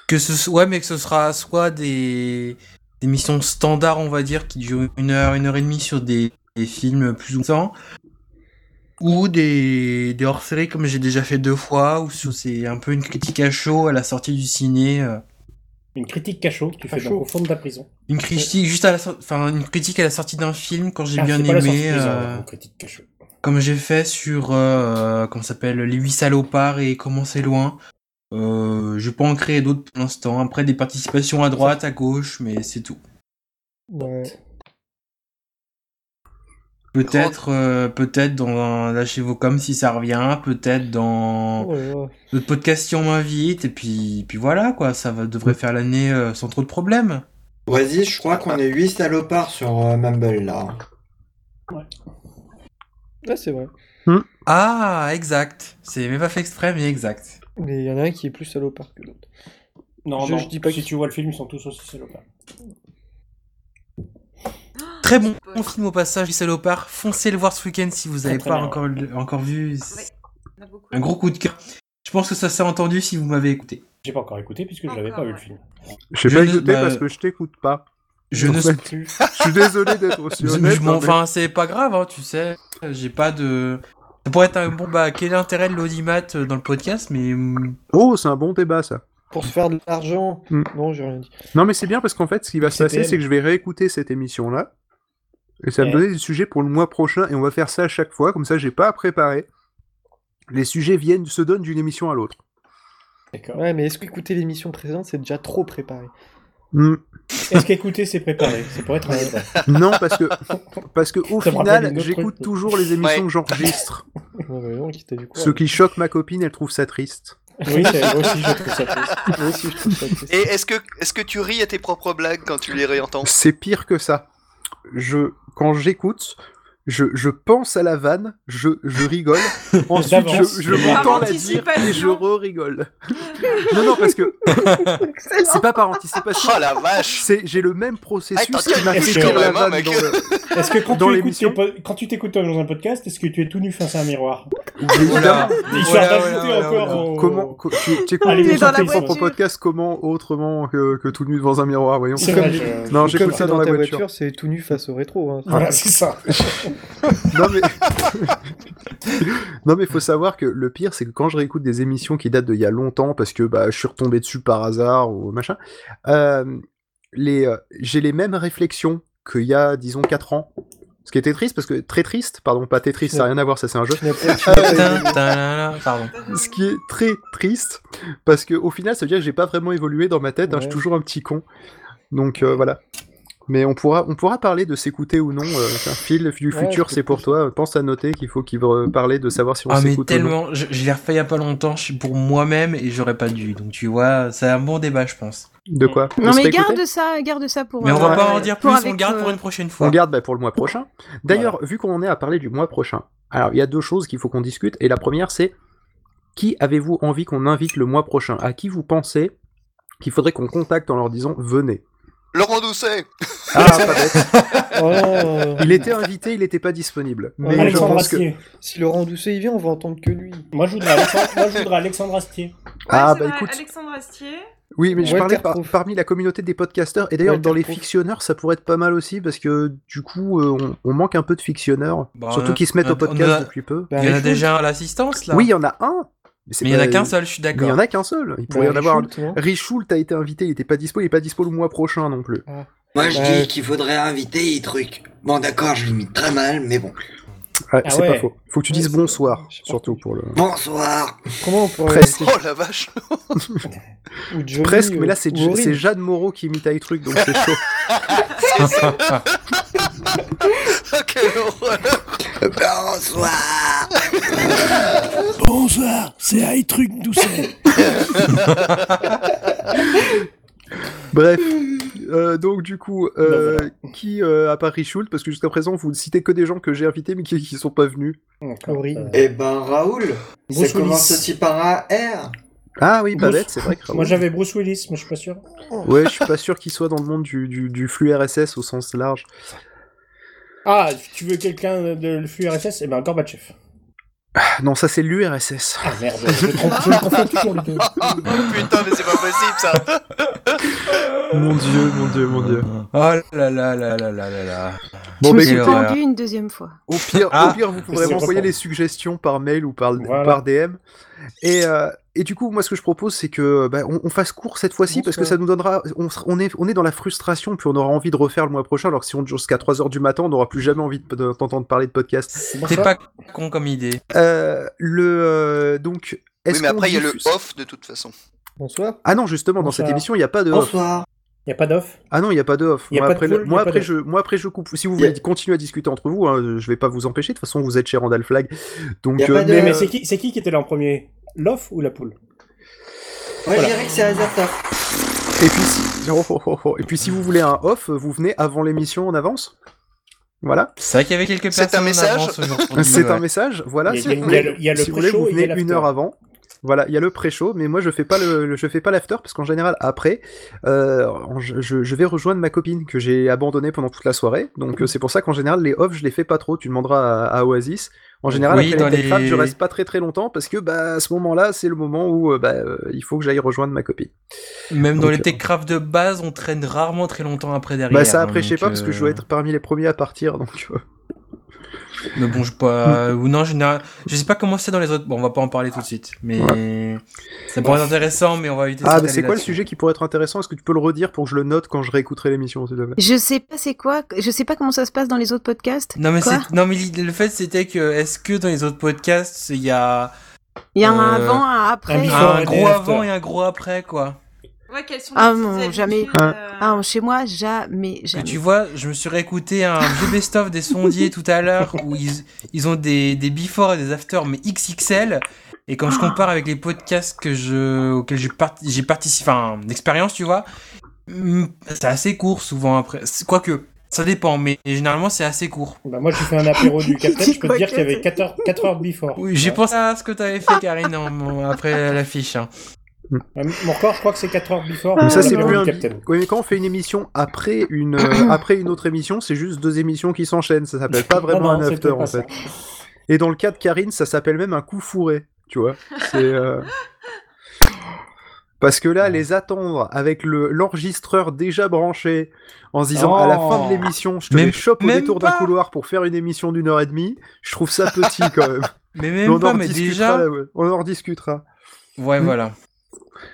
Que ce soit, ouais, mais que ce sera soit des, des missions standards, on va dire, qui durent une heure, une heure et demie sur des, des films plus ou moins, ou des, des hors-séries comme j'ai déjà fait deux fois, ou sur- c'est un peu une critique à chaud à la sortie du ciné, euh, Une critique cachot que tu fais Cachot. donc au fond de ta prison. une critique juste à la sor- enfin une critique à la sortie d'un film quand j'ai Ah, bien c'est pas la sortie aimé, de prison, euh, une critique cachot. comme j'ai fait sur euh, comment ça s'appelle les huit salopards et comment c'est loin. Euh, je vais pas en créer d'autres pour l'instant. Après des participations à droite, à gauche, mais c'est tout. Ouais. Peut-être, euh, peut-être dans un- lâchez vos coms si ça revient, peut-être dans Oh là là. notre podcast si on m'invite, et puis, puis voilà quoi, ça va, devrait faire l'année euh, sans trop de problèmes. Vas-y, je crois qu'on est 8 salopards sur euh, Mumble là. Ah, c'est vrai. Ah, exact. C'est même pas fait exprès, mais exact. Mais il y en a un qui est plus salopard que l'autre. Non, Je- non. je dis pas si que- tu vois le film, ils sont tous aussi salopards. Très bon Spoil. film au passage, les salopards. Foncez le voir ce week-end si vous Très, n'avez très pas bien. encore, encore vu. C'est On a beaucoup. Un gros coup de cœur. Je pense que ça s'est entendu si vous m'avez écouté. J'ai pas encore écouté puisque je l'avais pas Encore, vu le ouais. film. J'ai Je pas ne- écouté bah, parce que je t'écoute pas. Je En ne fait, sais plus. Je suis désolé d'être aussi Je- honnête. je m'en- hein, mais- Enfin, c'est pas grave, hein, tu sais. J'ai pas de. Ça pourrait être un bon. Bah, quel est l'intérêt de l'audimat euh, dans le podcast Mais mm, Oh, c'est un bon débat ça. pour se faire de l'argent. Mm. Non, j'ai rien dit. Non, mais c'est bien parce qu'en fait, ce qui va se passer, CPM. c'est que je vais réécouter cette émission-là. Et ça va me Ouais. donner des sujets pour le mois prochain. Et on va faire ça à chaque fois. Comme ça, j'ai pas à préparer. Les sujets viennent, se donnent d'une émission à l'autre. D'accord. Ouais, mais est-ce qu'écouter l'émission précédente, c'est déjà trop préparé Hmm. Est-ce qu'écouter, c'est préparé C'est pour être un débat. Non, parce que, parce que au Ça me rappelle final, une autre j'écoute truc. toujours les émissions Ouais. que j'enregistre. Non, mais bah non, quitte du coup. Ce qui choque ma copine, elle trouve ça triste. Oui, c'est- moi aussi, je trouve ça triste. Moi aussi, je trouve ça triste. Et est-ce que, est que tu ris à tes propres blagues quand tu les réentends C'est pire que ça. Je, quand j'écoute, je, je pense à la vanne, je, je rigole. Ensuite, D'avance. je, je m'entends la dire et je Anticipation. re-rigole. Non, non, parce que c'est pas par anticipation. Oh la vache C'est, j'ai le même processus Attends, qui m'a attends, fait attends, que la attends, vanne mec. dans le- Est-ce que quand Dans tu écoutes l'émission. tes po- quand tu t'écoutes toi dans un podcast, est-ce que tu es tout nu face à un miroir Oui, évidemment. Voilà. Histoire Voilà, d'ajouter voilà, encore voilà. au- Comment, co- tu, tu Allez, écoutes il est dans ton la propre voiture. podcast comment autrement que, que tout nu devant un miroir, voyons. C'est Comme vrai, les- je- Non, Comme j'écoute c'est ça dans, la ta voiture. c'est tout nu face au rétro. hein. Voilà, c'est ça. Non mais... non mais faut savoir que le pire c'est que quand je réécoute des émissions qui datent d'il y a longtemps parce que bah, je suis retombé dessus par hasard ou machin, euh, les, euh, j'ai les mêmes réflexions qu'il y a disons 4 ans. Ce qui était triste parce que très triste, pardon pas Tetris, ça n'a rien à voir, ça c'est un jeu. Tu n'as pas- Ah tu n'as pas Tin, tin, là, là. Pardon. Ce qui est très triste parce que au final ça veut dire que j'ai pas vraiment évolué dans ma tête, hein, je suis Ouais. toujours un petit con. Donc euh, voilà. Mais on pourra, on pourra parler de s'écouter ou non. euh, tiens, Phil, du Ouais, futur, c'est c'est pour toi. Pense à noter qu'il faut qu'il va parler de savoir si on Ah mais s'écoute ou non. tellement, je, je l'ai refait il y a pas longtemps, je suis pour moi-même et j'aurais pas dû. Donc tu vois, c'est un bon débat je pense. De quoi De Non, se mais réécouter garde ça, garde ça pour. euh, Mais on va Ouais. pas en dire plus, Pour on avec, le garde euh, pour une prochaine fois. On garde bah, pour le mois prochain. D'ailleurs, vu qu'on en est à parler du mois prochain, alors il y a deux choses qu'il faut qu'on discute. Et la première, c'est qui avez-vous envie qu'on invite le mois prochain À qui vous pensez qu'il faudrait qu'on contacte en leur disant venez Laurent Doucet Ah, pas bête. Oh. Il était invité, il n'était pas disponible. Mais Ouais, je Alexandre pense que. Astier. Si Laurent Doucet il vient, on va entendre que lui. Moi, je voudrais Alexandre, moi, je voudrais Alexandre Astier. Ah, c'est bah vrai, écoute. Alexandre Astier. Oui, mais je Walter parlais par- Proof. parmi la communauté des podcasteurs. Et d'ailleurs, Walter dans les Proof. fictionneurs, ça pourrait être pas mal aussi parce que du coup, euh, on, on manque un peu de fictionneurs. Bah, on surtout a- qu'ils se mettent on au a- on podcast a- depuis peu. Bah, Il y en a Richard, déjà un à l'assistance là Oui, il y en a un. c'est Mais il y en pas- a qu'un seul, je suis Mais il y d'accord. en a qu'un seul. Il pourrait y en Richard, avoir. un- non Richoult a été invité, il était pas dispo, il est pas dispo le mois prochain non plus. Moi, je Ouais. dis qu'il faudrait inviter E-Truc. Bon, d'accord, je l'imite très mal, mais bon. Ouais, Ah c'est ouais. pas faux. Faut que tu Ouais, dises c'est- bonsoir, je sais pas. surtout pour le. Bonsoir. Comment on pourrait Presque. Oh la vache Ou Johnny, Presque, euh, mais là c'est ou Aurine. c'est Jeanne Moreau qui imite un truc, donc c'est chaud. Ah, Quelle horreur Bonsoir. Bonsoir, c'est High Truc Doucet. Bref, Euh, donc du coup, euh, qui euh, à part Richoult, parce que jusqu'à présent vous ne citez que des gens que j'ai invités mais qui, qui sont pas venus. Horrible. Eh ben, Raoul, Bruce ça commence Willis. aussi par un R. Ah oui, pas Bruce- bête, c'est vrai. que- Moi, j'avais Bruce Willis, mais je suis pas sûr. Ouais, je suis pas sûr qu'il soit dans le monde du, du- du flux RSS au sens large. Ah, tu veux quelqu'un de le flux RSS Eh ben, Gorbatchev. Ah, Non, ça c'est l'URSS. Ah merde, je, le trompe- je le confonds toujours les deux. Ah, Putain, mais c'est pas possible ça Mon dieu, mon dieu, mon dieu. Oh là là là là là là là. Bon, bah Et écoutez, alors Pendu une deuxième fois. au pire, Ah. au pire vous C'est pourrez m'envoyer reprendre. les suggestions par mail ou par, Voilà. par DM. Et, euh, et du coup, moi, ce que je propose, c'est que bah, on, on fasse court cette fois-ci parce que ça nous donnera. On, sera- on est, on est dans la frustration, puis on aura envie de refaire le mois prochain. Alors que si on dure jusqu'à 3h du matin, on n'aura plus jamais envie de- de- d'entendre parler de podcast. C'est pour T'es ça. pas con comme idée. Euh, le. euh, donc. est-ce Oui, mais qu'on après, il y a le diffuse- off de toute façon. Bonsoir. Ah non, justement, dans Bonsoir. cette émission, il n'y a pas de off. Bonsoir. Y a pas d'off Ah non, il n'y a pas de off. hein. Il y a Moi, pas de après, le- pool, il y moi, a pas après de- je, moi, après, je coupe. Si vous Il y a- voulez continuer à discuter entre vous, hein, je vais pas vous empêcher. De toute façon, vous êtes chez Randall Flag. Donc, Il y a pas de- Mais, Euh, mais c'est qui, c'est qui qui était là en premier L'off ou la poule Moi, Voilà. je dirais que c'est Azata. Et puis, si... oh, oh, oh, oh. Et puis si vous voulez un off, vous venez avant l'émission en avance. Voilà. C'est vrai qu'il y avait quelques C'est un personnes en message avance aujourd'hui, C'est un ouais. message. Voilà. Il y a- Si il y a vous voulez- le- il y a le si vous voulez, pré-show vous et il y a venez une l'after. heure avant. Voilà, il y a le pré-show, mais moi je fais pas le, le- je fais pas l'after parce qu'en général après, euh, en- je, je- je vais rejoindre ma copine que j'ai abandonnée pendant toute la soirée, donc euh, c'est pour ça qu'en général les off je les fais pas trop. Tu demanderas à, à Oasis. En général Oui, après dans les, télétravails, les- je reste pas très très longtemps parce que bah à ce moment-là c'est le moment où euh, bah, euh, il faut que j'aille rejoindre ma copine. Même dans Donc, les techcraft de base, on traîne rarement très longtemps après derrière. Bah ça hein, après je sais donc, pas parce que je euh, dois être parmi les premiers à partir donc. euh, Ne bouge pas. Ou non, général... je sais pas comment c'est dans les autres. Bon, on va pas en parler tout de suite. Mais ça pourrait être intéressant, mais on va éviter de Ah, mais s'étaler c'est quoi le là-dessus. sujet qui pourrait être intéressant Est-ce que tu peux le redire pour que je le note quand je réécouterai l'émission, s'il te plaît Je sais pas c'est quoi, je sais pas comment ça se passe dans les autres podcasts. Non, mais, Quoi c'est- non, mais l'idée- le fait, c'était que est-ce que dans les autres podcasts, il y a Il y a un euh, avant, un un après. et- before un and gros after. avant et un gros après, quoi Ouais, quelles sont Ah les petites non, jamais. habitudes, euh, Ah, non, chez moi, jamais, Que jamais. tu vois, je me suis réécouté un vieux best-of des sondiers tout à l'heure où ils, ils ont des, des before et des after, mais XXL. Et quand je compare avec les podcasts que je, auxquels j'ai part- j'ai participé, enfin, d'expérience, tu vois, hmm, c'est assez court souvent après. C'est- Quoique, ça dépend, mais généralement c'est assez court. Bah, moi, j'ai fait un apéro du Captain, je peux te Quoi dire que qu'il y avait c'est. 4 heures, 4 heures before. Oui, bah. j'ai pensé à ce que t'avais fait, Karine, en- en- après l'affiche. hein. Ouais, Ah, Mon corps, je crois que c'est 4 heures before. Mais ça, euh, c'est l'apéro plus du un. Captain. Oui, mais quand on fait une émission après une, euh, après une autre émission, c'est juste deux émissions qui s'enchaînent. Ça s'appelle ben, pas vraiment Ah non, un c'était after, pas en ça. fait. Et dans le cas de Karine, ça s'appelle même un coup fourré, tu vois. C'est. euh, Parce que là, les attendre avec le l'enregistreur déjà branché, en se disant Oh. à la fin de l'émission, je te Même- les chope au même détour d'un pas. couloir pour faire une émission d'une heure et demie, je trouve ça petit quand même. Mais Mais même on, pas, en mais discutera, déjà. là, ouais. on en discutera. Ouais, Mm. voilà.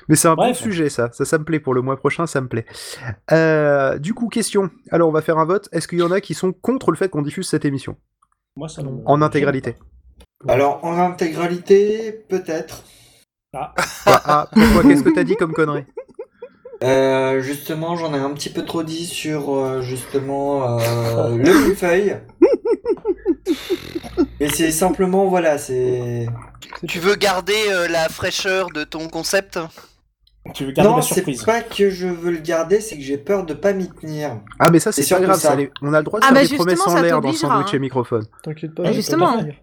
Mais c'est un bon Bref. sujet, ça. Ça, ça me plaît pour le mois prochain, ça me plaît. Euh, du coup, question. Alors, on va faire un vote. Est-ce qu'il y en a qui sont contre le fait qu'on diffuse cette émission Moi, ça me- en intégralité Alors, en intégralité, peut-être. Ah, Quoi Ah, pourquoi Qu'est-ce que t'as dit comme connerie Euh, justement, j'en ai un petit peu trop dit sur euh, justement euh, le millefeuille. Et c'est simplement, voilà, c'est. Tu veux garder euh, la fraîcheur de ton concept tu veux garder Non, la c'est surprise. pas que je veux le garder, c'est que j'ai peur de pas m'y tenir. Ah, mais ça, c'est C'est pas surtout grave. ça, ça. les- On a le droit de Ah, faire bah, des promesses justement, en ça l'air dans t'obligera, Sandwich hein. et Microphone. T'inquiète pas. Bah, j'ai pas justement. d'affaires.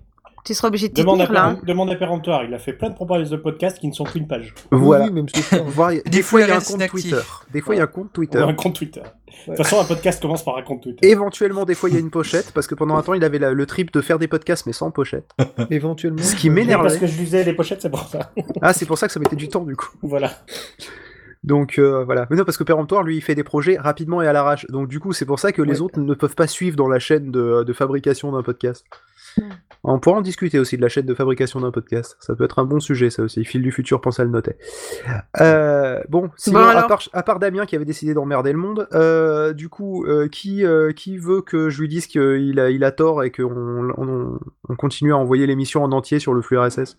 Tu seras obligé de t'y Demande à, tenir, là. hein. demande à Péremptoire, il a fait plein de promesses de podcasts qui ne sont qu'une page. Voilà. Oui, même ce soir. Voir- Des, fois, fois, il y a un reste compte inactif. Twitter. Des fois, il y a un compte Ou Twitter. un compte Twitter. De Ouais. toute façon, un podcast commence par un compte Twitter. Éventuellement, des fois, il y a une pochette. Parce que pendant un temps, il avait la- le trip de faire des podcasts, mais sans pochette. Éventuellement. Ce qui Oui, parce m'énervait. que je lisais les pochettes, c'est pour ça. Ah, c'est pour ça que ça mettait du temps, du coup. voilà. Donc euh, voilà. Mais non, parce que Péremptoire, lui, il fait des projets rapidement et à l'arrache. Donc du coup, c'est pour ça que les Ouais. autres ne peuvent pas suivre dans la chaîne de, de fabrication d'un podcast. Mm. On pourra en discuter aussi de la chaîne de fabrication d'un podcast. Ça peut être un bon sujet, ça aussi. Fil du futur, pense à le noter. Euh, bon, sinon, Bon, à, alors. part, à part Damien qui avait décidé d'emmerder le monde, euh, du coup, euh, qui, euh, qui veut que je lui dise qu'il a, il a tort et qu'on on, on continue à envoyer l'émission en entier sur le flux RSS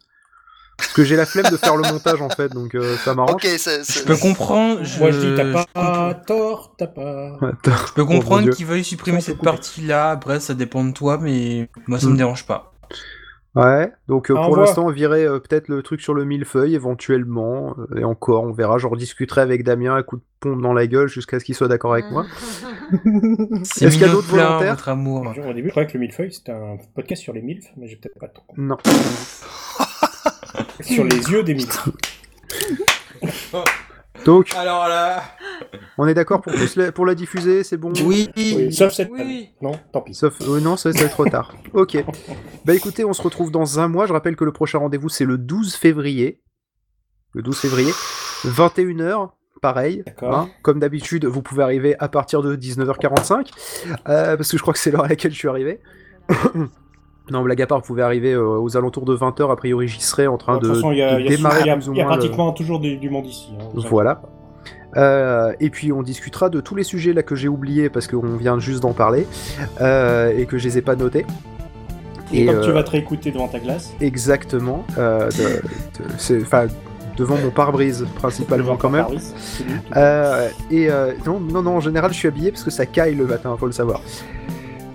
Parce que j'ai la flemme de faire le montage, en fait, donc euh, ça m'arrange. Ok, ça- ça- Je peux comprendre. Je, Moi, je dis, je t'as comprends. pas tort, t'as pas. Attends. Je peux mon comprendre Dieu. qu'ils veuillent supprimer Sans cette couper. partie-là, après ça dépend de toi, mais moi ça Mm. me dérange pas. Ouais, donc euh, Ah, on pour voit. l'instant, on virait euh, peut-être le truc sur le millefeuille, éventuellement, euh, et encore, on verra, j'en discuterai avec Damien, un coup de pompe dans la gueule jusqu'à ce qu'il soit d'accord avec moi. C'est Mm. Est-ce qu'il y a mignon d'autres plein, volontaires votre amour. Au début, je croyais que le millefeuille, c'était un podcast sur les milfs, mais j'ai peut-être pas tout compris. Non. Sur les yeux des milfs. Donc, Alors là. on est d'accord pour, tous la- pour la diffuser, c'est bon Oui. Oui, Sauf cette année. Oui. Non, tant pis. Sauf, euh, non, ça, ça va être trop tard. Ok. Bah écoutez, on se retrouve dans un mois. Je rappelle que le prochain rendez-vous, c'est le 12 février. Le 12 février, 21h, pareil. D'accord. hein. Comme d'habitude, vous pouvez arriver à partir de 19h45, euh, parce que je crois que c'est l'heure à laquelle je suis arrivé. non, blague à part, vous pouvez arriver euh, aux alentours de 20h. A priori, j'y serai en train De toute de, façon, il y a, de il y a démarrer souvent- il y a- plus ou il y a moins le- pratiquement toujours du, du monde ici. hein, vous Voilà. inquiétez pas. Euh, et puis on discutera de tous les sujets là que j'ai oubliés parce qu'on vient juste d'en parler euh, et que je les ai pas notés. Et, comme euh, tu vas te réécouter devant ta glace, Exactement. euh, de- de- c'est- enfin, devant mon pare-brise, principalement devant quand ta même. Paris, c'est lui, tout. Euh, et euh, non, non, non, en général, je suis habillé parce que ça caille le matin, faut le savoir.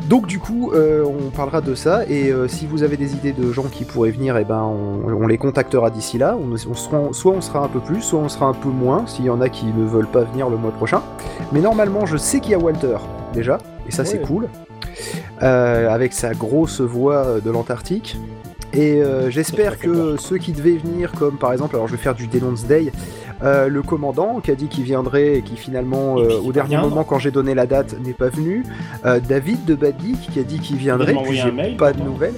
Donc du coup, euh, on parlera de ça, et euh, si vous avez des idées de gens qui pourraient venir, eh ben, on, on les contactera d'ici là. On, on sera- soit on sera un peu plus, soit on sera un peu moins, s'il y en a qui ne veulent pas venir le mois prochain. Mais normalement, je sais qu'il y a Walter, déjà, et ça c'est Ouais. cool, Euh, avec sa grosse voix de l'Antarctique. Et euh, j'espère Ça fait peur. que ceux qui devaient venir, comme par exemple, alors je vais faire du Denonce Day, euh, le commandant qui a dit qu'il viendrait et qui finalement, Et puis euh, qui au dernier revient. moment, quand j'ai donné la date, n'est pas venu. Euh, David de Badnik qui a dit qu'il Il vient de viendrait, puis m'envoyer un j'ai mail, pas de pourtant. nouvelles.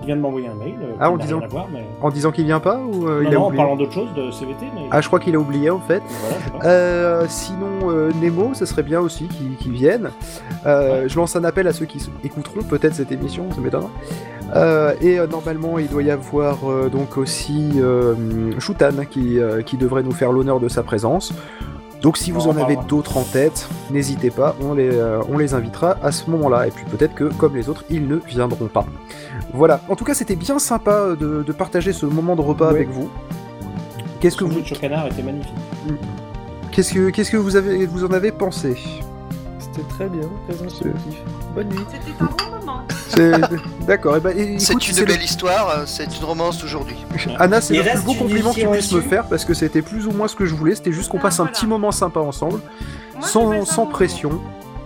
qui vient de m'envoyer un mail. euh, Ah, qui en n'a disant- rien à voir, mais... En disant qu'il vient pas ou euh, il Non, a non, en oublié parlant d'autre chose, de CVT, mais. Ah, je crois qu'il a oublié en fait. Voilà, je sais pas. Euh, sinon, euh, Nemo, ce serait bien aussi qu'ils qu'ils viennent. Euh, Je lance un appel à ceux qui s- écouteront peut-être cette émission, ça m'étonnera. Euh, et euh, normalement, il doit y avoir euh, donc aussi euh, Shutan qui, euh, qui devrait nous faire l'honneur de sa présence. Donc, si vous On en en avez parlera. d'autres en tête, n'hésitez pas, on les, euh, on les invitera à ce moment-là. Et puis, peut-être que, comme les autres, ils ne viendront pas. Voilà. En tout cas, c'était bien sympa euh, de, de partager ce moment de repas Ouais. avec vous. Qu'est-ce que Son vous jeu de Chocanard était magnifique. Qu'est-ce que, qu'est-ce que vous, avez, vous en avez pensé C'était très bien, très instructif. Bonne nuit. C'était un bon moment. C'est- D'accord, et ben, et- écoute, C'est c'est une le- belle histoire, euh, c'est une romance d'aujourd'hui. Anna, c'est Il le plus reste beau une compliment que tu émission puisses me là-dessus. faire parce que c'était plus ou moins ce que je voulais, c'était juste qu'on Ah, passe un voilà. petit moment sympa ensemble, Moi, j'ai sans, passé un sans bon pression,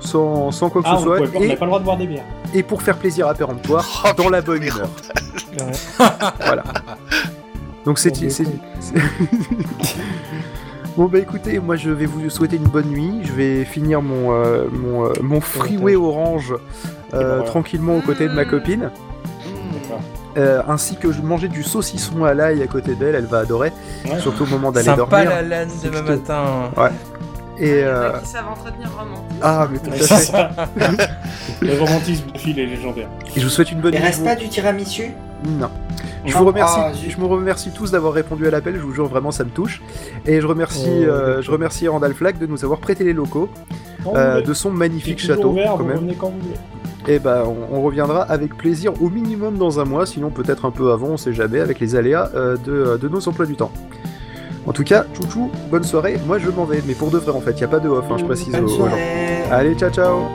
sans, sans quoi que Ah, ce on soit, pouvait pas- on et, n'avait pas le droit de boire des bières. et pour faire plaisir à Péremptoire, Oh, dans la putain, bonne mais- humeur. voilà. Donc c'est... c'est- c'est- Bon bah écoutez, moi je vais vous souhaiter une bonne nuit, je vais finir mon, euh, mon, euh, mon freeway orange euh, horreur. tranquillement aux côtés de ma copine. D'accord. Euh, ainsi que je mangeais du saucisson à l'ail à côté d'elle, elle va adorer, Ouais. surtout au moment d'aller Sympa dormir. la LAN demain Sexto. matin. Et Il y en a euh, qui savent entretenir romantique. ah mais tout Ouais, à c'est fait. ça. Le romantisme du fil est légendaire. Et je vous souhaite une bonne Il nuit. reste pas du tiramisu Non. Je Non. vous remercie, Ah, zut. je vous remercie tous d'avoir répondu à l'appel, je vous jure vraiment ça me touche. Et je remercie, Oh, euh, d'accord. je remercie Randall Flack de nous avoir prêté les locaux Quand euh, vous voulez. de son Oh, C'est magnifique toujours château ouvert, quand vous même. revenez quand vous voulez. Et bah on, on reviendra avec plaisir au minimum dans un mois, sinon peut-être un peu avant, on sait jamais, avec les aléas euh, de, euh, de nos emplois du temps. En tout cas, chouchou, bonne soirée, moi je m'en vais, mais pour de vrai en fait, y a pas de off, hein, je précise Bonne aux- aux gens. soirée. Allez, ciao ciao